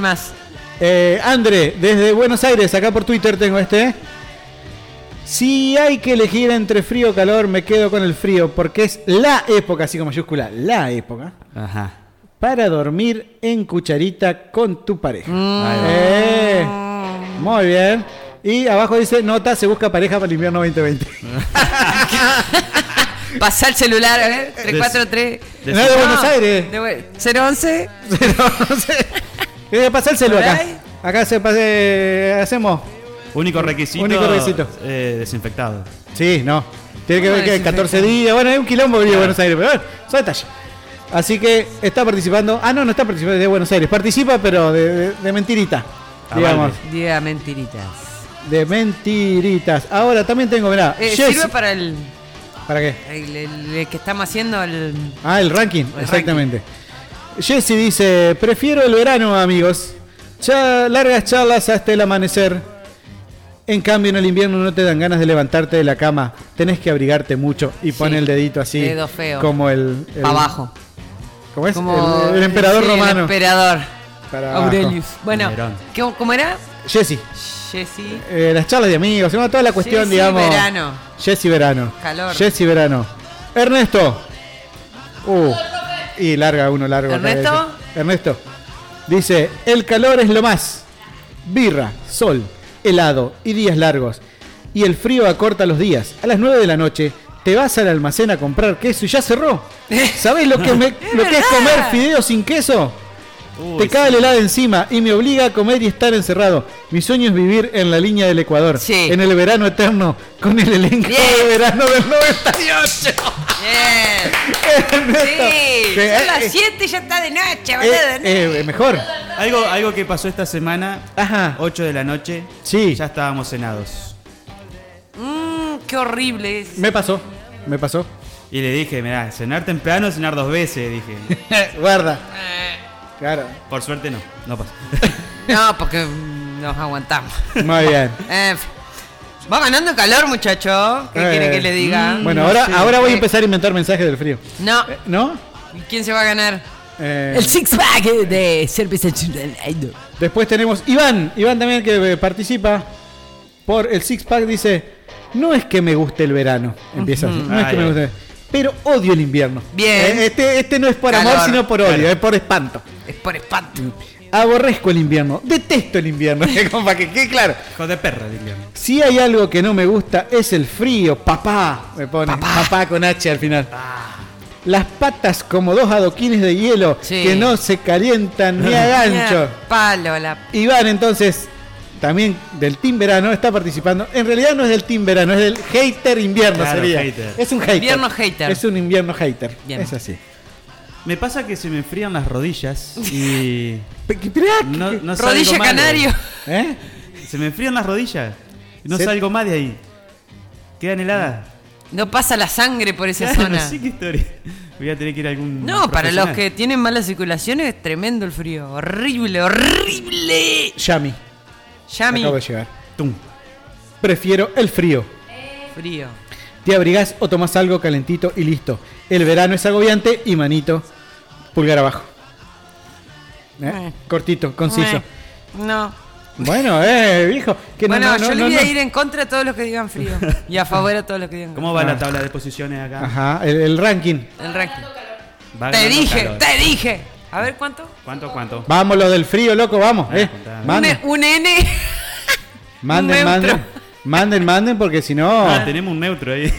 Speaker 4: más?
Speaker 5: Eh, André, desde Buenos Aires, acá por Twitter tengo este. Si hay que elegir entre frío o calor, me quedo con el frío, porque es la época, así con mayúscula, la época,
Speaker 6: Ajá.
Speaker 5: para dormir en cucharita con tu pareja.
Speaker 6: Ahí va.
Speaker 5: Eh, muy bien. Y abajo dice, nota, se busca pareja para el invierno 2020.
Speaker 4: Pasá el celular, a ver.
Speaker 5: Des-
Speaker 4: 343.
Speaker 5: No, de Buenos Aires.
Speaker 4: De Bu- 011.
Speaker 5: Eh, pasá el celular
Speaker 4: ¿Por
Speaker 5: acá.
Speaker 4: ahí?
Speaker 5: Acá se pase, hacemos.
Speaker 6: Único requisito.
Speaker 5: Único requisito.
Speaker 6: eh, desinfectado.
Speaker 5: Sí, no. Tiene que ver que 14 días. Bueno, hay un quilombo que vive en Buenos Aires, pero bueno, son detalles. Así que está participando. Ah, no, no está participando de Buenos Aires. Participa, pero de, de- de mentirita.
Speaker 4: Ah,
Speaker 5: digamos.
Speaker 4: vale. Día mentiritas.
Speaker 5: De mentiritas. Ahora también tengo, mirá.
Speaker 4: Eh,
Speaker 5: Jessy-
Speaker 4: sirve para el,
Speaker 5: ¿Para qué?
Speaker 4: el- el- el que estamos haciendo el.
Speaker 5: Ah, el ranking, exactamente. Jesse dice, prefiero el verano, amigos. Ya largas charlas hasta el amanecer. En cambio, en el invierno no te dan ganas de levantarte de la cama. Tenés que abrigarte mucho y pone el dedito así.
Speaker 4: dedo feo.
Speaker 5: Como el... el-
Speaker 4: Pa' abajo.
Speaker 5: ¿Cómo es?
Speaker 4: Como-
Speaker 5: el, el emperador
Speaker 4: sí, el
Speaker 5: romano.
Speaker 4: emperador.
Speaker 5: Para abajo.
Speaker 4: Aurelius. Bueno, ¿qué- ¿cómo era?
Speaker 5: Jesse.
Speaker 4: Jessy.
Speaker 5: eh, las charlas de amigos, bueno, toda la cuestión,
Speaker 4: Jessy
Speaker 5: digamos.
Speaker 4: Verano.
Speaker 5: Jesse Verano.
Speaker 4: Calor.
Speaker 5: Jesse Verano. Ernesto. Uh. Y larga uno, largo. acá,
Speaker 4: ¿Ernesto?
Speaker 5: ese. Ernesto. Dice, el calor es lo más. Birra, sol, helado y días largos. Y el frío acorta los días. A las 9 de la noche te vas al almacén a comprar queso y ya cerró. ¿Sabés lo que, me- lo que es comer fideos sin queso? Te cae el helado encima y me obliga a comer y estar encerrado. Mi sueño es vivir en la línea del Ecuador, en el verano eterno, con el elenco de verano del 98.
Speaker 4: Sí,
Speaker 5: Que,
Speaker 4: son
Speaker 5: eh,
Speaker 4: las
Speaker 5: eh,
Speaker 4: 7 ya está de noche, boludo.
Speaker 5: Eh, mejor.
Speaker 6: Algo, algo que pasó esta semana,
Speaker 5: Ajá.
Speaker 6: 8 de la noche,
Speaker 5: sí.
Speaker 6: ya estábamos cenados.
Speaker 5: eh.
Speaker 4: Mm, qué horrible es.
Speaker 5: Me pasó, me pasó.
Speaker 6: Y le dije, mirá, cenar temprano, cenar dos veces, dije.
Speaker 5: Eh, Guarda.
Speaker 4: Eh.
Speaker 5: Claro.
Speaker 6: Por suerte no, no pasó.
Speaker 4: No, porque mm, nos aguantamos.
Speaker 5: Muy bien.
Speaker 4: Eh, va ganando calor, muchacho. ¿Qué
Speaker 5: Eh,
Speaker 4: quiere que le diga?
Speaker 5: Bueno,
Speaker 4: No
Speaker 5: ahora,
Speaker 4: sé.
Speaker 5: ahora voy a
Speaker 4: Eh,
Speaker 5: empezar a inventar mensajes del frío. Eh,
Speaker 4: No.
Speaker 5: ¿No?
Speaker 4: ¿Quién se va a ganar?
Speaker 5: Eh,
Speaker 4: El six pack
Speaker 11: de cerveza
Speaker 5: Después tenemos Iván, Iván también que eh, participa por el Six Pack, dice, no es que me guste el verano, empieza así,
Speaker 4: Ujú.
Speaker 5: no es que
Speaker 4: Ah,
Speaker 5: me
Speaker 4: bien.
Speaker 5: guste, pero odio el invierno.
Speaker 4: Bien.
Speaker 5: Eh, Este, este no es por amor,
Speaker 4: Calor.
Speaker 5: sino por odio,
Speaker 4: Claro.
Speaker 5: es por espanto.
Speaker 4: Es por espanto.
Speaker 5: Aborrezco el invierno, detesto el invierno, como para que quede claro.
Speaker 6: Hijo de perra, diría.
Speaker 5: Si hay algo que no me gusta es el frío, papá. Me pone papá, con H al final. Las patas como dos adoquines de hielo
Speaker 4: Sí.
Speaker 5: que no se calientan ni a gancho.
Speaker 4: Mira, Palo, la
Speaker 5: Iván entonces, también del Team Verano, está participando. En realidad no es del Team Verano, es del hater invierno
Speaker 6: Claro,
Speaker 5: sería.
Speaker 6: hater.
Speaker 5: Es un hater.
Speaker 6: Invierno hater.
Speaker 5: Es un invierno hater. Es así.
Speaker 6: Me pasa que se me enfrían las rodillas y. no, no salgo
Speaker 4: Rodilla
Speaker 6: más de-
Speaker 4: canario.
Speaker 5: ¿Eh?
Speaker 6: Se me enfrían las rodillas. No
Speaker 4: Se-
Speaker 6: salgo más de ahí. Quedan heladas.
Speaker 4: No pasa la sangre por esa
Speaker 6: Claro,
Speaker 4: zona.
Speaker 6: sí, qué historia. Voy a tener que ir a algún.
Speaker 4: No, para los
Speaker 6: profesional.
Speaker 4: que tienen malas circulaciones es tremendo el frío. Horrible, horrible.
Speaker 5: Yami.
Speaker 4: Yami.
Speaker 5: Acabo de llegar. Tum. Prefiero el frío.
Speaker 4: Frío.
Speaker 5: Te abrigás o tomás algo calentito y listo. El verano es agobiante y manito, pulgar abajo. ¿Eh?
Speaker 4: Eh.
Speaker 5: Cortito, conciso.
Speaker 4: Eh, No.
Speaker 5: Bueno, eh, viejo. Que no,
Speaker 4: bueno,
Speaker 5: no, no,
Speaker 4: yo
Speaker 5: no,
Speaker 4: le voy a
Speaker 5: no.
Speaker 4: ir en contra de todos los que digan frío. Y a favor a todos los que digan
Speaker 6: ¿Cómo va
Speaker 5: Ah.
Speaker 6: la tabla de posiciones acá?
Speaker 5: Ajá, el, el ranking.
Speaker 4: El ranking.
Speaker 6: Va
Speaker 4: Te
Speaker 6: ganando
Speaker 4: dije,
Speaker 6: calor.
Speaker 4: te dije. A ver cuánto.
Speaker 6: ¿Cuánto, cuánto?
Speaker 5: Vamos los del frío, loco, vamos. Eh.
Speaker 4: Un, e,
Speaker 5: Manden,
Speaker 4: un N.
Speaker 5: manden,
Speaker 4: neutro.
Speaker 5: manden. Manden, manden, porque si no,
Speaker 6: Ah, tenemos un neutro ahí.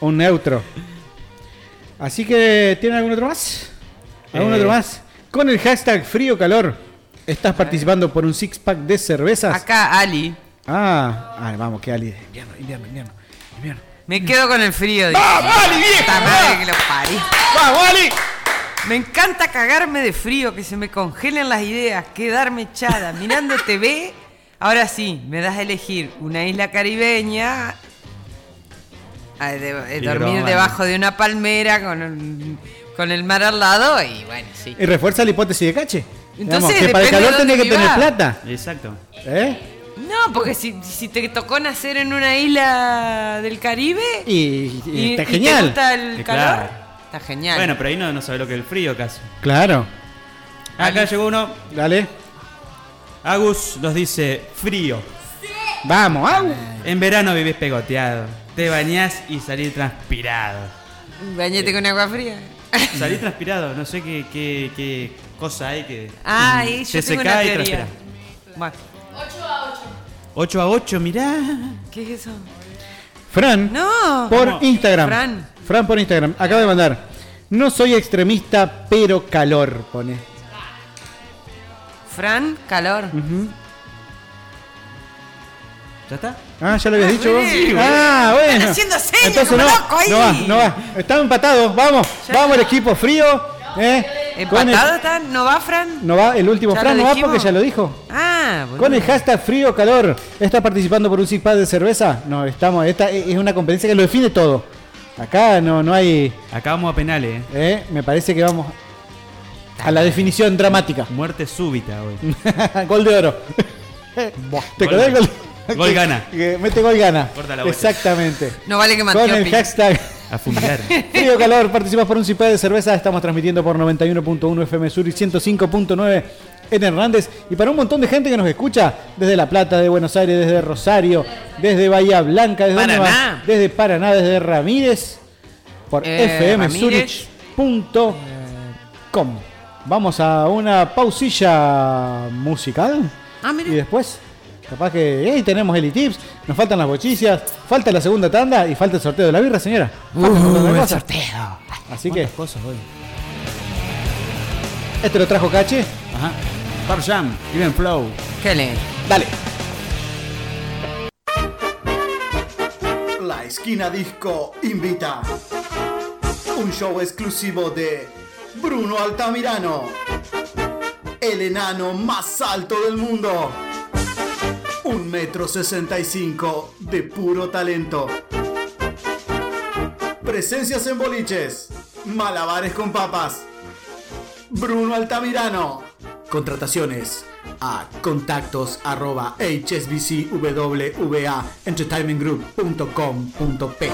Speaker 5: un neutro. Así que, ¿tienen algún otro más? ¿Algún
Speaker 6: Eh.
Speaker 5: otro más? Con el hashtag frío calor, estás participando por un six pack de cervezas.
Speaker 4: Acá, Ali.
Speaker 5: Ah, ah, vamos, que Ali. Invierno, invierno, invierno.
Speaker 4: Me quedo con el frío. ¡Vamos, Ali, madre que lo parí!
Speaker 5: ¡Vamos, Ali!
Speaker 4: Me encanta cagarme de frío, que se me congelen las ideas, quedarme echada mirando TV. Ahora sí, me das a elegir una isla caribeña, ah, de- eh,
Speaker 5: Y
Speaker 4: dormir
Speaker 5: broma.
Speaker 4: debajo de una palmera con, un- con el mar al lado y bueno, sí.
Speaker 5: Y refuerza la hipótesis de cache.
Speaker 4: Entonces,
Speaker 5: que para el
Speaker 4: depende
Speaker 5: calor
Speaker 4: de
Speaker 5: tenés que
Speaker 4: dónde
Speaker 5: tener
Speaker 4: vivas.
Speaker 5: plata.
Speaker 6: Exacto.
Speaker 5: ¿Eh?
Speaker 4: No, porque si, si te tocó nacer en una isla del Caribe
Speaker 5: Y, y
Speaker 4: y-
Speaker 5: está
Speaker 4: y
Speaker 5: genial.
Speaker 4: te gusta el
Speaker 6: Eh,
Speaker 4: calor,
Speaker 6: claro.
Speaker 4: está genial.
Speaker 6: Bueno, pero ahí no, no sabe lo que es el frío casi.
Speaker 5: Claro.
Speaker 6: Acá llegó uno.
Speaker 5: Dale.
Speaker 6: Agus nos dice frío.
Speaker 5: Vamos, Agus.
Speaker 6: En verano vivís pegoteado. Te bañás y salís transpirado.
Speaker 4: Bañate con agua fría.
Speaker 6: Salís transpirado, no sé qué, qué, qué cosa hay que.
Speaker 4: Ah,
Speaker 2: Mm,
Speaker 4: y
Speaker 6: Te
Speaker 4: yo tengo una
Speaker 6: secás y
Speaker 4: teoría.
Speaker 6: transpirás.
Speaker 4: Bueno.
Speaker 6: 8 a 8, mirá.
Speaker 4: ¿Qué es eso?
Speaker 5: Fran.
Speaker 4: No.
Speaker 5: Por
Speaker 4: Oh, ¿Cómo?
Speaker 5: Instagram.
Speaker 4: Fran.
Speaker 5: Fran. por Instagram. Acaba de mandar. No soy extremista, pero calor, pone.
Speaker 4: Fran, calor.
Speaker 6: ¿Ya está?
Speaker 5: Ah, ya lo habías dicho vos.
Speaker 4: Sí, boludo.
Speaker 5: ah, bueno.
Speaker 4: Están haciendo señas
Speaker 5: Entonces
Speaker 4: como
Speaker 5: no,
Speaker 4: loco ahí.
Speaker 5: no va, no va. Están empatados, vamos. vamos el equipo frío. ¿eh? Con el-
Speaker 4: ¿Empatado está? ¿No va, Fran?
Speaker 5: no va, el último
Speaker 4: ¿Ya
Speaker 5: Fran
Speaker 4: lo
Speaker 5: no va
Speaker 4: dijimos?
Speaker 5: porque ya lo dijo.
Speaker 4: Ah, boludo.
Speaker 5: Con el hashtag frío calor, ¿estás participando por un six pack de cerveza? No, estamos, esta es una competencia que lo define todo. Acá no, no hay.
Speaker 6: Acá vamos a penales, eh.
Speaker 5: eh, me parece que vamos a la definición dramática.
Speaker 6: Muerte súbita hoy.
Speaker 5: gol de oro. ¿Te
Speaker 6: Gol
Speaker 5: acordás
Speaker 6: de-
Speaker 5: del gol?
Speaker 6: gol gana.
Speaker 5: Que mete gol gana.
Speaker 6: Corta la bocha.
Speaker 5: Exactamente.
Speaker 4: No vale que
Speaker 5: Con el
Speaker 4: Matiopi.
Speaker 5: hashtag
Speaker 6: A fumigar.
Speaker 5: Frío Calor, participas por un cipá de cerveza. Estamos transmitiendo por 91.1 FM Sur y 105.9 en Hernández. Y para un montón de gente que nos escucha, desde La Plata, de Buenos Aires, desde Rosario, desde Bahía Blanca, desde
Speaker 4: Paraná.
Speaker 5: Nueva- desde Paraná, desde Ramírez, por
Speaker 4: Eh, Ramírez. Eh,
Speaker 5: fmsurich.com. Vamos a una pausilla musical.
Speaker 4: Ah, mira.
Speaker 5: Y después, capaz que eh, tenemos el tips, nos faltan las bochillas, falta la segunda tanda y falta el sorteo de la birra,
Speaker 4: Uh,
Speaker 5: señora. Falta un montón de
Speaker 4: el
Speaker 5: cosas.
Speaker 4: sorteo.
Speaker 5: Así que. Este lo trajo Cache.
Speaker 2: Ajá. Pearl Jam, Even Flow.
Speaker 4: Dale.
Speaker 5: Dale.
Speaker 1: La Esquina Disco invita un show exclusivo de Bruno Altamirano, el enano más alto del mundo. Un metro sesenta y cinco de puro talento. Presencias en boliches, malabares con papas. Bruno Altamirano. Contrataciones a contactos arroba hsbcwwaentertainmentgroup.com.p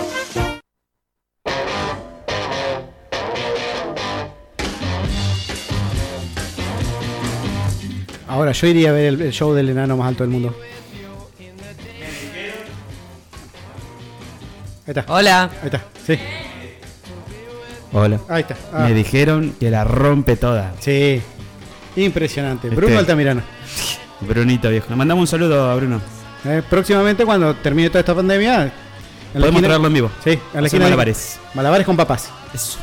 Speaker 5: Ahora yo iría a ver el, el show del enano más alto del mundo. Ahí está.
Speaker 4: Hola.
Speaker 5: Ahí está. Sí.
Speaker 2: Hola.
Speaker 5: Ahí está. Ah.
Speaker 2: Me dijeron que la rompe toda.
Speaker 5: Sí. Impresionante. Bruno
Speaker 2: Este.
Speaker 5: Altamirano.
Speaker 2: Brunito viejo. Le mandamos un saludo a Bruno.
Speaker 5: Eh, próximamente cuando termine toda esta pandemia. en la
Speaker 2: Podemos
Speaker 5: esquina-
Speaker 2: traerlo en vivo.
Speaker 5: Sí, en la
Speaker 2: Hacer
Speaker 5: esquina-
Speaker 2: malabares.
Speaker 5: Malabares con papas. Eh,
Speaker 2: Eso.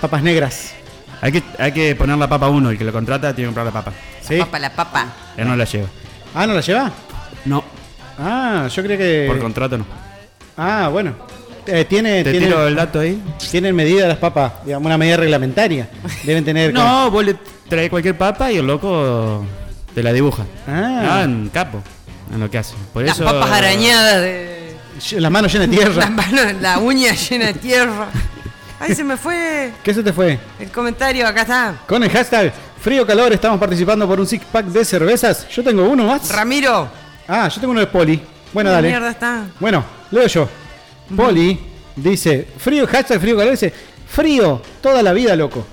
Speaker 5: papas negras.
Speaker 2: Hay que, hay que poner la papa a uno. El que lo contrata tiene que comprar la papa.
Speaker 5: Sí.
Speaker 4: Papa, la papa.
Speaker 2: Ya no la llevo.
Speaker 5: Ah, ¿no la lleva?
Speaker 2: No.
Speaker 5: Ah, yo creo que.
Speaker 2: Eh, Por contrato no.
Speaker 5: Ah, bueno. Eh, tiene,
Speaker 2: Te
Speaker 5: tiene-
Speaker 2: tiro el dato ahí.
Speaker 5: Tienen medida las papas, digamos, una medida reglamentaria. Deben tener.
Speaker 2: No, vos le traes cualquier papa y el loco te la dibuja.
Speaker 5: Ah.
Speaker 2: Ah, en capo. En lo que hace. Por
Speaker 4: Las
Speaker 2: eso.
Speaker 4: papas arañadas de.
Speaker 5: Las manos llenas de
Speaker 4: Las
Speaker 5: tierra.
Speaker 4: manos, la uña llena de tierra. Ay, se me fue
Speaker 5: ¿Qué se te fue?
Speaker 4: el comentario, acá está.
Speaker 5: Con el hashtag frío calor estamos participando por un six pack de cervezas. Yo tengo uno más.
Speaker 4: Ramiro.
Speaker 5: Ah, yo tengo uno de Poli. Bueno,
Speaker 4: Ay,
Speaker 5: dale.
Speaker 4: Mierda está.
Speaker 5: Bueno, leo yo. Poli dice, frío, hashtag frío calor, dice, frío, toda la vida, loco.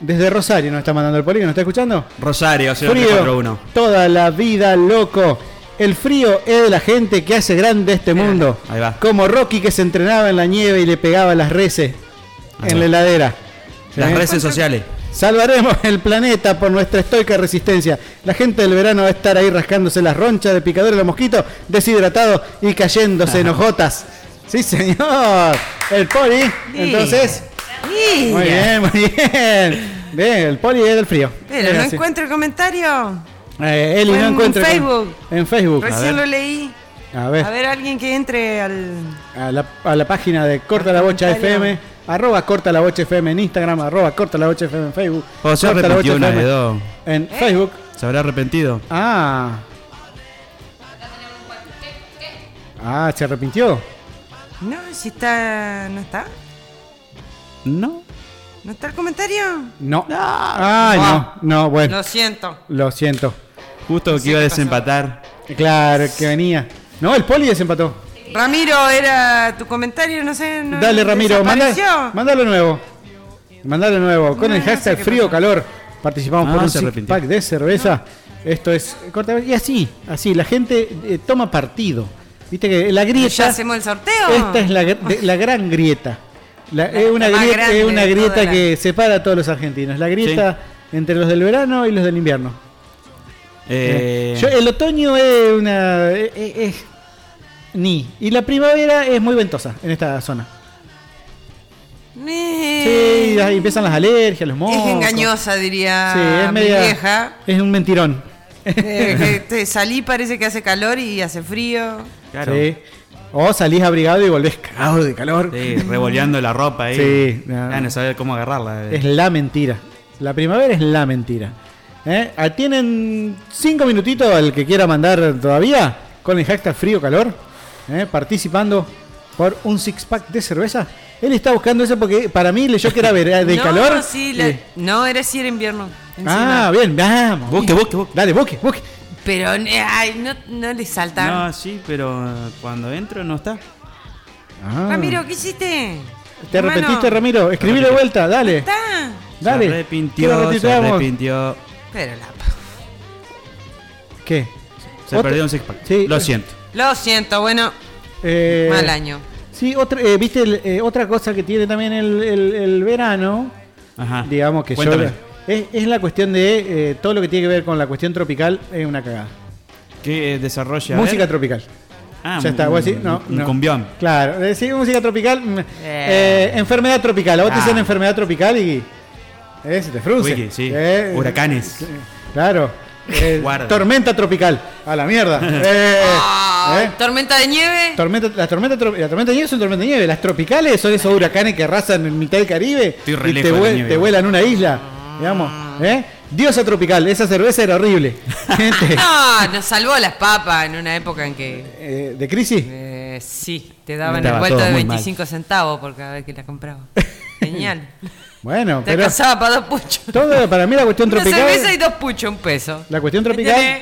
Speaker 5: Desde Rosario nos está mandando el Poli, ¿nos está escuchando?
Speaker 2: Rosario, 041.
Speaker 5: Frío, toda la vida, loco. El frío es de la gente que hace grande este mundo.
Speaker 2: Ahí va.
Speaker 5: Como Rocky que se entrenaba en la nieve y le pegaba las reses
Speaker 2: Ahí
Speaker 5: en
Speaker 2: va.
Speaker 5: la heladera.
Speaker 2: Las
Speaker 5: ¿Eh?
Speaker 2: redes sociales.
Speaker 5: Salvaremos el planeta por nuestra estoica resistencia. La gente del verano va a estar ahí rascándose las ronchas de picadores de los mosquitos, deshidratados y cayéndose en hojotas. Sí, señor. El poli. Entonces. Muy bien, muy bien. Bien, el poli es del frío.
Speaker 4: Pero
Speaker 5: Es
Speaker 4: no
Speaker 5: así.
Speaker 4: encuentro el comentario.
Speaker 5: Eh, Eli
Speaker 4: Fue
Speaker 5: no
Speaker 4: en
Speaker 5: encuentra.
Speaker 4: Facebook.
Speaker 5: En Facebook.
Speaker 4: Recién lo leí.
Speaker 5: A ver.
Speaker 4: A ver, alguien que entre al.
Speaker 5: a la, a la página de Corta la Bocha FM, arroba Corta la Bocha FM en Instagram, arroba Corta la Bocha FM en Facebook.
Speaker 2: O se
Speaker 5: Corta la
Speaker 2: arrepintió
Speaker 5: Bocha
Speaker 2: una
Speaker 5: FM
Speaker 2: de dos.
Speaker 4: ¿Eh?
Speaker 5: En Facebook.
Speaker 2: Se habrá arrepentido.
Speaker 5: Ah. Ah, se arrepintió.
Speaker 4: No, si está. ¿No está?
Speaker 5: No.
Speaker 4: ¿No está el comentario?
Speaker 5: No. Ah,
Speaker 4: Ah.
Speaker 5: no. No, bueno.
Speaker 4: Lo siento.
Speaker 5: Lo siento.
Speaker 2: Justo que iba a desempatar.
Speaker 5: Claro, que venía. No, el poli desempató.
Speaker 4: Ramiro, era tu comentario, no sé. no-
Speaker 5: Dale, Ramiro, manda,
Speaker 4: desapareció.
Speaker 5: mándalo nuevo. Mandalo nuevo. Con el hashtag frío calor participamos
Speaker 2: Ah,
Speaker 5: por un
Speaker 2: se
Speaker 5: six
Speaker 2: arrepintió.
Speaker 5: pack de cerveza. Esto es corta. Y así, así, la gente eh, toma partido. Viste que la grieta.
Speaker 4: ¿Ya hacemos el sorteo?
Speaker 5: Esta es la, gr- de- la gran grieta. La- es una
Speaker 4: más
Speaker 5: grieta, es
Speaker 4: grande
Speaker 5: una
Speaker 4: de
Speaker 5: grieta
Speaker 4: toda la-
Speaker 5: que separa a todos los argentinos. La grieta entre los del verano y los del invierno.
Speaker 2: Eh,
Speaker 5: Yo- el otoño es una. es- es- es ni. Y la primavera es muy ventosa en esta zona. Sí, ahí empiezan las alergias, los mocos.
Speaker 4: Eh. Es engañosa, diría
Speaker 5: Sí, es
Speaker 4: mi
Speaker 5: media-
Speaker 4: vieja.
Speaker 5: Es un mentirón.
Speaker 4: Eh, que te salí, parece que hace calor y hace frío.
Speaker 5: Sí. O salís abrigado y volvés cagado de calor.
Speaker 2: Sí, revoleando la ropa ahí.
Speaker 5: Sí,
Speaker 4: Ah,
Speaker 5: no.
Speaker 2: Ya Ah, no sabía cómo agarrarla.
Speaker 5: Es la mentira. La primavera es la mentira. ¿Eh? Ah, Tienen cinco minutitos el que quiera mandar todavía con el hashtag frío calor. ¿eh? Participando por un six pack de cerveza. Él está buscando eso porque para mí leyó que era vera- de
Speaker 4: no,
Speaker 5: calor.
Speaker 4: sí, la-
Speaker 5: y-
Speaker 4: No, era si era invierno. encima.
Speaker 5: Ah, bien, vamos. Busque, busque, busque. Dale, busque, busque.
Speaker 4: Pero eh, ay, no, no le salta.
Speaker 6: Ah,
Speaker 2: No, sí, pero eh, cuando entro no está.
Speaker 5: Ah.
Speaker 4: Ramiro, ¿qué hiciste?
Speaker 5: ¿Te
Speaker 4: Hermano.
Speaker 5: arrepentiste, Ramiro? Escribí de vuelta, dale.
Speaker 4: Está.
Speaker 5: Dale.
Speaker 2: Se
Speaker 5: Que lo
Speaker 2: arrepintió, se
Speaker 5: retuiteamos.
Speaker 2: arrepintió.
Speaker 4: Pero la...
Speaker 5: ¿Qué?
Speaker 2: Se
Speaker 5: Otra-
Speaker 2: perdió un six-pack.
Speaker 5: Sí.
Speaker 2: Lo siento.
Speaker 4: Lo siento, bueno,
Speaker 5: Eh,
Speaker 4: mal año.
Speaker 5: Sí, otra, eh, viste, el, eh, otra cosa que tiene también el, el- el verano,
Speaker 2: Ajá.
Speaker 5: digamos que yo-
Speaker 2: Ah, Cuéntame.
Speaker 5: es, es la cuestión de eh, todo lo que tiene que ver con la cuestión tropical, es una cagada.
Speaker 2: ¿Qué eh, desarrolla? A
Speaker 5: música
Speaker 2: ver.
Speaker 5: tropical.
Speaker 2: Ah,
Speaker 5: ya está,
Speaker 2: un-
Speaker 5: vos decís, no.
Speaker 2: un
Speaker 5: no.
Speaker 2: cumbión.
Speaker 5: Claro, decís música tropical, mm,
Speaker 2: Eh.
Speaker 5: eh, enfermedad tropical. A vos te
Speaker 2: Ah.
Speaker 5: dicen enfermedad tropical y. Eh, se te frunce.
Speaker 6: Wiki, sí.
Speaker 5: Eh,
Speaker 6: Huracanes.
Speaker 5: Claro. Eh,
Speaker 6: Guarda.
Speaker 5: tormenta tropical. A la mierda. Eh,
Speaker 4: Ah.
Speaker 5: eh.
Speaker 4: ¿Tormenta de nieve?
Speaker 5: Tormenta, la, tormenta, tro- la tormenta de nieve son tormenta de nieve. Las tropicales son esos huracanes que arrasan en mitad del Caribe
Speaker 6: re
Speaker 5: y te,
Speaker 6: lejos de la
Speaker 5: vuel-
Speaker 6: nieve.
Speaker 5: te vuelan una isla. Digamos. ¿eh? Diosa tropical. Esa cerveza era horrible. Gente,
Speaker 4: No, Ah, nos salvó las papas en una época en que
Speaker 5: eh, ¿De crisis?
Speaker 4: eh, sí, te daban el
Speaker 5: Estaba
Speaker 4: vuelto
Speaker 5: todo
Speaker 4: de
Speaker 5: muy mal.
Speaker 4: 25 centavos por cada vez que la compraba. Genial.
Speaker 5: Bueno,
Speaker 4: Te
Speaker 5: pero.
Speaker 4: alcanzaba para dos puchos.
Speaker 5: Todo, para mí la cuestión
Speaker 4: Una
Speaker 5: tropical.
Speaker 4: cerveza y dos puchos, un peso.
Speaker 5: La cuestión tropical.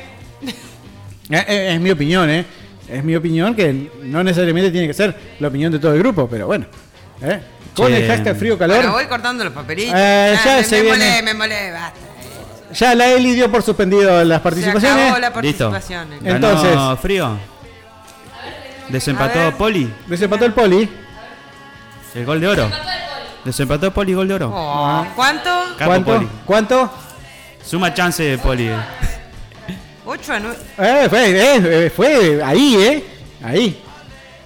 Speaker 5: Eh, eh, es mi opinión, ¿eh? Es mi opinión que no necesariamente tiene que ser la opinión de todo el grupo, pero bueno. ¿eh? Con
Speaker 6: Che.
Speaker 5: el hashtag frío calor.
Speaker 4: Bueno, voy cortando los papelitos.
Speaker 5: Eh,
Speaker 4: Ah,
Speaker 5: ya
Speaker 4: me,
Speaker 5: se
Speaker 4: me
Speaker 5: viene.
Speaker 4: molé, me molé, basta.
Speaker 5: Ya la Eli dio por suspendido las
Speaker 4: Se
Speaker 5: participaciones. Eh.
Speaker 4: acabó la
Speaker 6: Listo.
Speaker 4: participación.
Speaker 5: Entonces-
Speaker 6: Ganó frío.
Speaker 4: A
Speaker 6: Desempató
Speaker 4: ver.
Speaker 6: Poli.
Speaker 5: Desempató el Poli.
Speaker 6: El gol de oro. Desempató Poli, gol de oro.
Speaker 4: Oh, ¿Cuánto?
Speaker 6: Capo Poli.
Speaker 5: ¿Cuánto?
Speaker 6: Suma chance de Poli. eh.
Speaker 4: 8 a 9.
Speaker 5: Eh, fue, eh, eh, fue ahí, ¿eh? Ahí.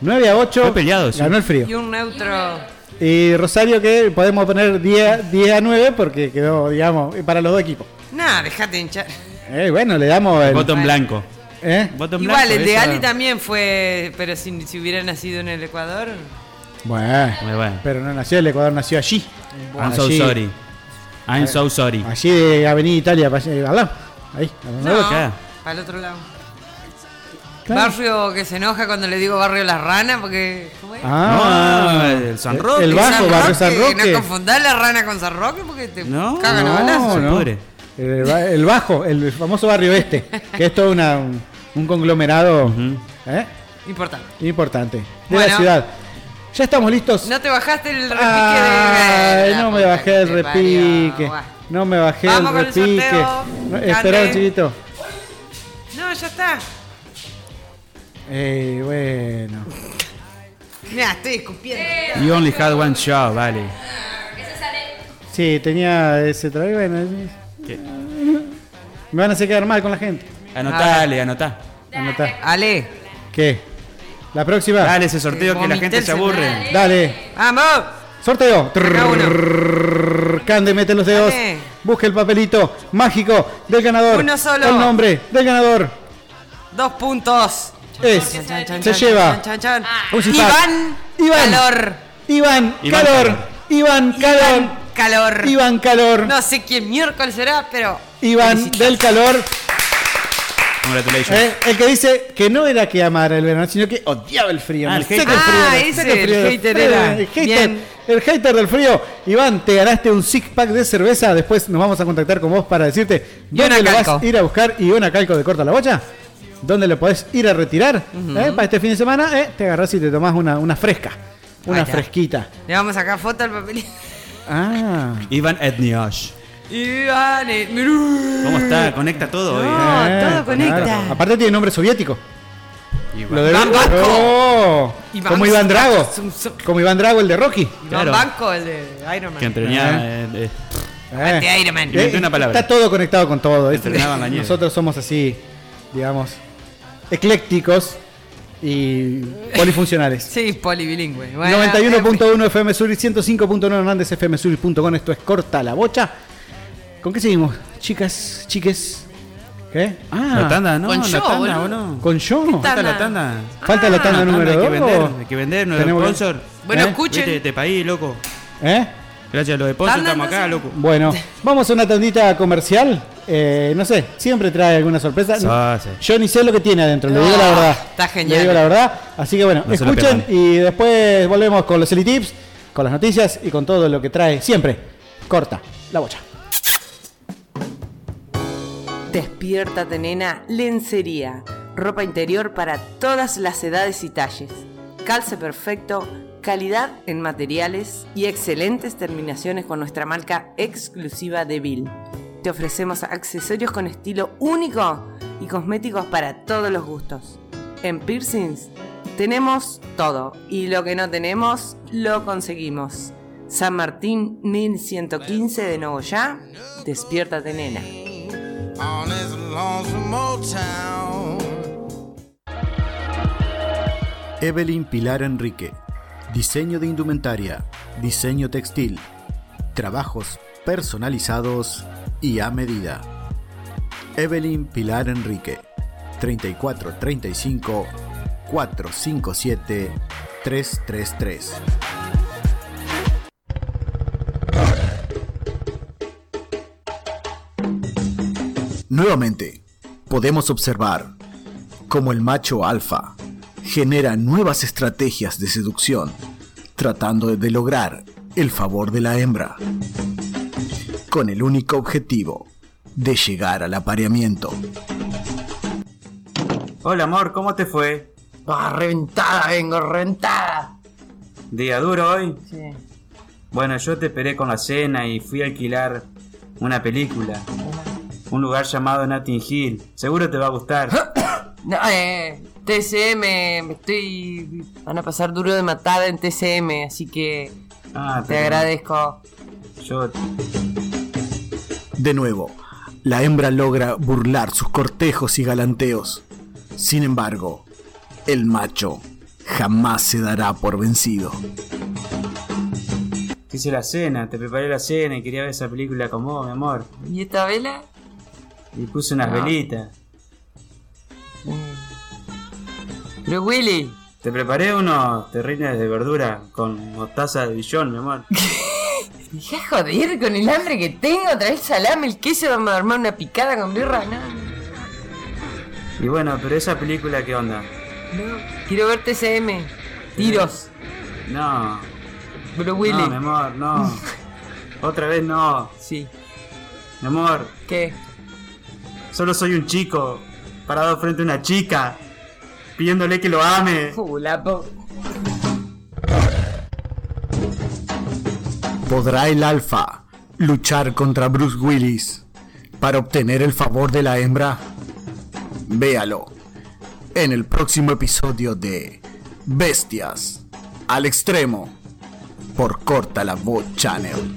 Speaker 5: 9 a 8.
Speaker 6: Fue peleado, sí.
Speaker 5: Ganó el frío.
Speaker 4: Y un neutro.
Speaker 5: Y Rosario que podemos poner 10, 10 a 9 porque quedó, digamos, para los dos equipos.
Speaker 4: Nah, dejate hinchar.
Speaker 5: Eh, bueno, le damos el...
Speaker 6: Voto en blanco.
Speaker 5: ¿Eh?
Speaker 6: Voto en
Speaker 4: Igual,
Speaker 6: blanco,
Speaker 4: el de
Speaker 6: eso.
Speaker 4: Ali también fue. Pero si, si hubiera nacido en el Ecuador.
Speaker 5: Bueno, pero no nació en el Ecuador, nació allí.
Speaker 6: I'm so
Speaker 5: Allí.
Speaker 6: sorry. I'm so sorry.
Speaker 5: Allí de Avenida Italia, para allá, al lado. Ahí, a donde
Speaker 4: No,
Speaker 5: vos.
Speaker 4: para el otro lado.
Speaker 5: Claro.
Speaker 4: Barrio que se enoja cuando le digo barrio Las Ranas, porque. ¿cómo es?
Speaker 5: Ah,
Speaker 6: No, el San
Speaker 5: el-
Speaker 6: Roque.
Speaker 5: El bajo,
Speaker 4: San
Speaker 5: barrio San Roque.
Speaker 4: No confundás la rana con San Roque porque te cagan a
Speaker 5: no,
Speaker 4: balazos.
Speaker 5: no. El, ba- el bajo, el famoso barrio este, que es todo una- un, un conglomerado ¿eh?
Speaker 4: Importante.
Speaker 5: importante de
Speaker 4: Bueno.
Speaker 5: la ciudad. Ya estamos listos.
Speaker 4: No te bajaste el repique de.
Speaker 5: Ay,
Speaker 4: la
Speaker 5: no me
Speaker 4: puta
Speaker 5: bajé el
Speaker 4: que te parió.
Speaker 5: repique.
Speaker 4: Buah.
Speaker 5: No me bajé
Speaker 4: Vamos
Speaker 5: el
Speaker 4: con el
Speaker 5: repique.
Speaker 4: sorteo.
Speaker 5: No, Esperá,
Speaker 4: Dale.
Speaker 5: chiquito.
Speaker 4: No, ya está.
Speaker 5: Eh, bueno.
Speaker 4: Mira, estoy escupiendo.
Speaker 6: You only had one shot, vale.
Speaker 5: Sí, tenía ese traje. Bueno, es-
Speaker 6: ¿Qué?
Speaker 5: me van a hacer quedar mal con la gente.
Speaker 6: Anotale, anotá.
Speaker 5: Anotá.
Speaker 4: Ale.
Speaker 5: ¿Qué? La próxima.
Speaker 6: Dale ese sorteo que la gente se aburre.
Speaker 5: Dale.
Speaker 4: ¡Vamos!
Speaker 5: Sorteo. Cande, mete los dedos.
Speaker 4: Dale.
Speaker 5: Busca el papelito mágico del ganador.
Speaker 4: Uno solo.
Speaker 5: El nombre del ganador
Speaker 4: Dos puntos.
Speaker 5: es.
Speaker 4: Chan, chan, chan,
Speaker 5: se
Speaker 4: chan,
Speaker 5: lleva.
Speaker 4: chan, chan, chan.
Speaker 5: Un zip-up.
Speaker 4: Iván.
Speaker 5: Iván. Iván,
Speaker 4: Calor. Iván
Speaker 5: calor. Iván calor.
Speaker 4: Calor.
Speaker 5: Iván calor.
Speaker 4: No sé quién miércoles será, pero.
Speaker 5: Iván del calor.
Speaker 6: Congratulations.
Speaker 5: Eh, el que dice que no era que amara el verano, sino que odiaba el frío.
Speaker 6: Ah,
Speaker 5: Me
Speaker 6: el
Speaker 5: seca
Speaker 6: hater.
Speaker 5: frío,
Speaker 6: Ah,
Speaker 5: me
Speaker 6: ese,
Speaker 5: seca
Speaker 6: el
Speaker 5: me
Speaker 6: hater
Speaker 5: seca-
Speaker 6: era.
Speaker 5: el hater,
Speaker 6: Bien.
Speaker 5: el hater del frío. Iván, te ganaste un six pack de cerveza. Después nos vamos a contactar con vos para decirte
Speaker 4: Iona
Speaker 5: dónde lo vas
Speaker 4: Calco.
Speaker 5: a ir a buscar y una calco de corta la bocha. Dónde lo podés ir a retirar.
Speaker 4: Ujú.
Speaker 5: eh, para este fin de semana eh, te agarrás y te tomás una, una fresca. Una
Speaker 4: Ahí está.
Speaker 5: fresquita.
Speaker 4: Le vamos a sacar foto al papelito.
Speaker 5: Ah.
Speaker 6: Iván Etniosh.
Speaker 4: Iván. eh, mirú.
Speaker 6: ¿Cómo está? Conecta todo hoy.
Speaker 4: No,
Speaker 6: eh.
Speaker 4: Ah, todo conecta.
Speaker 5: Aparte tiene nombre soviético.
Speaker 6: Iván.
Speaker 5: Lo de-
Speaker 6: Iván Banco.
Speaker 5: Oh,
Speaker 4: Iván
Speaker 5: como Iván Drago.
Speaker 4: Zum, zum.
Speaker 5: Como Iván Drago, el de Rocky.
Speaker 4: Iván Banco, el de Iron Man.
Speaker 6: Que entreñaba. eh, eh.
Speaker 4: Ante Iron Man.
Speaker 6: Inventé una palabra.
Speaker 5: Eh, Está todo conectado con todo. ¿viste?
Speaker 6: Entrenaba en la nieve.
Speaker 5: Nosotros somos así, digamos, eclécticos y polifuncionales.
Speaker 4: Sí, polibilingüe. Bueno,
Speaker 5: 91.1 FM Sur y 105.9 Hernández FM Sur.com. Esto es Corta la Bocha. ¿Con qué seguimos? Chicas, chiques. ¿Qué? Ah,
Speaker 6: La tanda, ¿no?
Speaker 5: Con
Speaker 6: La
Speaker 5: yo,
Speaker 6: tanda,
Speaker 5: boludo.
Speaker 6: ¿o no?
Speaker 5: Con yo.
Speaker 4: eh,
Speaker 6: Falta la tanda.
Speaker 5: Falta la tanda
Speaker 6: Ah,
Speaker 5: número
Speaker 6: Hay que
Speaker 5: dos.
Speaker 6: vender, hay que vender, nuestro
Speaker 5: Tenemos que-
Speaker 6: sponsor.
Speaker 5: Bueno,
Speaker 6: ¿Eh?
Speaker 5: escuchen.
Speaker 6: Viste, Este país, loco.
Speaker 5: ¿Eh?
Speaker 6: Gracias a los sponsors
Speaker 5: Tanda,
Speaker 6: estamos
Speaker 5: no
Speaker 6: acá,
Speaker 5: sé.
Speaker 6: loco.
Speaker 5: Bueno, vamos a una tandita comercial. Eh, no sé, siempre trae alguna sorpresa.
Speaker 6: Ah, sí.
Speaker 5: Yo ni sé lo que tiene adentro, le digo la
Speaker 4: Ah,
Speaker 5: verdad.
Speaker 4: está genial.
Speaker 5: Le digo la verdad. Así que bueno,
Speaker 6: No se lo
Speaker 5: escuchen y después volvemos con los Eli Tips, con las noticias y con todo lo que trae siempre. Corta la bocha.
Speaker 8: Despiértate nena, lencería, ropa interior para todas las edades y talles, calce perfecto, calidad en materiales y excelentes terminaciones con nuestra marca exclusiva de Bill. Te ofrecemos accesorios con estilo único y cosméticos para todos los gustos. En piercings tenemos todo y lo que no tenemos lo conseguimos. San Martín 1115 de Nogoyá, despiértate nena.
Speaker 17: on this lonesome old town.
Speaker 1: Evelyn Pilar Enrique. Diseño de indumentaria, diseño textil, trabajos personalizados y a medida. Evelyn Pilar Enrique, 3435 457 333.
Speaker 18: Nuevamente, podemos observar cómo el macho alfa genera nuevas estrategias de seducción, tratando de lograr el favor de la hembra, con el único objetivo de llegar al apareamiento.
Speaker 6: Hola amor, ¿cómo te fue?
Speaker 10: Ah, reventada vengo, reventada.
Speaker 6: ¿Día duro hoy?
Speaker 10: Sí.
Speaker 6: Bueno, yo te esperé con la cena y fui a alquilar una película. Un lugar llamado Notting Hill. Seguro te va a gustar.
Speaker 10: No, eh, TCM, me estoy. Van a pasar duro de matada en TCM, así que.
Speaker 6: Ah,
Speaker 10: te
Speaker 6: pero-
Speaker 10: agradezco.
Speaker 6: Yo
Speaker 18: De nuevo, la hembra logra burlar sus cortejos y galanteos. Sin embargo, el macho jamás se dará por vencido.
Speaker 6: te hice la cena, te preparé la cena y quería ver esa película con vos, mi amor.
Speaker 10: ¿Y esta vela?
Speaker 6: Y puse unas
Speaker 10: Ah.
Speaker 6: velitas.
Speaker 10: Pero Willy.
Speaker 6: Te preparé unos terrines de verdura con mostaza de billón, mi amor.
Speaker 10: Dejá joder con el hambre que tengo, trae el salame, el queso, vamos a armar una picada con birra, no.
Speaker 6: Y bueno, pero esa película, ¿qué onda?
Speaker 10: no. Quiero ver TCM. Tiros.
Speaker 6: No.
Speaker 10: Pero Willy.
Speaker 6: No, mi amor, no. Otra vez no.
Speaker 10: Sí.
Speaker 6: Mi amor.
Speaker 10: ¿Qué?
Speaker 6: Solo soy un chico parado frente a una chica pidiéndole que lo ame.
Speaker 10: Uh, la po-
Speaker 18: ¿Podrá el alfa luchar contra Bruce Willis para obtener el favor de la hembra? Véalo en el próximo episodio de Bestias al Extremo por Corta la Voz Channel.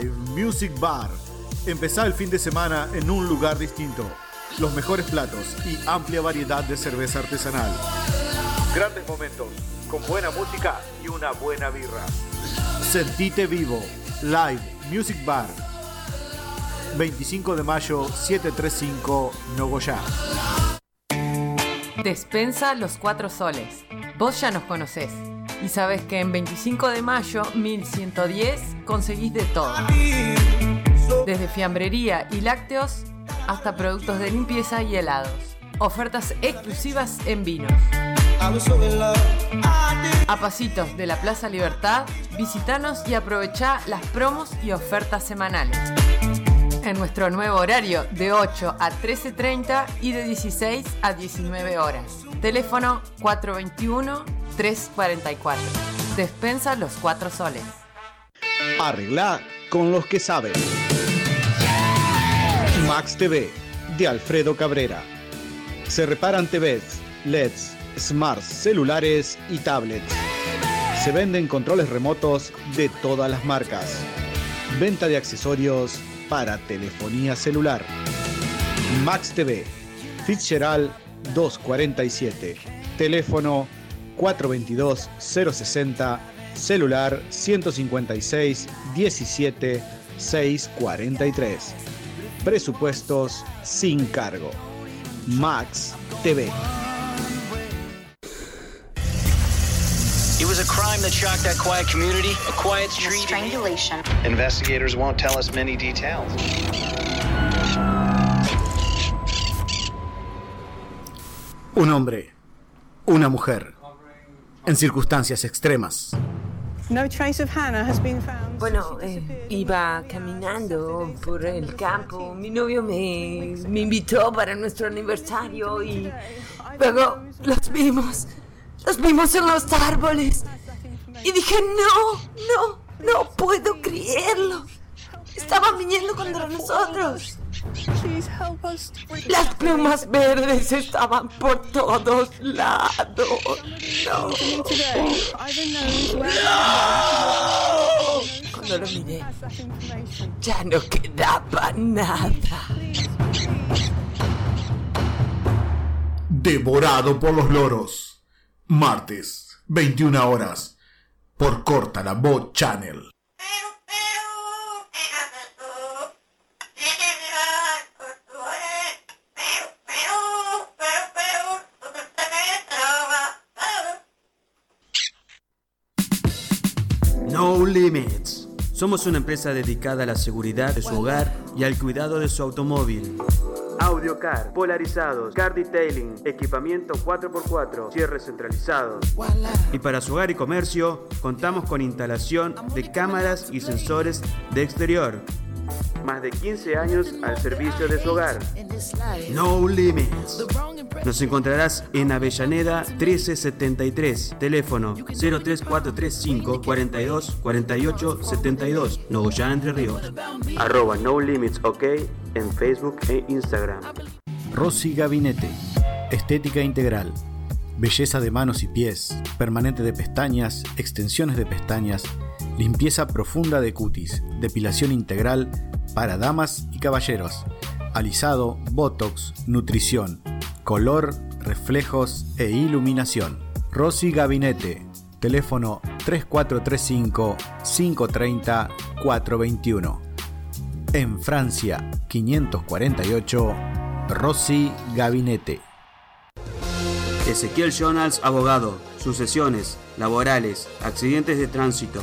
Speaker 1: Live Music Bar. Empezá el fin de semana en un lugar distinto. Los mejores platos y amplia variedad de cerveza artesanal. Grandes momentos, con buena música y una buena birra. Sentite vivo. Live Music Bar. 25 de mayo, 735, Nogoyá.
Speaker 4: Despensa los cuatro soles. Vos ya nos conocés. Y sabés que en 25 de mayo 1110 conseguís de todo. Desde fiambrería y lácteos hasta productos de limpieza y helados. Ofertas exclusivas en vinos. A pasitos de la Plaza Libertad, visitanos y aprovechá las promos y ofertas semanales. En nuestro nuevo horario de 8 a 13.30 y de 16 a 19 horas. Teléfono 421-344. Despensa los 4 soles.
Speaker 2: Arregla con los que saben. Max TV de Alfredo Cabrera. Se reparan TVs, LEDs, smarts, celulares y tablets. Se venden controles remotos de todas las marcas. Venta de accesorios para telefonía celular. Max TV, Fitzgerald 247. Teléfono 422-060, celular 156-17-643. Presupuestos sin cargo. Max TV.
Speaker 19: It was a crime that shocked that quiet community, a quiet street. Strangulation.
Speaker 20: Investigators won't tell us many details.
Speaker 18: Un hombre, una mujer, en circunstancias extremas.
Speaker 10: Bueno, eh, iba caminando por el campo. Mi novio me, me invitó para nuestro aniversario y luego los vimos
Speaker 21: Los vimos en los árboles. Y dije, no, no, no puedo creerlo. Estaban viniendo contra nosotros. Las plumas verdes estaban por todos lados. No. No. Cuando lo miré, ya no quedaba nada.
Speaker 22: Devorado por los loros. Martes, 21 horas. Por Corta la Voz Channel.
Speaker 2: No Limits. Somos una empresa dedicada a la seguridad de su hogar y al cuidado de su automóvil. Audiocar, polarizados, car detailing, equipamiento 4x4, cierre centralizado. Y para su hogar y comercio, contamos con instalación de cámaras y sensores de exterior. Más de 15 años al servicio de su hogar. No Limits. Nos encontrarás en Avellaneda 1373, teléfono 03435 42 48 72, Nogoyá Entre Ríos. Arroba No Limits OK en Facebook e Instagram.
Speaker 1: Rosy Gabinete. Estética integral. Belleza de manos y pies, permanente de pestañas, extensiones de pestañas, limpieza profunda de cutis, depilación integral para damas y caballeros, alisado, botox, nutrición, color, reflejos e iluminación. Rosy Gabinete, teléfono 3435-530-421. En Francia, 548, Rosy Gabinete.
Speaker 2: Ezequiel Jonas, abogado, sucesiones, laborales, accidentes de tránsito,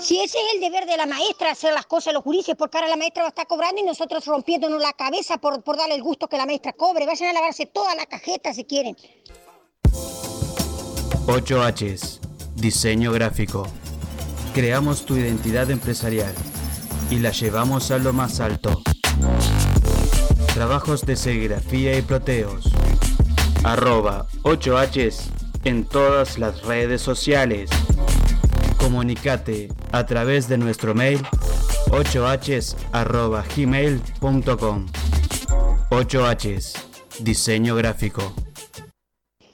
Speaker 10: Si ese es el deber de la maestra, hacer las cosas, los jurises, porque ahora la maestra va a estar cobrando y nosotros rompiéndonos la cabeza por, por darle el gusto que la maestra cobre. Vayan a lavarse toda la cajeta si quieren.
Speaker 23: 8Hs, diseño gráfico. Creamos tu identidad empresarial y la llevamos a lo más alto. Trabajos de serigrafía y proteos. Arroba 8Hs en todas las redes sociales. Comunicate a través de nuestro mail 8Hs arroba gmail.com. 8Hs, diseño gráfico.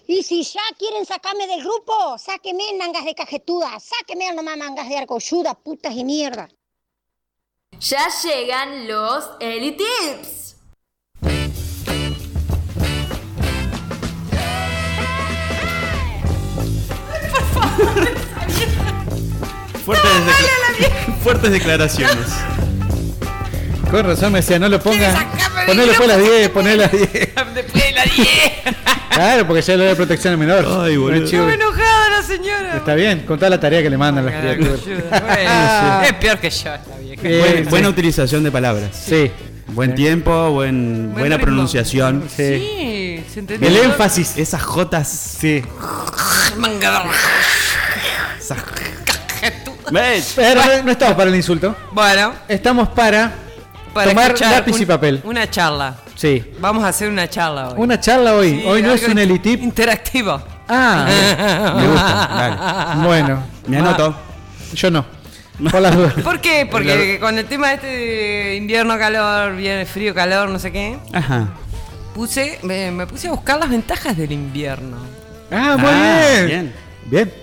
Speaker 10: Y si ya quieren sacarme del grupo, sáquenme mangas de cajetuda, sáquenme nomás mangas de argolluda, putas y mierda.
Speaker 24: Ya llegan los Eli Tips.
Speaker 2: Fuertes, decla- fuertes declaraciones.
Speaker 5: Con razón me decía, no lo pongas. Ponelo después las 10, ponelo las 10. Claro, porque ya lo de protección al menor. Ay,
Speaker 4: Estuve enojada la señora.
Speaker 5: Está bien, con toda la tarea que le mandan las
Speaker 4: Cara
Speaker 5: criaturas.
Speaker 4: cochuda. Bueno, es peor que yo, esta vieja.
Speaker 5: Eh,
Speaker 2: Buen-
Speaker 5: sí.
Speaker 2: Buena utilización de palabras.
Speaker 5: Sí.
Speaker 2: Buen tiempo, buen, buena
Speaker 4: ritmo.
Speaker 2: pronunciación.
Speaker 4: Sí, se entendió.
Speaker 2: Esas jotas. Sí.
Speaker 5: Pero Eh,
Speaker 6: Ah.
Speaker 5: no, no estamos para el insulto.
Speaker 4: Bueno.
Speaker 5: Estamos para,
Speaker 4: Para
Speaker 5: tomar
Speaker 4: escuchar
Speaker 5: lápiz y
Speaker 4: un-
Speaker 5: papel.
Speaker 4: Una charla.
Speaker 5: Sí.
Speaker 4: Vamos a hacer una charla hoy.
Speaker 5: Una charla hoy.
Speaker 4: Sí,
Speaker 5: hoy no es
Speaker 4: algo
Speaker 5: un
Speaker 4: in-
Speaker 5: elitip.
Speaker 4: Interactivo.
Speaker 5: Ah,
Speaker 4: Me gusta, dale.
Speaker 5: Bueno.
Speaker 4: Me anoto.
Speaker 5: Yo no. Por las dudas.
Speaker 4: ¿Por qué? Porque
Speaker 5: Claro.
Speaker 4: con el tema este de invierno-calor, viene frío-calor, no sé qué,
Speaker 2: Ajá.
Speaker 4: puse, me, me puse a buscar las ventajas del invierno.
Speaker 5: Ah,
Speaker 2: muy
Speaker 5: bien.
Speaker 2: bien.
Speaker 5: Bien.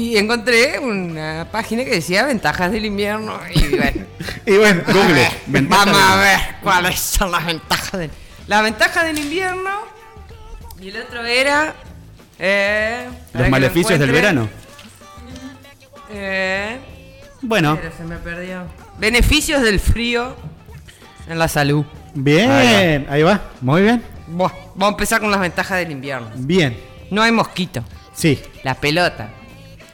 Speaker 4: Y encontré una página que decía ventajas del invierno. Y bueno,
Speaker 5: Y bueno, Google.
Speaker 4: vamos a ver cuáles son las ventajas del La ventaja del invierno y el otro era... eh, para que
Speaker 2: Los
Speaker 4: lo
Speaker 2: maleficios del
Speaker 4: encuentre,
Speaker 2: verano.
Speaker 4: eh,
Speaker 2: Bueno.
Speaker 4: pero se me perdió. Beneficios del frío en la salud.
Speaker 5: Bien. Ahí va. Muy bien.
Speaker 4: Buah, vamos a empezar con las ventajas del invierno.
Speaker 5: Bien.
Speaker 4: No hay mosquito.
Speaker 5: Sí.
Speaker 4: La pelota.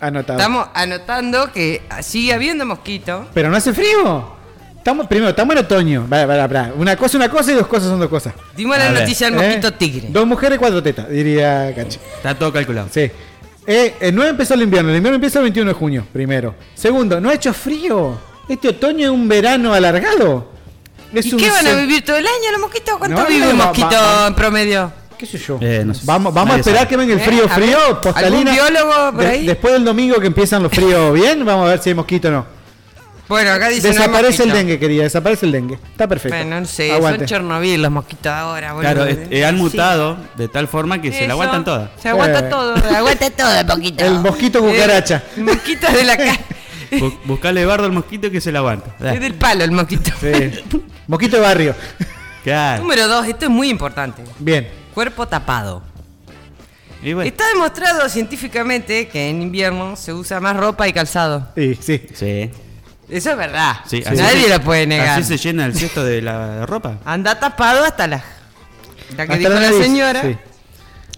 Speaker 5: Anotado.
Speaker 4: Estamos anotando que sigue habiendo mosquito.
Speaker 5: Pero no hace frío. Estamos, primero, estamos en otoño. Vale, vale, vale. Una cosa, una cosa y dos cosas son dos cosas.
Speaker 4: Dimos la
Speaker 5: A ver,
Speaker 4: noticia del
Speaker 5: ¿eh?
Speaker 4: mosquito tigre.
Speaker 5: Dos mujeres, cuatro tetas, diría Cachi.
Speaker 7: Está todo calculado.
Speaker 5: Sí. Eh, el 9 empezó el invierno. El invierno empieza el 21 de junio, primero. Segundo, no ha hecho frío. Este otoño es un verano alargado. Es
Speaker 4: ¿Y
Speaker 5: un
Speaker 4: qué van a
Speaker 5: se-
Speaker 4: vivir todo el año los mosquitos? ¿Cuánto
Speaker 5: No,
Speaker 4: vive
Speaker 5: no,
Speaker 4: un
Speaker 5: va-
Speaker 4: mosquito
Speaker 5: va-
Speaker 4: en promedio?
Speaker 5: ¿Qué sé yo?
Speaker 7: Eh, no sé.
Speaker 5: Vamos, vamos a
Speaker 7: Nadie
Speaker 5: esperar
Speaker 7: sabe.
Speaker 5: que venga el
Speaker 4: Eh,
Speaker 5: frío,
Speaker 4: a ver,
Speaker 5: frío, postalina.
Speaker 4: ¿algún biólogo por ahí?
Speaker 5: después del domingo que empiezan los fríos bien, vamos a ver si hay mosquito o no.
Speaker 4: Bueno, acá dice no hay
Speaker 5: Desaparece el
Speaker 4: mosquito.
Speaker 5: dengue, querida, desaparece el dengue. Está perfecto.
Speaker 4: Bueno, no sé,
Speaker 5: Aguante.
Speaker 4: son Chernobyl los mosquitos ahora, boludo.
Speaker 7: Claro, es- eh, han
Speaker 4: Sí.
Speaker 7: mutado de tal forma que se
Speaker 4: Eso,
Speaker 7: la aguantan todas.
Speaker 4: Se aguanta
Speaker 5: Eh.
Speaker 4: todo, aguanta todo el mosquito.
Speaker 5: El mosquito
Speaker 4: Eh.
Speaker 5: cucaracha.
Speaker 4: El mosquito de la calle.
Speaker 7: Bu- buscale bardo al mosquito que se la aguanta. Da.
Speaker 4: Es del palo el mosquito.
Speaker 5: Sí. Mosquito de barrio.
Speaker 7: Claro.
Speaker 4: Número dos, esto es muy importante.
Speaker 5: Bien.
Speaker 4: Cuerpo tapado.
Speaker 7: Y bueno,
Speaker 4: Está demostrado científicamente que en invierno se usa más ropa y calzado.
Speaker 5: Sí, sí.
Speaker 7: Sí.
Speaker 4: Eso es verdad.
Speaker 7: sí, así
Speaker 4: Nadie
Speaker 7: se-
Speaker 4: lo puede negar.
Speaker 7: Así se llena el cesto de la ropa.
Speaker 4: Anda tapado hasta la. La que
Speaker 7: Hasta
Speaker 4: dijo
Speaker 7: la
Speaker 4: la,
Speaker 7: nariz,
Speaker 4: señora.
Speaker 7: sí.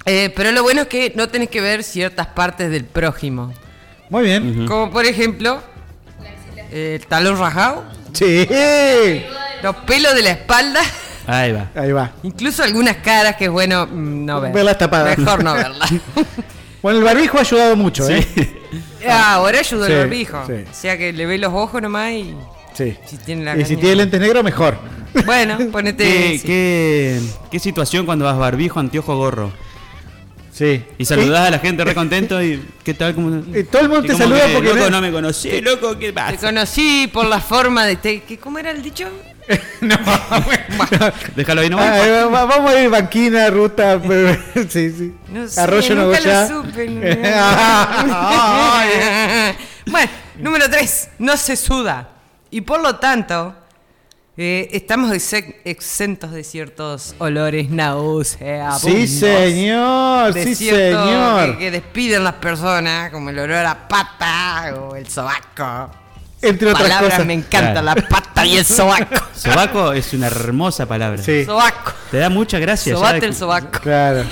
Speaker 4: Eh, pero lo bueno es que no tenés que ver ciertas partes del prójimo.
Speaker 5: Muy bien.
Speaker 4: Como por ejemplo, eh, el talón rajado,
Speaker 5: Sí.
Speaker 4: los pelos de la espalda,
Speaker 7: Ahí va.
Speaker 5: Ahí va.
Speaker 4: incluso algunas caras que es bueno mm, no ver.
Speaker 5: Verlas tapadas.
Speaker 4: Mejor no verlas.
Speaker 5: Bueno, el barbijo ha ayudado mucho, ¿eh?
Speaker 4: Ah, ahora ayudó
Speaker 5: Sí,
Speaker 4: el barbijo.
Speaker 5: sí.
Speaker 4: O sea que le ve los ojos nomás y
Speaker 5: Sí.
Speaker 4: si tiene la
Speaker 5: Y si
Speaker 4: caña.
Speaker 5: tiene lentes negros, mejor.
Speaker 4: Bueno, ponete.
Speaker 7: ¿Qué,
Speaker 4: sí.
Speaker 7: qué, qué situación cuando vas barbijo, anteojo, gorro?
Speaker 5: Sí.
Speaker 7: Y saludás a la gente re contento y ¿qué tal? ¿Cómo-
Speaker 5: Y todo el mundo
Speaker 7: y
Speaker 5: te
Speaker 7: como
Speaker 5: saluda
Speaker 7: que,
Speaker 5: porque
Speaker 7: loco,
Speaker 5: no-
Speaker 7: no me conocí, loco, ¿qué
Speaker 4: Te
Speaker 7: pasa?
Speaker 4: conocí por la forma de. Te, ¿qué- ¿Cómo era el dicho?
Speaker 7: Déjalo ahí nomás.
Speaker 5: Ah, eh, va- vamos a ir banquina, ruta. pero- sí, sí.
Speaker 4: No sé,
Speaker 5: Arroyo
Speaker 4: nunca
Speaker 5: Nogoyá. Ah,
Speaker 4: lo supe. no
Speaker 5: Ay.
Speaker 4: me- bueno, número 3. No se suda. Y por lo tanto, eh, estamos exec- exentos de ciertos olores nauseabundos.
Speaker 5: Sí, señor,
Speaker 4: De
Speaker 5: sí,
Speaker 4: cierto
Speaker 5: señor.
Speaker 4: Que, que despiden las personas, como el olor a pata o el sobaco.
Speaker 5: Entre otras
Speaker 4: Palabras,
Speaker 5: cosas.
Speaker 4: me encanta
Speaker 7: Claro.
Speaker 4: la pata y el sobaco.
Speaker 7: Sobaco es una hermosa palabra.
Speaker 5: Sí.
Speaker 4: Sobaco.
Speaker 7: Te da mucha gracia. ya
Speaker 4: Sobate
Speaker 7: de-
Speaker 4: el sobaco.
Speaker 5: Claro.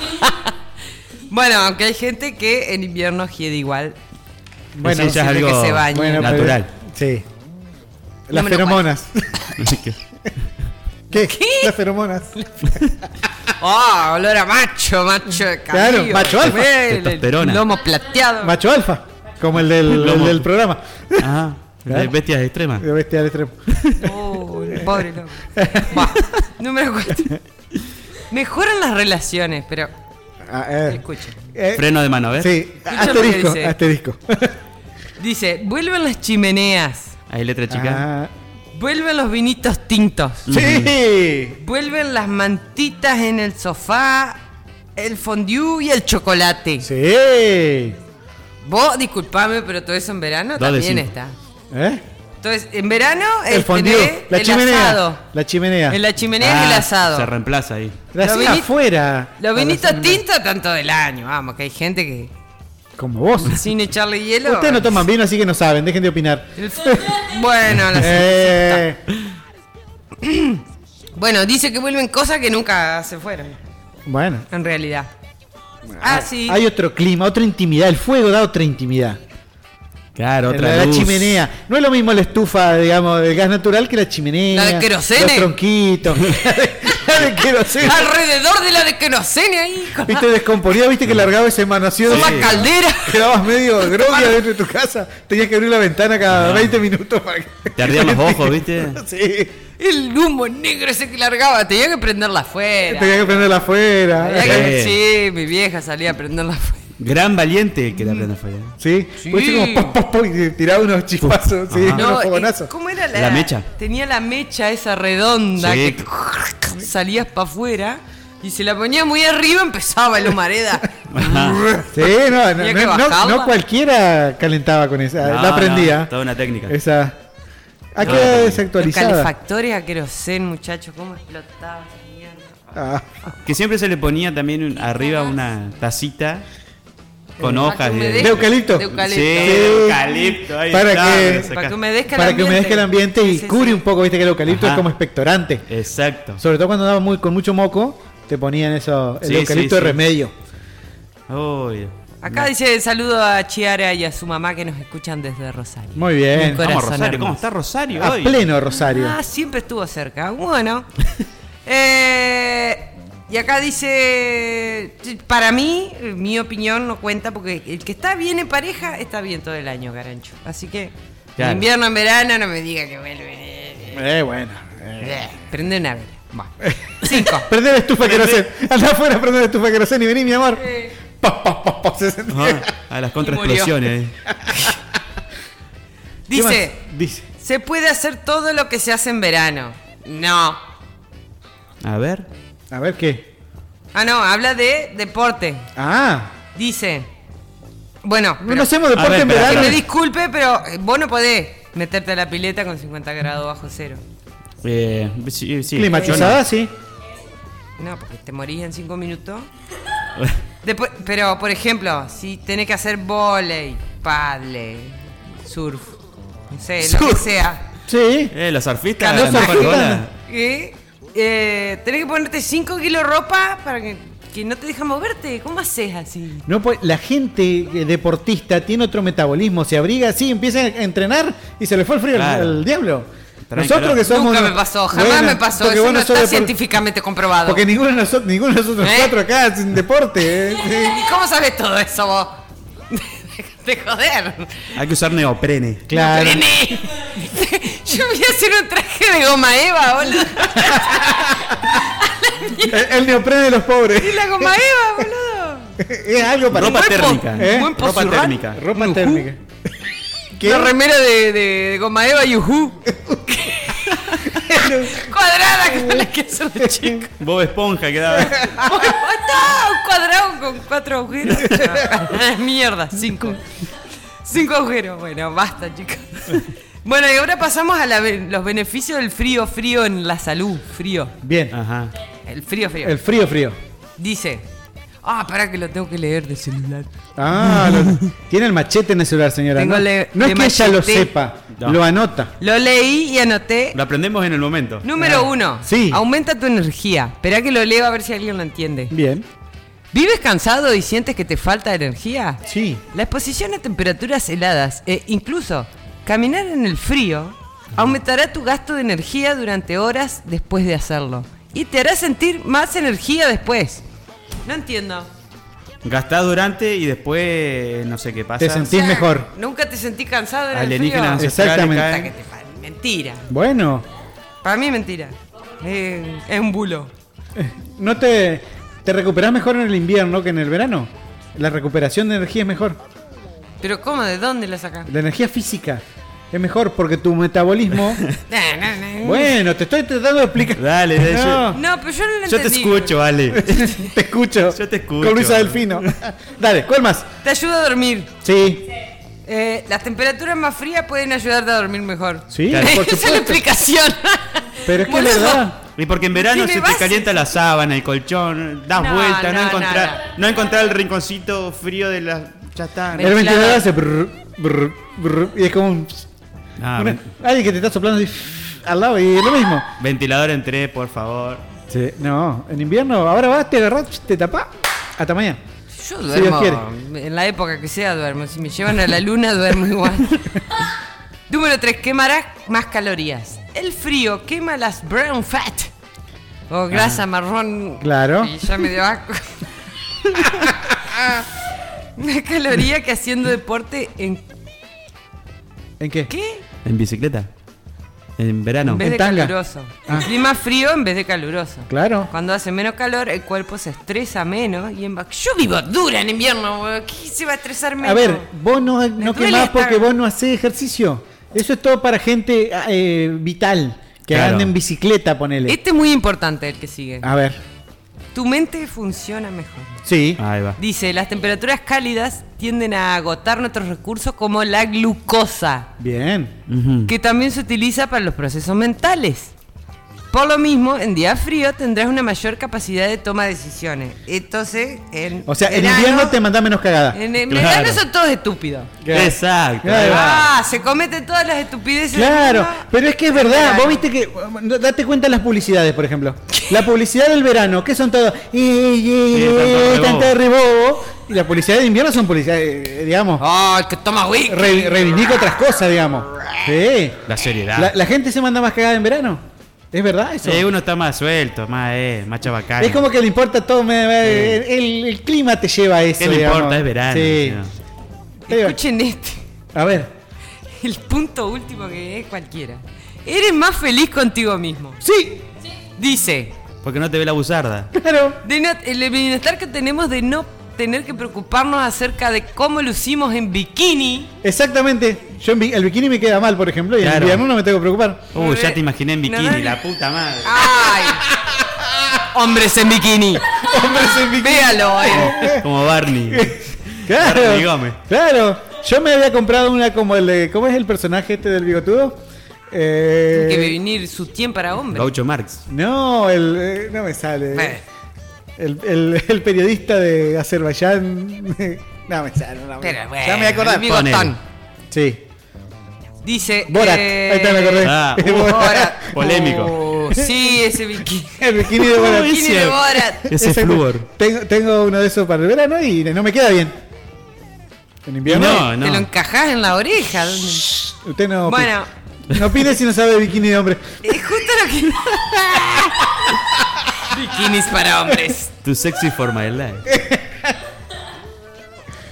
Speaker 4: Bueno, aunque hay gente que en invierno hiede igual.
Speaker 5: Bueno,
Speaker 7: Sí, ya es
Speaker 4: siempre que
Speaker 7: algo
Speaker 4: se bañe.
Speaker 5: Bueno, pero-
Speaker 7: natural.
Speaker 5: sí. Las
Speaker 4: Número
Speaker 5: feromonas. ¿Qué? Las feromonas.
Speaker 4: ¡Oh, olor a macho, macho de
Speaker 5: Claro,
Speaker 4: cabello,
Speaker 5: macho alfa.
Speaker 4: el- el
Speaker 7: Testosterona.
Speaker 4: Lomo plateado.
Speaker 5: Macho alfa. Como el del, el
Speaker 7: Lomo.
Speaker 5: del programa.
Speaker 7: Ah, de
Speaker 5: Claro.
Speaker 7: bestias extremas.
Speaker 5: De bestia al extremo.
Speaker 4: Oh, el pobre loco. Va, Número 4. Mejoran las relaciones, pero
Speaker 5: Ah, eh,
Speaker 4: escuchen.
Speaker 5: eh,
Speaker 7: Freno de mano, ¿ves?
Speaker 5: Sí,
Speaker 4: Escucha lo que
Speaker 5: asterisco,
Speaker 4: dice.
Speaker 5: asterisco.
Speaker 4: Dice, vuelven las chimeneas,
Speaker 7: Ahí letra chica.
Speaker 5: Ah,
Speaker 4: vuelven los vinitos tintos,
Speaker 5: sí.
Speaker 4: vuelven las mantitas en el sofá, el fondue y el chocolate.
Speaker 5: Sí. ¿Eh?
Speaker 4: Vos, disculpame, pero todo eso en verano
Speaker 7: Dos de
Speaker 4: también
Speaker 7: cinco.
Speaker 4: está. Entonces, en verano
Speaker 5: El
Speaker 4: el,
Speaker 5: fondue, la
Speaker 4: el
Speaker 5: chimenea.
Speaker 4: asado.
Speaker 5: La chimenea.
Speaker 4: En la chimenea es el
Speaker 7: Ah,
Speaker 4: asado.
Speaker 7: Se reemplaza ahí.
Speaker 5: La
Speaker 4: Lo
Speaker 5: hacía
Speaker 4: vinito-
Speaker 5: afuera.
Speaker 4: Los
Speaker 5: A la
Speaker 4: vinitos
Speaker 5: chimenea.
Speaker 4: tintos tanto del año, vamos, que hay gente que
Speaker 5: Como vos.
Speaker 4: sin echarle hielo.
Speaker 5: Ustedes no toman vino, así que no saben, dejen de opinar.
Speaker 4: El- Bueno, la-
Speaker 5: Eh,
Speaker 4: bueno, dice que vuelven cosas que nunca se fueron,
Speaker 5: bueno.
Speaker 4: en realidad. Ah, sí.
Speaker 5: Hay otro clima, otra intimidad. El fuego da otra intimidad.
Speaker 7: Claro, otra
Speaker 5: la, la
Speaker 7: luz.
Speaker 5: chimenea. No es lo mismo la estufa, digamos, del gas natural que la chimenea.
Speaker 4: La de querosene.
Speaker 5: Los tronquitos. la de querosene.
Speaker 4: Alrededor de la de que no cene ahí. con-
Speaker 5: Viste, descomponía, viste que largaba ese manación.
Speaker 4: Toma caldera.
Speaker 5: Quedabas medio groguia dentro de tu casa. Tenías que abrir la ventana
Speaker 7: Ah.
Speaker 5: cada 20 minutos para que.
Speaker 7: Te ardían los ojos, ¿viste?
Speaker 5: Sí.
Speaker 4: El humo negro ese que largaba, tenía que prenderla afuera.
Speaker 5: Tenías que prenderla afuera.
Speaker 4: Tenía que-
Speaker 7: Sí.
Speaker 4: Sí, mi vieja salía a prenderla afuera.
Speaker 7: Gran valiente que la prenda fuego.
Speaker 5: Sí,
Speaker 4: Sí.
Speaker 5: Viste como pop, pop, pop, y tiraba unos chispazos, sí,
Speaker 7: Ajá.
Speaker 5: unos
Speaker 4: eh,
Speaker 5: Ah, fogonazos.
Speaker 4: ¿Cómo era la,
Speaker 7: La mecha.
Speaker 4: Tenía la mecha esa redonda
Speaker 7: Sí.
Speaker 4: que salías para afuera y se la ponía muy arriba empezaba el humareda.
Speaker 7: Ajá.
Speaker 5: Sí, no, no,
Speaker 4: Tenía que
Speaker 5: no, no-
Speaker 4: bajarla.
Speaker 5: no cualquiera calentaba con esa,
Speaker 7: No,
Speaker 5: la
Speaker 7: no,
Speaker 5: aprendía.
Speaker 7: toda una técnica.
Speaker 5: esa.
Speaker 4: Ah,
Speaker 5: Ha
Speaker 7: No,
Speaker 5: quedado
Speaker 7: no, no.
Speaker 4: Los
Speaker 5: desactualizada.
Speaker 4: calefactores a querosén, muchachos, cómo explotaba esa mierda.
Speaker 5: Ah,
Speaker 7: Que siempre se le ponía también un- arriba una tacita
Speaker 4: Eh,
Speaker 7: con hojas de,
Speaker 5: de eucalipto.
Speaker 4: De eucalipto.
Speaker 7: Sí, de eucalipto. Ahí
Speaker 5: Para
Speaker 7: está,
Speaker 5: que-
Speaker 7: lo sacás.
Speaker 4: Para que humedezca el
Speaker 5: para que
Speaker 4: ambiente.
Speaker 5: humedezca el ambiente y
Speaker 4: Sí, sí,
Speaker 5: cubre
Speaker 4: sí.
Speaker 5: un poco, viste que el eucalipto
Speaker 7: Ajá.
Speaker 5: es como expectorante.
Speaker 7: Exacto.
Speaker 5: Sobre todo cuando andaba muy, con mucho moco, te ponían eso, el
Speaker 7: Sí,
Speaker 5: eucalipto
Speaker 7: sí,
Speaker 5: de
Speaker 7: sí.
Speaker 5: remedio.
Speaker 7: Uy,
Speaker 4: Acá dice saludo a Chiara y a su mamá que nos escuchan desde Rosario.
Speaker 5: Muy bien.
Speaker 4: Un corazón
Speaker 5: Vamos, Rosario,
Speaker 4: hermoso.
Speaker 5: ¿cómo está Rosario A hoy? pleno Rosario.
Speaker 4: Ah, siempre estuvo cerca. Bueno. Eh, y acá dice, para mí, mi opinión no cuenta porque el que está bien en pareja está bien todo el año, Garancho. Así que
Speaker 5: Claro.
Speaker 4: en invierno, en verano, no me diga que vuelve.
Speaker 5: Eh, bueno.
Speaker 4: Eh, Prende una vela. Va.
Speaker 5: Prende la estufa que no sé. Anda afuera, prende la estufa que no sé. Ni vení, mi amor. Pa, pa, pa, pa, se sentía.
Speaker 7: Ah, A las contraexplosiones. eh.
Speaker 5: ¿Qué
Speaker 4: Dice,
Speaker 5: más? Dice.
Speaker 4: se puede hacer todo lo que se hace en verano. No.
Speaker 7: A ver.
Speaker 5: A ver qué.
Speaker 4: Ah, no, habla de deporte.
Speaker 5: Ah.
Speaker 4: Dice, bueno.
Speaker 5: No hacemos deporte en verano.
Speaker 4: Que me disculpe, pero eh, vos no podés meterte a la pileta con 50 grados bajo cero.
Speaker 7: Eh, sí, sí.
Speaker 5: Climatizada,
Speaker 7: Yo no.
Speaker 5: sí.
Speaker 4: No, porque te morís en 5 minutos. Después- pero, por ejemplo, si tenés que hacer volei, paddle, surf, no sé, lo que
Speaker 7: Surf.
Speaker 4: sea.
Speaker 5: Sí.
Speaker 7: Eh, los surfistas.
Speaker 4: Los
Speaker 7: la mejor
Speaker 4: surfistas.
Speaker 7: bola.
Speaker 4: ¿eh? Eh, tenés que ponerte 5 kilos de ropa para que, que no te deja moverte. ¿Cómo haces así?
Speaker 5: No, puede- la gente eh, deportista tiene otro metabolismo, se abriga así, empieza a entrenar y se le fue el frío al-
Speaker 4: Claro.
Speaker 5: al, diablo.
Speaker 4: Traen
Speaker 5: Nosotros
Speaker 4: calor.
Speaker 5: que somos.
Speaker 4: Nunca me pasó, jamás
Speaker 5: Bueno,
Speaker 4: me pasó.
Speaker 5: porque
Speaker 4: Eso
Speaker 5: vos
Speaker 4: no
Speaker 5: sos
Speaker 4: está ¿Eh?
Speaker 5: depor-
Speaker 4: científicamente comprobado.
Speaker 5: Porque ninguno de nosotros, ninguno de nosotros cuatro acá sin deporte. eh, sí.
Speaker 4: ¿Y cómo sabes todo eso vos? de joder.
Speaker 7: Hay que usar neoprene.
Speaker 5: Claro.
Speaker 4: Yo voy a hacer un traje de goma Eva, boludo.
Speaker 5: El, el neoprene de los pobres.
Speaker 4: Y la goma Eva, boludo.
Speaker 5: es algo para
Speaker 7: Ropa térmica.
Speaker 5: ¿eh?
Speaker 7: Ropa
Speaker 5: Posurral.
Speaker 7: térmica.
Speaker 5: Ropa térmica.
Speaker 4: Una remera de, de- de goma Eva y ujú. Cuadrada con la que son los chicos.
Speaker 7: Bob Esponja quedaba.
Speaker 4: ¡No! Un cuadrado con cuatro agujeros. Mierda, cinco. Cinco agujeros. Bueno, basta, chicos. Bueno, y ahora pasamos a la ben- los beneficios del frío, frío en la salud. Frío.
Speaker 5: Bien.
Speaker 7: Ajá.
Speaker 4: El frío, frío.
Speaker 5: El frío, frío.
Speaker 4: Dice. Ah, pará que lo tengo que leer de celular.
Speaker 5: Ah, lo- tiene el machete en el celular, señora.
Speaker 4: Tengo
Speaker 5: ¿no?
Speaker 4: le-
Speaker 5: No es
Speaker 4: le
Speaker 5: que ella lo
Speaker 4: machete.
Speaker 5: sepa,
Speaker 7: No.
Speaker 5: lo anota.
Speaker 4: Lo leí y anoté.
Speaker 7: Lo aprendemos en el momento.
Speaker 5: Ah,
Speaker 4: Número uno. Aumenta tu energía. Esperá que lo leo a ver si alguien lo entiende.
Speaker 5: Bien.
Speaker 4: ¿Vives cansado y sientes que te falta energía?
Speaker 5: Sí.
Speaker 4: La exposición a temperaturas heladas e incluso caminar en el frío aumentará tu gasto de energía durante horas después de hacerlo. Y te hará sentir más energía después. No entiendo.
Speaker 7: Gastás durante y después no sé qué pasa.
Speaker 5: Te sentís mejor.
Speaker 4: Nunca te sentí cansado en
Speaker 7: Alienígenas
Speaker 4: el frío.
Speaker 7: ancestrales Exactamente.
Speaker 4: Hasta
Speaker 7: caen.
Speaker 5: ¿eh?
Speaker 4: que te fa- Mentira.
Speaker 5: Bueno,
Speaker 4: Para mí mentira. Eh, es un bulo.
Speaker 5: ¿no te, te recuperás mejor en el invierno que en el verano? La recuperación de energía es mejor.
Speaker 4: Pero ¿cómo? ¿De dónde la sacas?
Speaker 5: La energía física es mejor porque tu metabolismo.
Speaker 4: Nah, nah, nah.
Speaker 5: bueno, te estoy tratando de explicar.
Speaker 7: Dale, dale,
Speaker 5: No.
Speaker 4: No, pero yo no lo
Speaker 5: Yo te
Speaker 4: entendí.
Speaker 5: escucho,
Speaker 7: Ale.
Speaker 5: te escucho. Yo te
Speaker 7: escucho.
Speaker 5: Con Luisa Delfino. dale, ¿cuál más?
Speaker 4: Te ayuda a dormir.
Speaker 5: Sí.
Speaker 4: Eh, las temperaturas más frías pueden ayudarte a dormir mejor.
Speaker 5: Sí,
Speaker 7: Claro. por
Speaker 4: Esa es la
Speaker 7: supuesto.
Speaker 4: explicación.
Speaker 5: Pero es
Speaker 4: que es Boludo. verdad.
Speaker 7: Y porque en verano
Speaker 4: Tiene
Speaker 7: se
Speaker 4: bases.
Speaker 7: te calienta la sábana, el colchón, das
Speaker 4: No,
Speaker 7: vueltas, no,
Speaker 4: no,
Speaker 7: encontrar, no, encontrar el rinconcito frío de la. Ya está.
Speaker 5: El ventilador hace brr, brr, brr, y es como un.
Speaker 7: Ah,
Speaker 5: una-
Speaker 7: ven-
Speaker 5: alguien que te está soplando así, al lado y es lo mismo.
Speaker 7: Ventilador en tres, por favor.
Speaker 5: Sí, no, en invierno, ahora vas, te agarrás, te tapás, hasta mañana.
Speaker 4: Yo
Speaker 5: Si Dios
Speaker 4: duermo.
Speaker 5: quiere.
Speaker 4: en la época que sea duermo. Si me llevan a la luna, duermo igual. Número 3. Quemarás más calorías. El frío quema las brown fat. O grasa marrón.
Speaker 5: Claro.
Speaker 4: Y ya me dio asco. Una caloría que haciendo deporte en
Speaker 5: ¿En qué?
Speaker 4: ¿Qué?
Speaker 7: ¿En bicicleta? ¿En verano?
Speaker 4: En vez de caluroso. En
Speaker 7: Ah.
Speaker 4: clima frío en vez de caluroso.
Speaker 5: Claro.
Speaker 4: Cuando hace menos calor, el cuerpo se estresa menos y en va- Yo vivo dura en invierno, boludo. ¿Qué se va a estresar menos?
Speaker 5: A ver, vos no, no
Speaker 4: duele
Speaker 5: quemás
Speaker 4: estar-
Speaker 5: porque vos no hacés ejercicio. Eso es todo para gente eh, vital, que
Speaker 4: Claro.
Speaker 5: anden en bicicleta, ponele.
Speaker 4: Este es muy importante el que sigue.
Speaker 5: A ver,
Speaker 4: Tu mente funciona mejor.
Speaker 5: sí.
Speaker 7: Ahí va.
Speaker 4: Dice, las temperaturas cálidas tienden a agotar nuestros recursos como la glucosa,
Speaker 5: Bien.
Speaker 4: que también se utiliza para los procesos mentales. Por lo mismo, en día frío tendrás una mayor capacidad de toma de decisiones. Entonces, en
Speaker 5: O sea, en
Speaker 4: verano-
Speaker 5: invierno te mandás menos cagada.
Speaker 4: En el verano son todos estúpidos.
Speaker 5: Claro.
Speaker 7: Exacto.
Speaker 5: Ahí va.
Speaker 4: Ah, se cometen todas las estupideces.
Speaker 5: Claro,
Speaker 4: del mundo.
Speaker 5: pero es que es verdad. Vos viste que. Date cuenta las publicidades, por ejemplo. La publicidad del verano, que son todos. ¡Eh, eh, eh,
Speaker 7: Sí, tanto
Speaker 5: eh,
Speaker 7: rebobo.
Speaker 5: tanto rebobo! Y las policías de invierno son policías, eh, digamos.
Speaker 4: ¡Ah, que toma whisky!
Speaker 5: re- reivindica otras cosas, digamos. Sí.
Speaker 2: La seriedad.
Speaker 5: La, la gente se manda más cagada en verano. ¿Es verdad eso?
Speaker 2: Eh, uno está más suelto, más, eh, más chabacano.
Speaker 5: Es como que le importa todo. me- me- el, el clima te lleva a eso.
Speaker 2: ¿Qué le
Speaker 5: digamos.
Speaker 2: importa? Es verano.
Speaker 5: Sí.
Speaker 4: Escuchen este.
Speaker 5: A ver.
Speaker 4: El punto último que es cualquiera. Eres más feliz contigo mismo.
Speaker 5: Sí.
Speaker 4: Dice.
Speaker 2: Porque no te ve la buzarda.
Speaker 5: Claro.
Speaker 4: De no- el bienestar que tenemos de no tener que preocuparnos acerca de cómo lucimos en bikini.
Speaker 5: Exactamente. Yo en bi- el bikini me queda mal, por ejemplo, y en
Speaker 2: Claro.
Speaker 5: invierno no me tengo que preocupar.
Speaker 2: Uh, ya te imaginé en bikini,
Speaker 5: Nadal.
Speaker 2: la puta madre.
Speaker 4: Hombres en bikini.
Speaker 5: Hombres en bikini.
Speaker 4: Véalo. eh.
Speaker 2: Como Barney.
Speaker 5: Claro.
Speaker 2: Barney Gómez.
Speaker 5: Claro. Yo me había comprado una como el de. ¿Cómo es el personaje este del bigotudo? Eh,
Speaker 4: que venir su tiempo para hombres.
Speaker 2: Marx.
Speaker 5: No, el. eh, no me sale.
Speaker 4: Eh.
Speaker 5: El, el- el periodista de Azerbaiyán. no me sale, no me
Speaker 4: Pero
Speaker 5: Ya
Speaker 4: bueno,
Speaker 5: me voy a acordar.
Speaker 4: el bigotón. Ponele.
Speaker 5: Sí.
Speaker 4: Dice.
Speaker 5: Borat.
Speaker 4: eh,
Speaker 5: Ahí está, me acordé.
Speaker 2: Ah, uh,
Speaker 4: Borat.
Speaker 2: polémico.
Speaker 4: Oh, sí, ese bikini.
Speaker 5: El bikini de Borat.
Speaker 4: El bikini de Borat.
Speaker 2: Ese
Speaker 5: Exacto.
Speaker 2: flúor.
Speaker 5: Tengo, tengo uno de esos para el verano y no me queda bien. En invierno.
Speaker 4: Te lo encajás en la oreja.
Speaker 5: Usted no.
Speaker 4: Bueno.
Speaker 5: No opine si no sabe de bikini de hombre.
Speaker 4: Es justo lo que. Bikinis para hombres.
Speaker 2: Tu sexy for my life.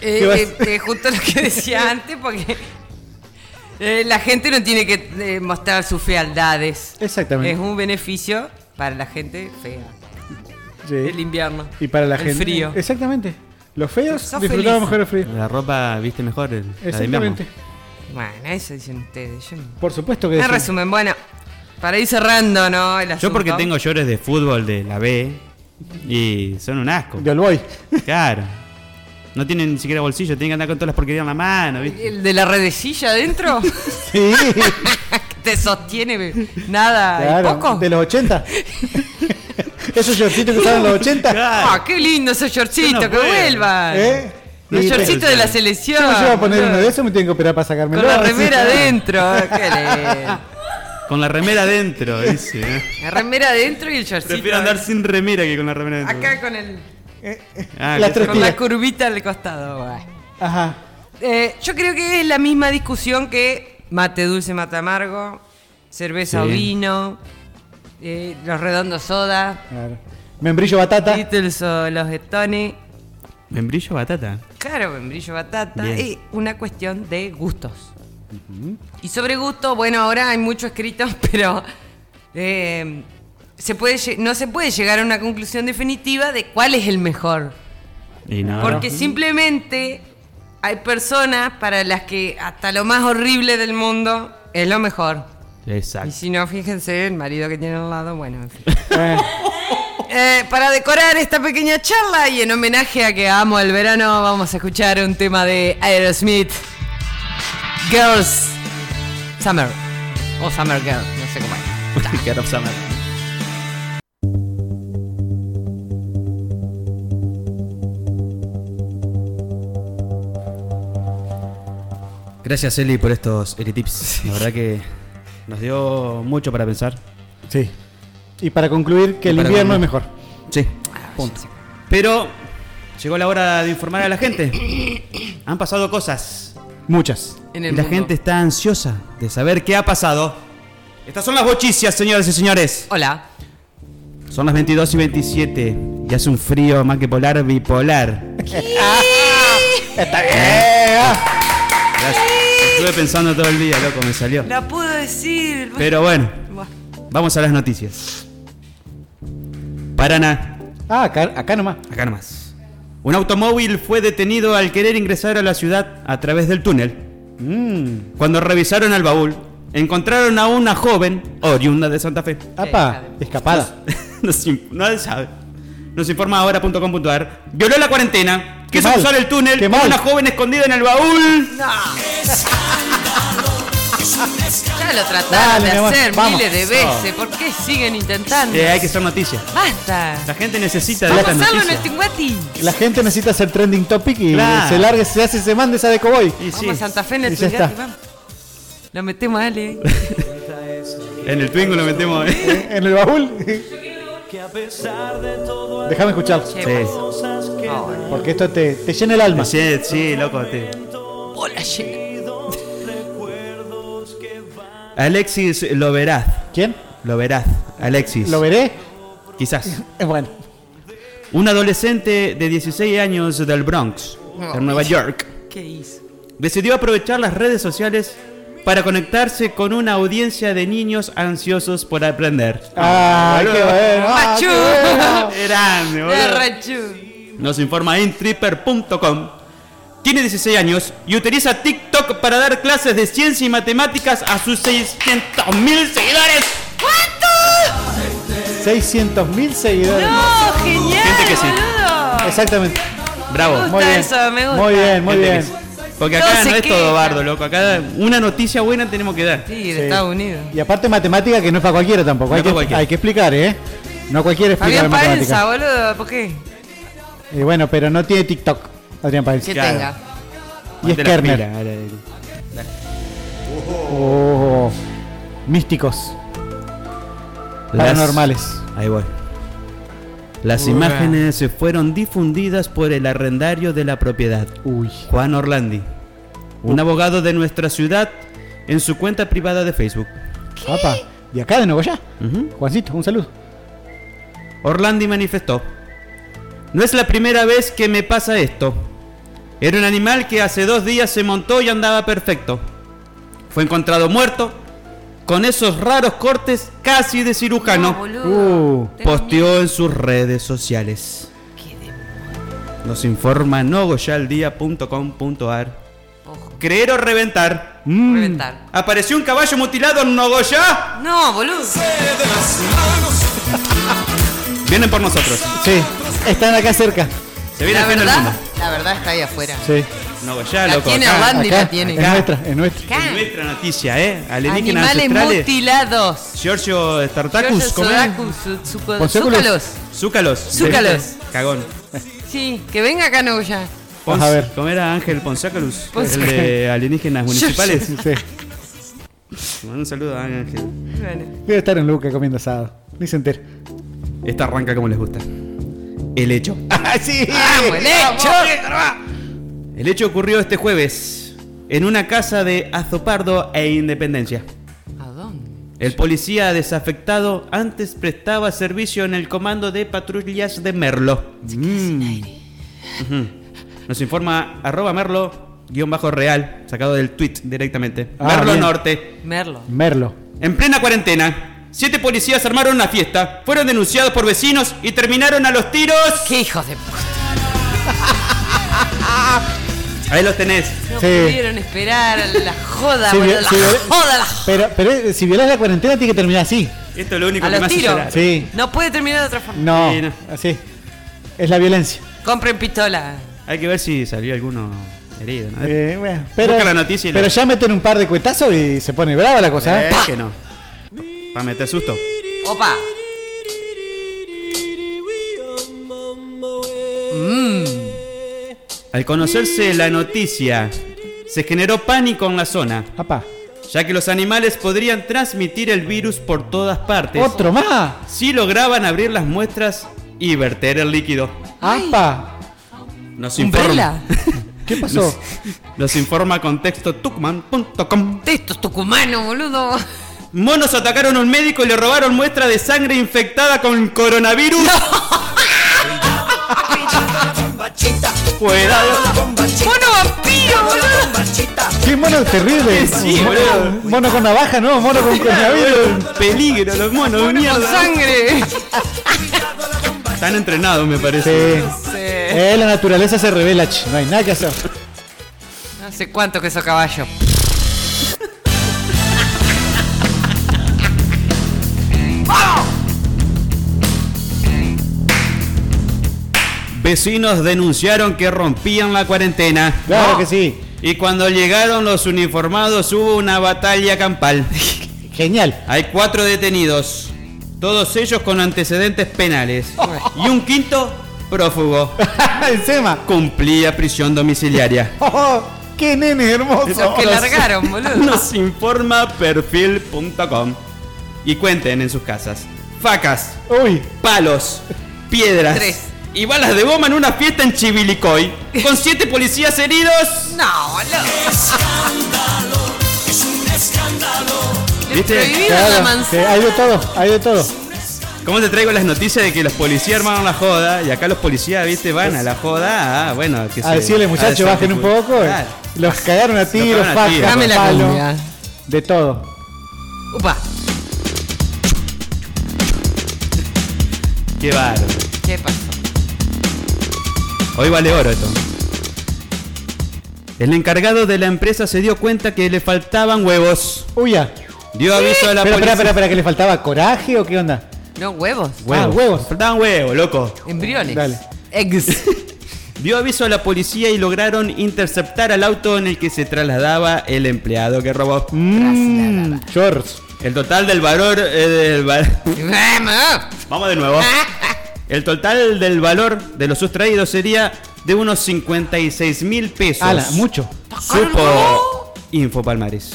Speaker 4: Eh,
Speaker 2: ¿Qué vas-
Speaker 4: eh, eh, justo lo que decía antes, porque eh, la gente no tiene que eh, mostrar sus fealdades.
Speaker 5: Exactamente.
Speaker 4: Es un beneficio para la gente fea.
Speaker 5: Sí.
Speaker 4: El invierno.
Speaker 5: Y para la
Speaker 4: el
Speaker 5: gente.
Speaker 4: frío.
Speaker 5: Exactamente. Los feos
Speaker 4: Sos
Speaker 5: disfrutaban
Speaker 4: feliz.
Speaker 5: mejor el frío.
Speaker 2: La ropa viste mejor. el- La de invierno.
Speaker 5: Exactamente.
Speaker 4: Bueno, eso dicen ustedes. yo no.
Speaker 5: Por supuesto que
Speaker 4: En
Speaker 5: decimos.
Speaker 4: resumen, bueno, para ir cerrando, ¿no? El
Speaker 2: Yo porque
Speaker 4: asunto.
Speaker 2: tengo llores de fútbol de la B y son un asco.
Speaker 5: Del boy.
Speaker 2: Claro. No tienen ni siquiera bolsillo, tienen que andar con todas las porquerías en la mano, ¿viste?
Speaker 4: ¿El de la redecilla adentro?
Speaker 5: Sí.
Speaker 4: ¿Te sostiene nada? ¿y
Speaker 5: Claro,
Speaker 4: poco?
Speaker 5: de los 80. Esos shortcitos que usaban en los 80.
Speaker 4: Ah, qué lindo esos shortcitos,
Speaker 5: Yo no
Speaker 4: que
Speaker 5: puedo.
Speaker 4: vuelvan.
Speaker 5: ¿Eh?
Speaker 4: Los
Speaker 5: Y-
Speaker 4: shortcitos de la
Speaker 5: Yo
Speaker 4: selección.
Speaker 5: me llevo a poner uno de esos, me tienen que operar para sacármelo.
Speaker 4: Con la
Speaker 5: así.
Speaker 4: remera adentro. ah, qué lindo.
Speaker 2: Con la remera adentro, dice. ¿eh?
Speaker 4: La remera adentro y el shortcito.
Speaker 2: Prefiero andar sin remera que con la remera adentro.
Speaker 4: Acá con el.
Speaker 2: Ah, Las que- tres
Speaker 4: con la
Speaker 2: tiras.
Speaker 4: curvita al costado. bueno.
Speaker 5: Ajá.
Speaker 4: Eh, yo creo que es la misma discusión que mate dulce, mate amargo, cerveza
Speaker 5: Sí.
Speaker 4: o vino, eh, los redondos soda,
Speaker 5: Claro. Membrillo batata.
Speaker 4: Beatles o los Stones.
Speaker 2: Membrillo batata.
Speaker 4: Claro, membrillo, batata.
Speaker 2: Bien.
Speaker 4: Es una cuestión de gustos. Y sobre gusto, bueno, ahora hay mucho escrito, pero eh, se puede, lle- no se puede llegar a una conclusión definitiva de cuál es el mejor.
Speaker 2: Y no.
Speaker 4: Porque simplemente hay personas para las que hasta lo más horrible del mundo es lo mejor. Y
Speaker 2: Exacto.
Speaker 4: si no, fíjense, el marido que tiene al lado, bueno, en fin. Eh, para decorar esta pequeña charla y en homenaje a que amo el verano, vamos a escuchar un tema de Aerosmith. Girls Summer. O Summer Girl, no sé cómo es.
Speaker 2: Get off summer. Gracias Eli por estos Eli Tips. La verdad que nos dio mucho para pensar.
Speaker 5: Sí. Y para concluir, que
Speaker 2: Y
Speaker 5: el
Speaker 2: para
Speaker 5: invierno es
Speaker 2: concluir.
Speaker 5: mejor.
Speaker 2: Sí.
Speaker 4: Ah,
Speaker 2: Punto. Pero llegó la hora de informar a la gente. Han pasado cosas.
Speaker 5: Muchas.
Speaker 4: En
Speaker 2: Y
Speaker 4: el
Speaker 2: la
Speaker 4: mundo.
Speaker 2: gente está ansiosa de saber qué ha pasado. Estas son las bochicias, señoras y señores.
Speaker 4: Hola.
Speaker 2: Son las 22 y 27. Y hace un frío más que polar, bipolar.
Speaker 5: Está bien.
Speaker 2: Gracias. Estuve pensando todo el día, loco, me salió.
Speaker 4: La puedo decir.
Speaker 2: Pero bueno,
Speaker 4: Buah.
Speaker 2: vamos a las noticias. Paraná.
Speaker 5: Ah, acá, acá nomás.
Speaker 2: Acá nomás. Un automóvil fue detenido al querer ingresar a la ciudad a través del túnel. Mm. Cuando revisaron el baúl, encontraron a una joven oriunda de Santa Fe.
Speaker 5: Apa, escapada.
Speaker 2: Nos, in- no se sabe. Nos informa ahora punto com punto ar. Violó la cuarentena,
Speaker 5: Qué
Speaker 2: quiso
Speaker 5: mal,
Speaker 2: usar el túnel,
Speaker 5: qué
Speaker 2: con
Speaker 5: mal.
Speaker 2: una joven escondida en el baúl.
Speaker 4: Ya lo trataron
Speaker 2: Dale, mi
Speaker 4: de
Speaker 2: amor,
Speaker 4: hacer
Speaker 2: vamos.
Speaker 4: miles de veces. ¿Por qué siguen intentando?
Speaker 2: Eh, hay que hacer noticias.
Speaker 4: ¡Basta!
Speaker 2: La gente necesita de
Speaker 4: Vamos a
Speaker 2: estas
Speaker 4: hacerlo en el
Speaker 2: noticias.
Speaker 4: Tinguati.
Speaker 5: La gente necesita hacer trending topic y
Speaker 2: Claro.
Speaker 5: se largue, se hace, se mande esa de cowboy.
Speaker 4: Vamos a Santa Fe en
Speaker 5: Y
Speaker 4: el
Speaker 5: ya
Speaker 4: Tinguati.
Speaker 5: está.
Speaker 4: Vamos. Lo metemos, Ale.
Speaker 2: En el Twingo lo metemos. eh.
Speaker 5: En el baúl. Déjame escuchar.
Speaker 2: Sí. Ah,
Speaker 5: Porque esto te, te llena el alma.
Speaker 2: Sí, sí, loco. te-
Speaker 4: Hola, llena.
Speaker 2: Alexis lo verás.
Speaker 5: ¿Quién?
Speaker 2: Lo verás. Alexis.
Speaker 5: ¿Lo veré?
Speaker 2: Quizás.
Speaker 5: Bueno.
Speaker 2: Un adolescente de 16 años del Bronx,
Speaker 5: Oh.
Speaker 2: en Nueva York,
Speaker 4: ¿Qué hizo?
Speaker 2: decidió aprovechar las redes sociales para conectarse con una audiencia de niños ansiosos por aprender.
Speaker 5: Ah. ¡Ay, qué bueno! ah, qué bueno.
Speaker 2: Grande, boludo.
Speaker 4: Rachu.
Speaker 2: Nos informa intripper.com. Tiene 16 años y utiliza TikTok para dar clases de ciencia y matemáticas a sus 600 mil seguidores.
Speaker 4: ¿Cuánto?
Speaker 5: 600 mil seguidores.
Speaker 4: No, genial,
Speaker 2: Gente que sí.
Speaker 4: boludo.
Speaker 5: Exactamente.
Speaker 2: Bravo.
Speaker 4: Me gusta Muy bien. eso, me gusta. Muy bien, muy
Speaker 2: Gente que
Speaker 5: bien.
Speaker 2: sí. Porque acá
Speaker 4: Todos
Speaker 2: no
Speaker 4: se
Speaker 2: es todo
Speaker 4: quejan.
Speaker 2: bardo, loco. Acá una noticia buena tenemos que dar.
Speaker 4: Sí, de
Speaker 5: Sí.
Speaker 4: Estados Unidos.
Speaker 5: Y aparte matemática que no es para cualquiera tampoco.
Speaker 2: No
Speaker 5: hay,
Speaker 2: para
Speaker 5: que,
Speaker 2: cualquiera.
Speaker 5: hay que explicar, ¿eh? No cualquiera explica
Speaker 4: Adrián
Speaker 5: la matemática.
Speaker 4: Paenza, boludo, ¿por qué?
Speaker 5: Y bueno, pero no tiene TikTok, Adrián Paez.
Speaker 4: Que tenga.
Speaker 5: Y
Speaker 2: Ponte
Speaker 5: es
Speaker 2: las
Speaker 5: Kerner.
Speaker 2: pilas, dale, dale.
Speaker 5: Oh, místicos.
Speaker 2: Las-
Speaker 5: Paranormales.
Speaker 2: Ahí voy. Las
Speaker 5: Ué.
Speaker 2: imágenes se fueron difundidas por el arrendario de la propiedad, Juan Orlandi, un abogado de nuestra ciudad, en su cuenta privada de Facebook.
Speaker 5: Papá, de acá de Nogoyá. Juancito, un saludo.
Speaker 2: Orlandi manifestó, no es la primera vez que me pasa esto. Era un animal que hace dos días se montó y andaba perfecto. Fue encontrado muerto, con esos raros cortes casi de cirujano. Uh, Posteó en sus redes sociales. Nos informa nogoyaldia.com.ar. Creer o reventar.
Speaker 4: Reventar.
Speaker 2: Apareció un caballo mutilado en Nogoyá.
Speaker 4: No, boludo.
Speaker 2: Vienen por nosotros.
Speaker 5: Sí, están acá cerca.
Speaker 2: Se viene
Speaker 4: la
Speaker 2: el fin del
Speaker 4: verdad,
Speaker 2: mundo.
Speaker 4: la verdad está ahí afuera.
Speaker 5: Sí.
Speaker 2: Nogoyá,
Speaker 4: La
Speaker 2: loco.
Speaker 4: tiene
Speaker 2: acá,
Speaker 4: Orlandi,
Speaker 2: acá,
Speaker 4: la tiene.
Speaker 2: acá.
Speaker 5: Es nuestra, es nuestra.
Speaker 4: Acá.
Speaker 2: Nuestra noticia, ¿eh? Alienígenas
Speaker 4: Ah. Animales
Speaker 2: ancestrales.
Speaker 4: mutilados.
Speaker 2: Giorgio Startacus,
Speaker 4: Giorgio
Speaker 2: ¿cómo
Speaker 4: Sodacus, su- su- Zúcalos.
Speaker 2: Zúcalos.
Speaker 4: Zúcalos.
Speaker 2: Cagón.
Speaker 4: Sí, que venga acá Nogoyá.
Speaker 2: Pons,
Speaker 5: Vas a ver.
Speaker 2: ¿Cómo era Ángel Ponzacalus?
Speaker 4: Ponce-
Speaker 2: El de alienígenas municipales.
Speaker 5: Sí.
Speaker 2: Un saludo a Ángel.
Speaker 5: Voy a estar en Luca comiendo asado. Ni se entera.
Speaker 2: Esta arranca como les gusta. El hecho.
Speaker 5: Ah, sí!
Speaker 4: ¡Vamos, el hecho!
Speaker 2: El hecho ocurrió este jueves en una casa de Azopardo e Independencia.
Speaker 4: ¿A dónde?
Speaker 2: El policía desafectado antes prestaba servicio en el comando de patrullas de Merlo. Ujú. Nos informa arroba Merlo guión bajo real, sacado del tweet directamente.
Speaker 5: Ah,
Speaker 2: Merlo
Speaker 5: bien.
Speaker 2: Norte.
Speaker 4: Merlo.
Speaker 5: Merlo.
Speaker 2: En plena cuarentena, siete policías armaron una fiesta, fueron denunciados por vecinos y terminaron a los tiros.
Speaker 4: ¡Qué hijos de puta!
Speaker 2: Ahí los tenés.
Speaker 4: No
Speaker 5: Sí.
Speaker 4: pudieron esperar a la joda,
Speaker 5: Si
Speaker 4: boludo,
Speaker 5: vi-
Speaker 4: la
Speaker 5: si vi-
Speaker 4: joda, la
Speaker 5: Pero, pero eh, si violas la cuarentena tiene que terminar así.
Speaker 2: Esto es lo único
Speaker 4: A
Speaker 2: que me
Speaker 4: los
Speaker 2: hace llorar.
Speaker 4: tiros.
Speaker 5: Sí.
Speaker 4: No puede terminar de otra forma.
Speaker 5: No,
Speaker 2: Eh,
Speaker 5: así. Es la violencia.
Speaker 4: Compren pistola.
Speaker 2: Hay que ver si salió alguno herido. ¿no?
Speaker 5: Eh, bueno, pero,
Speaker 2: Ah. Busca la noticia y la-
Speaker 5: pero ya meten un par de cuetazos y se pone brava la cosa. ¿eh?
Speaker 2: Eh, que no. Para meter susto.
Speaker 4: Opa.
Speaker 2: Al conocerse la noticia, se generó pánico en la zona. Ya que los animales podrían transmitir el virus por todas partes.
Speaker 5: ¡Otro más!
Speaker 2: Si lograban abrir las muestras y verter el líquido.
Speaker 5: ¡Apa!
Speaker 2: Nos
Speaker 4: ¿Umbrella?
Speaker 2: informa.
Speaker 5: ¿Qué pasó?
Speaker 2: Nos, nos informa contexto tucman.com.
Speaker 4: Textos tucumano, boludo.
Speaker 2: Monos atacaron a un médico y le robaron muestra de sangre infectada con coronavirus. Cuidado.
Speaker 4: ¡Mono vampiro, boludo!
Speaker 5: ¡Qué mono terrible!
Speaker 2: Sí,
Speaker 5: mono,
Speaker 2: boludo.
Speaker 5: mono con navaja, ¿no? Mono con coronavirus.
Speaker 2: Peligro, los monos, de
Speaker 4: ¡Con
Speaker 2: mierda.
Speaker 4: sangre!
Speaker 2: Están entrenados, me parece.
Speaker 5: Sí. Eh, la naturaleza se revela, ch, no hay nada que hacer.
Speaker 4: No sé cuánto que esos caballos.
Speaker 2: Vecinos denunciaron que rompían la cuarentena.
Speaker 5: Claro que sí.
Speaker 2: Y cuando llegaron los uniformados hubo una batalla campal.
Speaker 5: Genial.
Speaker 2: Hay cuatro detenidos, todos ellos con antecedentes penales. Y un quinto prófugo.
Speaker 5: Encima.
Speaker 2: Cumplía prisión domiciliaria.
Speaker 5: Oh, ¡Qué nene hermoso!
Speaker 4: Los que largaron, boludo.
Speaker 2: Nos informa perfil.com. Y cuenten en sus casas. facas, palos, piedras
Speaker 4: Tres.
Speaker 2: y balas de goma en una fiesta en Chibilicoy con siete policías heridos.
Speaker 4: No,
Speaker 3: Escándalo, es un escándalo.
Speaker 5: que hay de todo, hay de todo.
Speaker 2: ¿Cómo te traigo las noticias de que los policías armaron la joda? Y acá los policías, viste, van a la joda. Ah, bueno, que
Speaker 5: A decirle, muchachos, bajen un poco. eh. Los cagaron a ti, los
Speaker 2: cagaron a tiros.
Speaker 5: fajas,
Speaker 2: Dame la
Speaker 5: palo,
Speaker 2: comida.
Speaker 5: De todo.
Speaker 4: Upa,
Speaker 2: Qué bárbaro.
Speaker 4: ¿qué pasa?
Speaker 2: Hoy vale oro esto. El encargado de la empresa se dio cuenta que le faltaban huevos.
Speaker 5: Uya.
Speaker 2: Dio aviso a la policía.
Speaker 5: Espera, espera, espera, espera, que le faltaba coraje o qué onda?
Speaker 4: No, huevos.
Speaker 5: Ah, huevos.
Speaker 2: Faltaban huevos, loco.
Speaker 4: Embriones.
Speaker 5: Dale.
Speaker 4: Eggs.
Speaker 2: Dio aviso a la policía y lograron interceptar al auto en el que se trasladaba el empleado que robó. Mm.
Speaker 5: George.
Speaker 2: El total del valor. eh, del va-
Speaker 4: eh.
Speaker 2: Vamos de nuevo. El total del valor de los sustraídos sería de unos 56 mil pesos.
Speaker 5: Ala, mucho.
Speaker 2: Supo Info Palmares.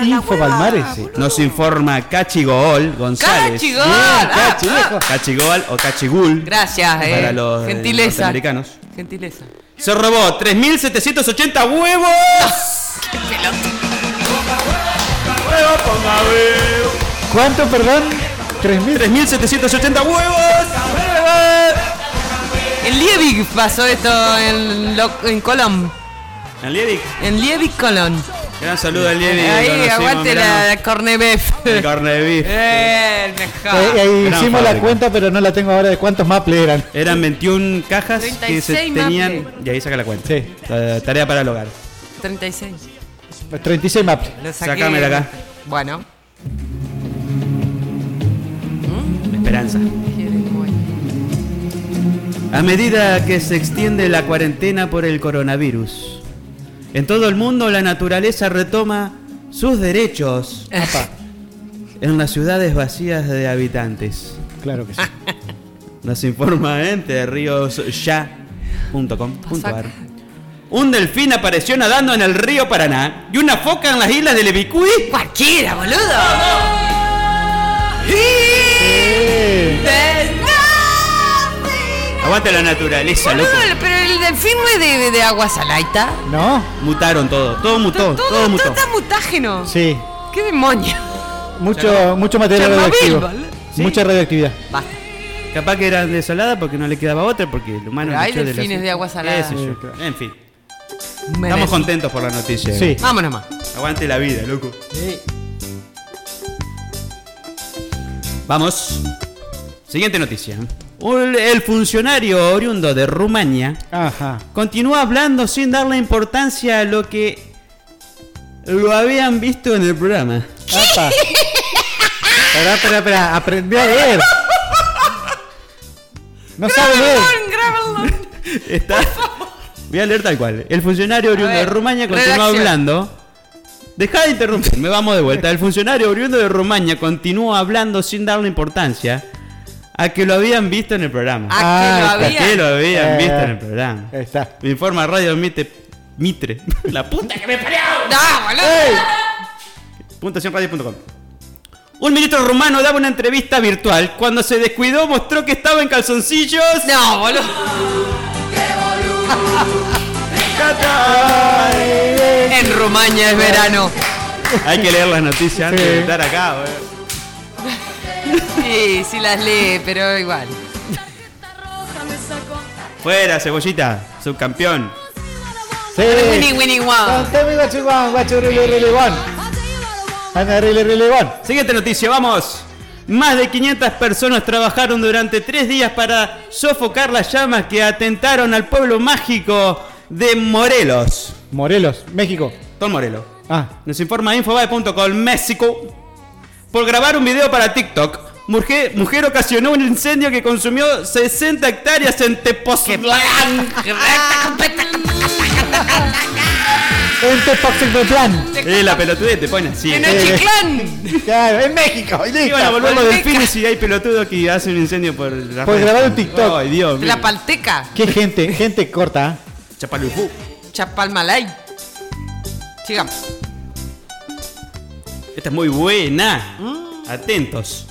Speaker 5: Info Palmares.
Speaker 2: Nos informa Cachigol González.
Speaker 4: Cachigol.
Speaker 2: Bien,
Speaker 4: Ah,
Speaker 2: Cachi, viejo. Cachigol o Cachigul.
Speaker 4: Gracias, eh.
Speaker 2: Para los eh,
Speaker 4: Gentileza.
Speaker 2: norteamericanos.
Speaker 4: Gentileza.
Speaker 2: Se robó 3.780 huevos. Huevo, ponga huevo.
Speaker 5: ¿Cuánto, perdón?
Speaker 2: 3.780 huevos.
Speaker 4: En Liebig pasó esto en, lo- en Colón.
Speaker 2: ¿En Liebig?
Speaker 4: En Liebig, Colón.
Speaker 2: Gran saludo a Liebig.
Speaker 4: Ahí, aguante la, la cornebef.
Speaker 2: El carne de bif.
Speaker 4: Eh, el mejor.
Speaker 5: Eh, eh,
Speaker 2: Gran
Speaker 5: hicimos la
Speaker 2: Ah, fábrica.
Speaker 5: cuenta, pero no la tengo ahora de cuántos maples eran.
Speaker 2: Eran 21 cajas que
Speaker 4: 36
Speaker 2: se tenían. Y ahí saca la cuenta. Ta- Tarea para el hogar.
Speaker 4: 36.
Speaker 5: 36 maples.
Speaker 4: Lo saqué.
Speaker 2: Sácamela acá.
Speaker 4: Bueno.
Speaker 2: Esperanza. A medida que se extiende la cuarentena por el coronavirus, en todo el mundo la naturaleza retoma sus derechos en las ciudades vacías de habitantes.
Speaker 5: Claro que sí.
Speaker 2: Nos informa ¿eh? entre ríosya.com.ar. Un delfín apareció nadando en el río Paraná y una foca en las islas de Levicuy.
Speaker 4: ¡Cualquiera, boludo!
Speaker 2: Aguanta la naturaleza, loco.
Speaker 4: Boludo, pero el delfín no es de, de agua salaita.
Speaker 5: ¿No?
Speaker 2: Mutaron todo, todo mutó, todo,
Speaker 4: Todo,
Speaker 2: mutó.
Speaker 4: todo está mutágeno.
Speaker 5: Sí.
Speaker 4: ¿Qué demonio?
Speaker 5: Mucho, mucho material
Speaker 4: Chernobyl,
Speaker 5: radioactivo.
Speaker 4: ¿vale?
Speaker 2: Sí.
Speaker 5: Mucha radioactividad.
Speaker 2: Capaz que eran desoladas porque no le quedaba otra, porque el humano...
Speaker 4: Pero
Speaker 2: le
Speaker 4: hay
Speaker 2: echó la
Speaker 4: delfines
Speaker 2: sal-
Speaker 4: de agua
Speaker 2: Qué
Speaker 4: salada.
Speaker 2: sé yo. En fin.
Speaker 4: Merece.
Speaker 2: Estamos contentos por la noticia.
Speaker 4: Sí.
Speaker 2: eh.
Speaker 4: Vámonos más.
Speaker 2: Aguante la vida, loco. Vamos. Siguiente noticia. Un- el funcionario oriundo de Rumania continúa hablando sin darle importancia a lo que lo habían visto en el programa.
Speaker 5: Apa. Espera, espera, espera. Aprendí a leer. No sabe leer.
Speaker 2: Está. Voy a leer tal cual. El funcionario oriundo
Speaker 5: ver,
Speaker 2: de Rumania continúa
Speaker 5: redacción.
Speaker 2: hablando. Deja de interrumpirme, vamos de vuelta. El funcionario oriundo de Rumania continúa hablando sin darle importancia a que lo habían visto en el programa.
Speaker 5: Ah,
Speaker 2: A que lo habían
Speaker 5: Eh,
Speaker 2: visto en el programa.
Speaker 5: Está.
Speaker 2: Me informa Radio Mitre. Mitre. La puta que me parió.
Speaker 4: ¡No, boludo!
Speaker 2: Puntacionradio.com. Un ministro rumano daba una entrevista virtual. Cuando se descuidó, mostró que estaba en calzoncillos.
Speaker 4: No, boludo. en Rumania es verano.
Speaker 2: Hay que leer las noticias antes de estar acá, eh. boludo.
Speaker 4: Sí, sí las lee, pero igual.
Speaker 2: Fuera, cebollita, subcampeón.
Speaker 5: Sí.
Speaker 4: Winnie, winnie, wow.
Speaker 5: Tell me what you want, what you really, really want. Anda, really, really want.
Speaker 2: Siguiente noticia, vamos. Más de 500 personas trabajaron durante tres días para sofocar las llamas que atentaron al pueblo mágico de Morelos.
Speaker 5: Morelos, México.
Speaker 2: Tom Morelos.
Speaker 5: Ah.
Speaker 2: Nos informa Infobae.com, México. Por grabar un video para TikTok, mujer, mujer ocasionó un incendio que consumió 60 hectáreas en Tepoztlán.
Speaker 5: En Tepoztlán.
Speaker 2: Eh, la pelotudez te pone así.
Speaker 5: En Ochiclán. Claro, en México. Y
Speaker 2: Y
Speaker 5: listo.
Speaker 2: bueno, volvemos del fin y si hay pelotudo que hace un incendio por la
Speaker 5: Por
Speaker 2: red.
Speaker 5: grabar un TikTok.
Speaker 2: Ay, Dios mío.
Speaker 4: La palteca.
Speaker 5: Qué gente, gente corta. ¿eh?
Speaker 2: Chapalujú.
Speaker 4: Chapalmalay. Sigamos.
Speaker 2: Esta es muy buena. Atentos.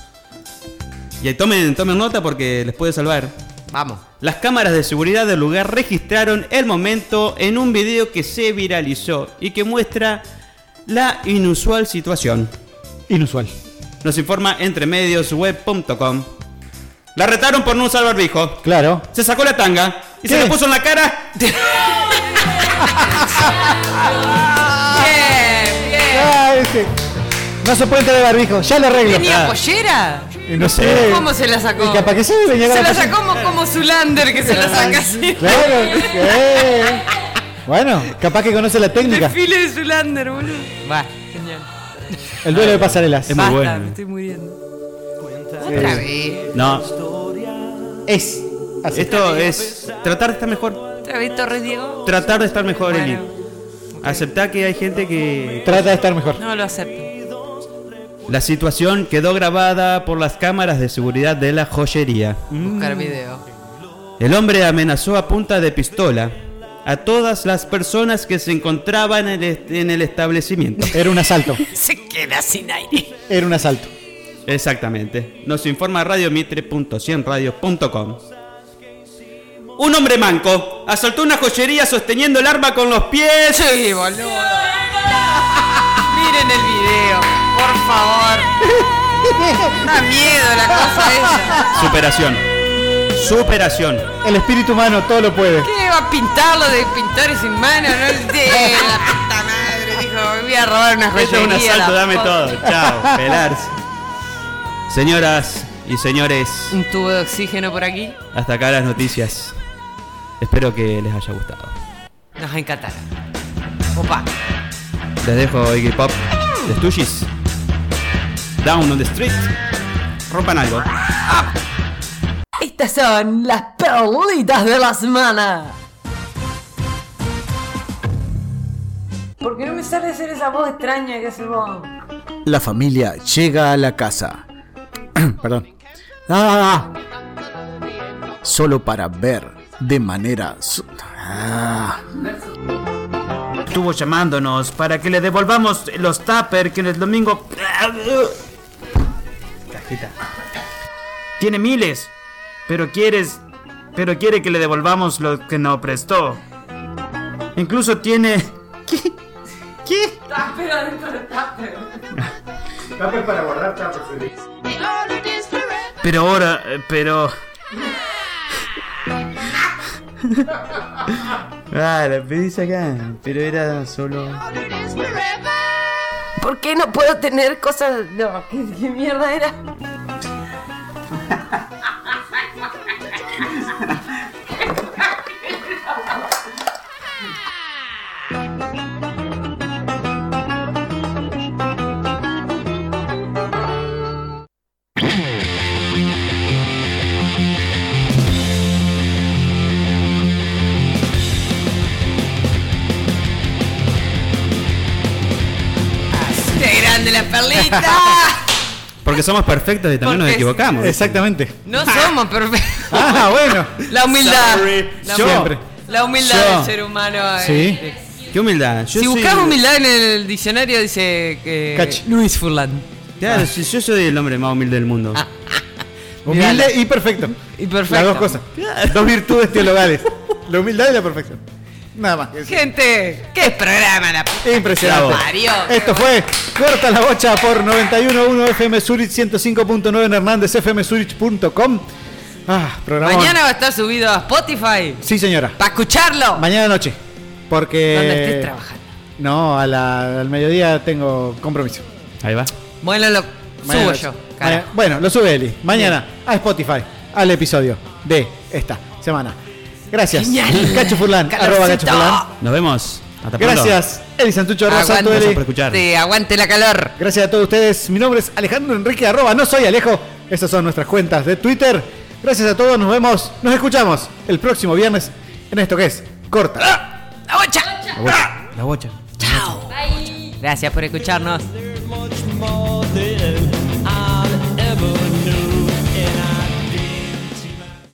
Speaker 2: Y ahí tomen, tomen nota porque les puede salvar.
Speaker 4: Vamos.
Speaker 2: Las cámaras de seguridad del lugar registraron el momento en un video que se viralizó y que muestra la inusual situación.
Speaker 5: Inusual.
Speaker 2: Nos informa entremediosweb.com. La retaron por no usar barbijo.
Speaker 5: Claro.
Speaker 2: Se sacó la tanga y se
Speaker 5: ¿Qué?
Speaker 2: la puso en la cara.
Speaker 4: Bien, bien.
Speaker 5: Ah, ese. No se puede tener barbijo, ya lo arreglo.
Speaker 4: ¿Tenía
Speaker 5: Ah.
Speaker 4: pollera?
Speaker 5: Y no sé.
Speaker 4: ¿Cómo se la sacó?
Speaker 5: Y capaz que sí, venía con
Speaker 4: Se
Speaker 5: la
Speaker 4: la
Speaker 5: pollera. Ah,
Speaker 4: sacó como, como Zulander que se la saca así.
Speaker 5: Claro, eh. Bueno, capaz que conoce la técnica.
Speaker 4: Desfile de Zulander, boludo. Va, genial.
Speaker 5: El duelo de pasarelas.
Speaker 2: Es muy
Speaker 4: Basta,
Speaker 2: bueno.
Speaker 4: me estoy muriendo.
Speaker 5: Sí.
Speaker 4: Otra vez.
Speaker 2: No.
Speaker 5: Es. así.
Speaker 2: Esto es tratar de estar mejor.
Speaker 4: Otra vez Torres Diego.
Speaker 2: Tratar de estar mejor, Eli. Aceptar que hay gente que...
Speaker 5: Trata de estar mejor.
Speaker 4: No lo acepto.
Speaker 2: La situación quedó grabada por las cámaras de seguridad de la joyería.
Speaker 5: Mm.
Speaker 4: Buscar video.
Speaker 2: El hombre amenazó a punta de pistola a todas las personas que se encontraban en el, est- en el establecimiento.
Speaker 5: Era un asalto.
Speaker 4: Se queda sin aire.
Speaker 5: Era un asalto.
Speaker 2: Exactamente. Nos informa radiomitre.100radio.com. Un hombre manco asaltó una joyería sosteniendo el arma con los pies.
Speaker 4: Sí, boludo. Miren el video, por favor. Da miedo la cosa esa.
Speaker 2: Superación. Superación.
Speaker 5: El espíritu humano todo lo puede.
Speaker 4: ¿Qué va a pintarlo de pintores sin mano? No el de la puta madre. Dijo, me voy a robar una
Speaker 2: Esto
Speaker 4: joyería.
Speaker 2: es un asalto,
Speaker 4: la
Speaker 2: dame
Speaker 4: puta.
Speaker 2: todo. Chao, pelarse. Señoras y señores.
Speaker 4: Un tubo de oxígeno por aquí.
Speaker 2: Hasta acá las noticias. Espero que les haya gustado.
Speaker 4: Nos encantará. Opa.
Speaker 2: Les dejo Iggy Pop, The Stooges, Down on the Street. Rompan algo.
Speaker 10: Estas son las perlitas de la semana.
Speaker 4: ¿Por qué no me sale hacer esa voz extraña que hace vos?
Speaker 11: La familia llega a la casa.
Speaker 5: Perdón.
Speaker 11: Ah. Solo para ver de manera... su- Ah.
Speaker 7: Estuvo llamándonos para que le devolvamos los tupper que en el domingo. Cajita. Tiene miles, pero quieres. Pero quiere que le devolvamos lo que nos prestó. Incluso tiene.
Speaker 4: ¿Qué? Pero adentro del tupper.
Speaker 5: para guardar
Speaker 7: Pero ahora. eh, Pero. Ah, la pedís acá. Pero era solo.
Speaker 10: ¿Por qué no puedo tener cosas.? No, ¿qué, qué mierda era?
Speaker 4: ¡Qué grande la perlita!
Speaker 2: Porque somos perfectos y también nos
Speaker 4: Porque-
Speaker 2: equivocamos.
Speaker 5: Exactamente.
Speaker 4: No somos perfectos.
Speaker 5: Ah, bueno.
Speaker 4: La humildad. La,
Speaker 2: Yo.
Speaker 4: humildad. La humildad
Speaker 2: Yo.
Speaker 4: del ser humano. eh.
Speaker 2: ¿Qué humildad? Yo
Speaker 4: si
Speaker 2: soy-
Speaker 4: buscas humildad en el diccionario dice que
Speaker 2: Cachi.
Speaker 4: Luis Furlan.
Speaker 2: Claro, si yo soy el hombre más humilde del mundo.
Speaker 4: Ah.
Speaker 5: Humilde y perfecto.
Speaker 4: Y perfecto.
Speaker 5: Las dos cosas. Dos virtudes teologales. La humildad y la perfección. Nada más.
Speaker 4: Gente, qué programa la puta
Speaker 5: Impresionante.
Speaker 4: que parió.
Speaker 5: Esto fue Corta la Bocha por 91.1 FM Zurich, 105.9 en Hernández, fmsurich.com. Ah, programa.
Speaker 4: Mañana va a estar subido a Spotify.
Speaker 5: Sí, señora.
Speaker 4: Para escucharlo.
Speaker 5: Mañana noche. Porque.
Speaker 4: Donde estés trabajando.
Speaker 5: No, a la- al mediodía tengo compromiso.
Speaker 2: Ahí va.
Speaker 4: Bueno, lo subo
Speaker 5: Mañana
Speaker 4: yo.
Speaker 5: noche.
Speaker 4: cara.
Speaker 5: Mañana- bueno, lo sube Eli. Mañana a Spotify, al episodio de esta semana. Gracias.
Speaker 2: Genial.
Speaker 5: Cacho Furlan, arroba Cacho
Speaker 4: Calorcito.
Speaker 5: Furlan.
Speaker 2: Nos vemos. Hasta pronto.
Speaker 5: Gracias, Eli Santucho arroba
Speaker 4: Aguante.
Speaker 5: Santo Eli.
Speaker 4: Gracias por escuchar. Sí, aguante la calor.
Speaker 5: Gracias a todos ustedes. Mi nombre es Alejandro Enrique, arroba no soy Alejo. Esas son nuestras cuentas de Twitter. Gracias a todos, nos vemos, nos escuchamos el próximo viernes en esto que es Corta.
Speaker 4: La bocha.
Speaker 5: La bocha.
Speaker 2: La bocha.
Speaker 4: Gracias por escucharnos.
Speaker 3: more than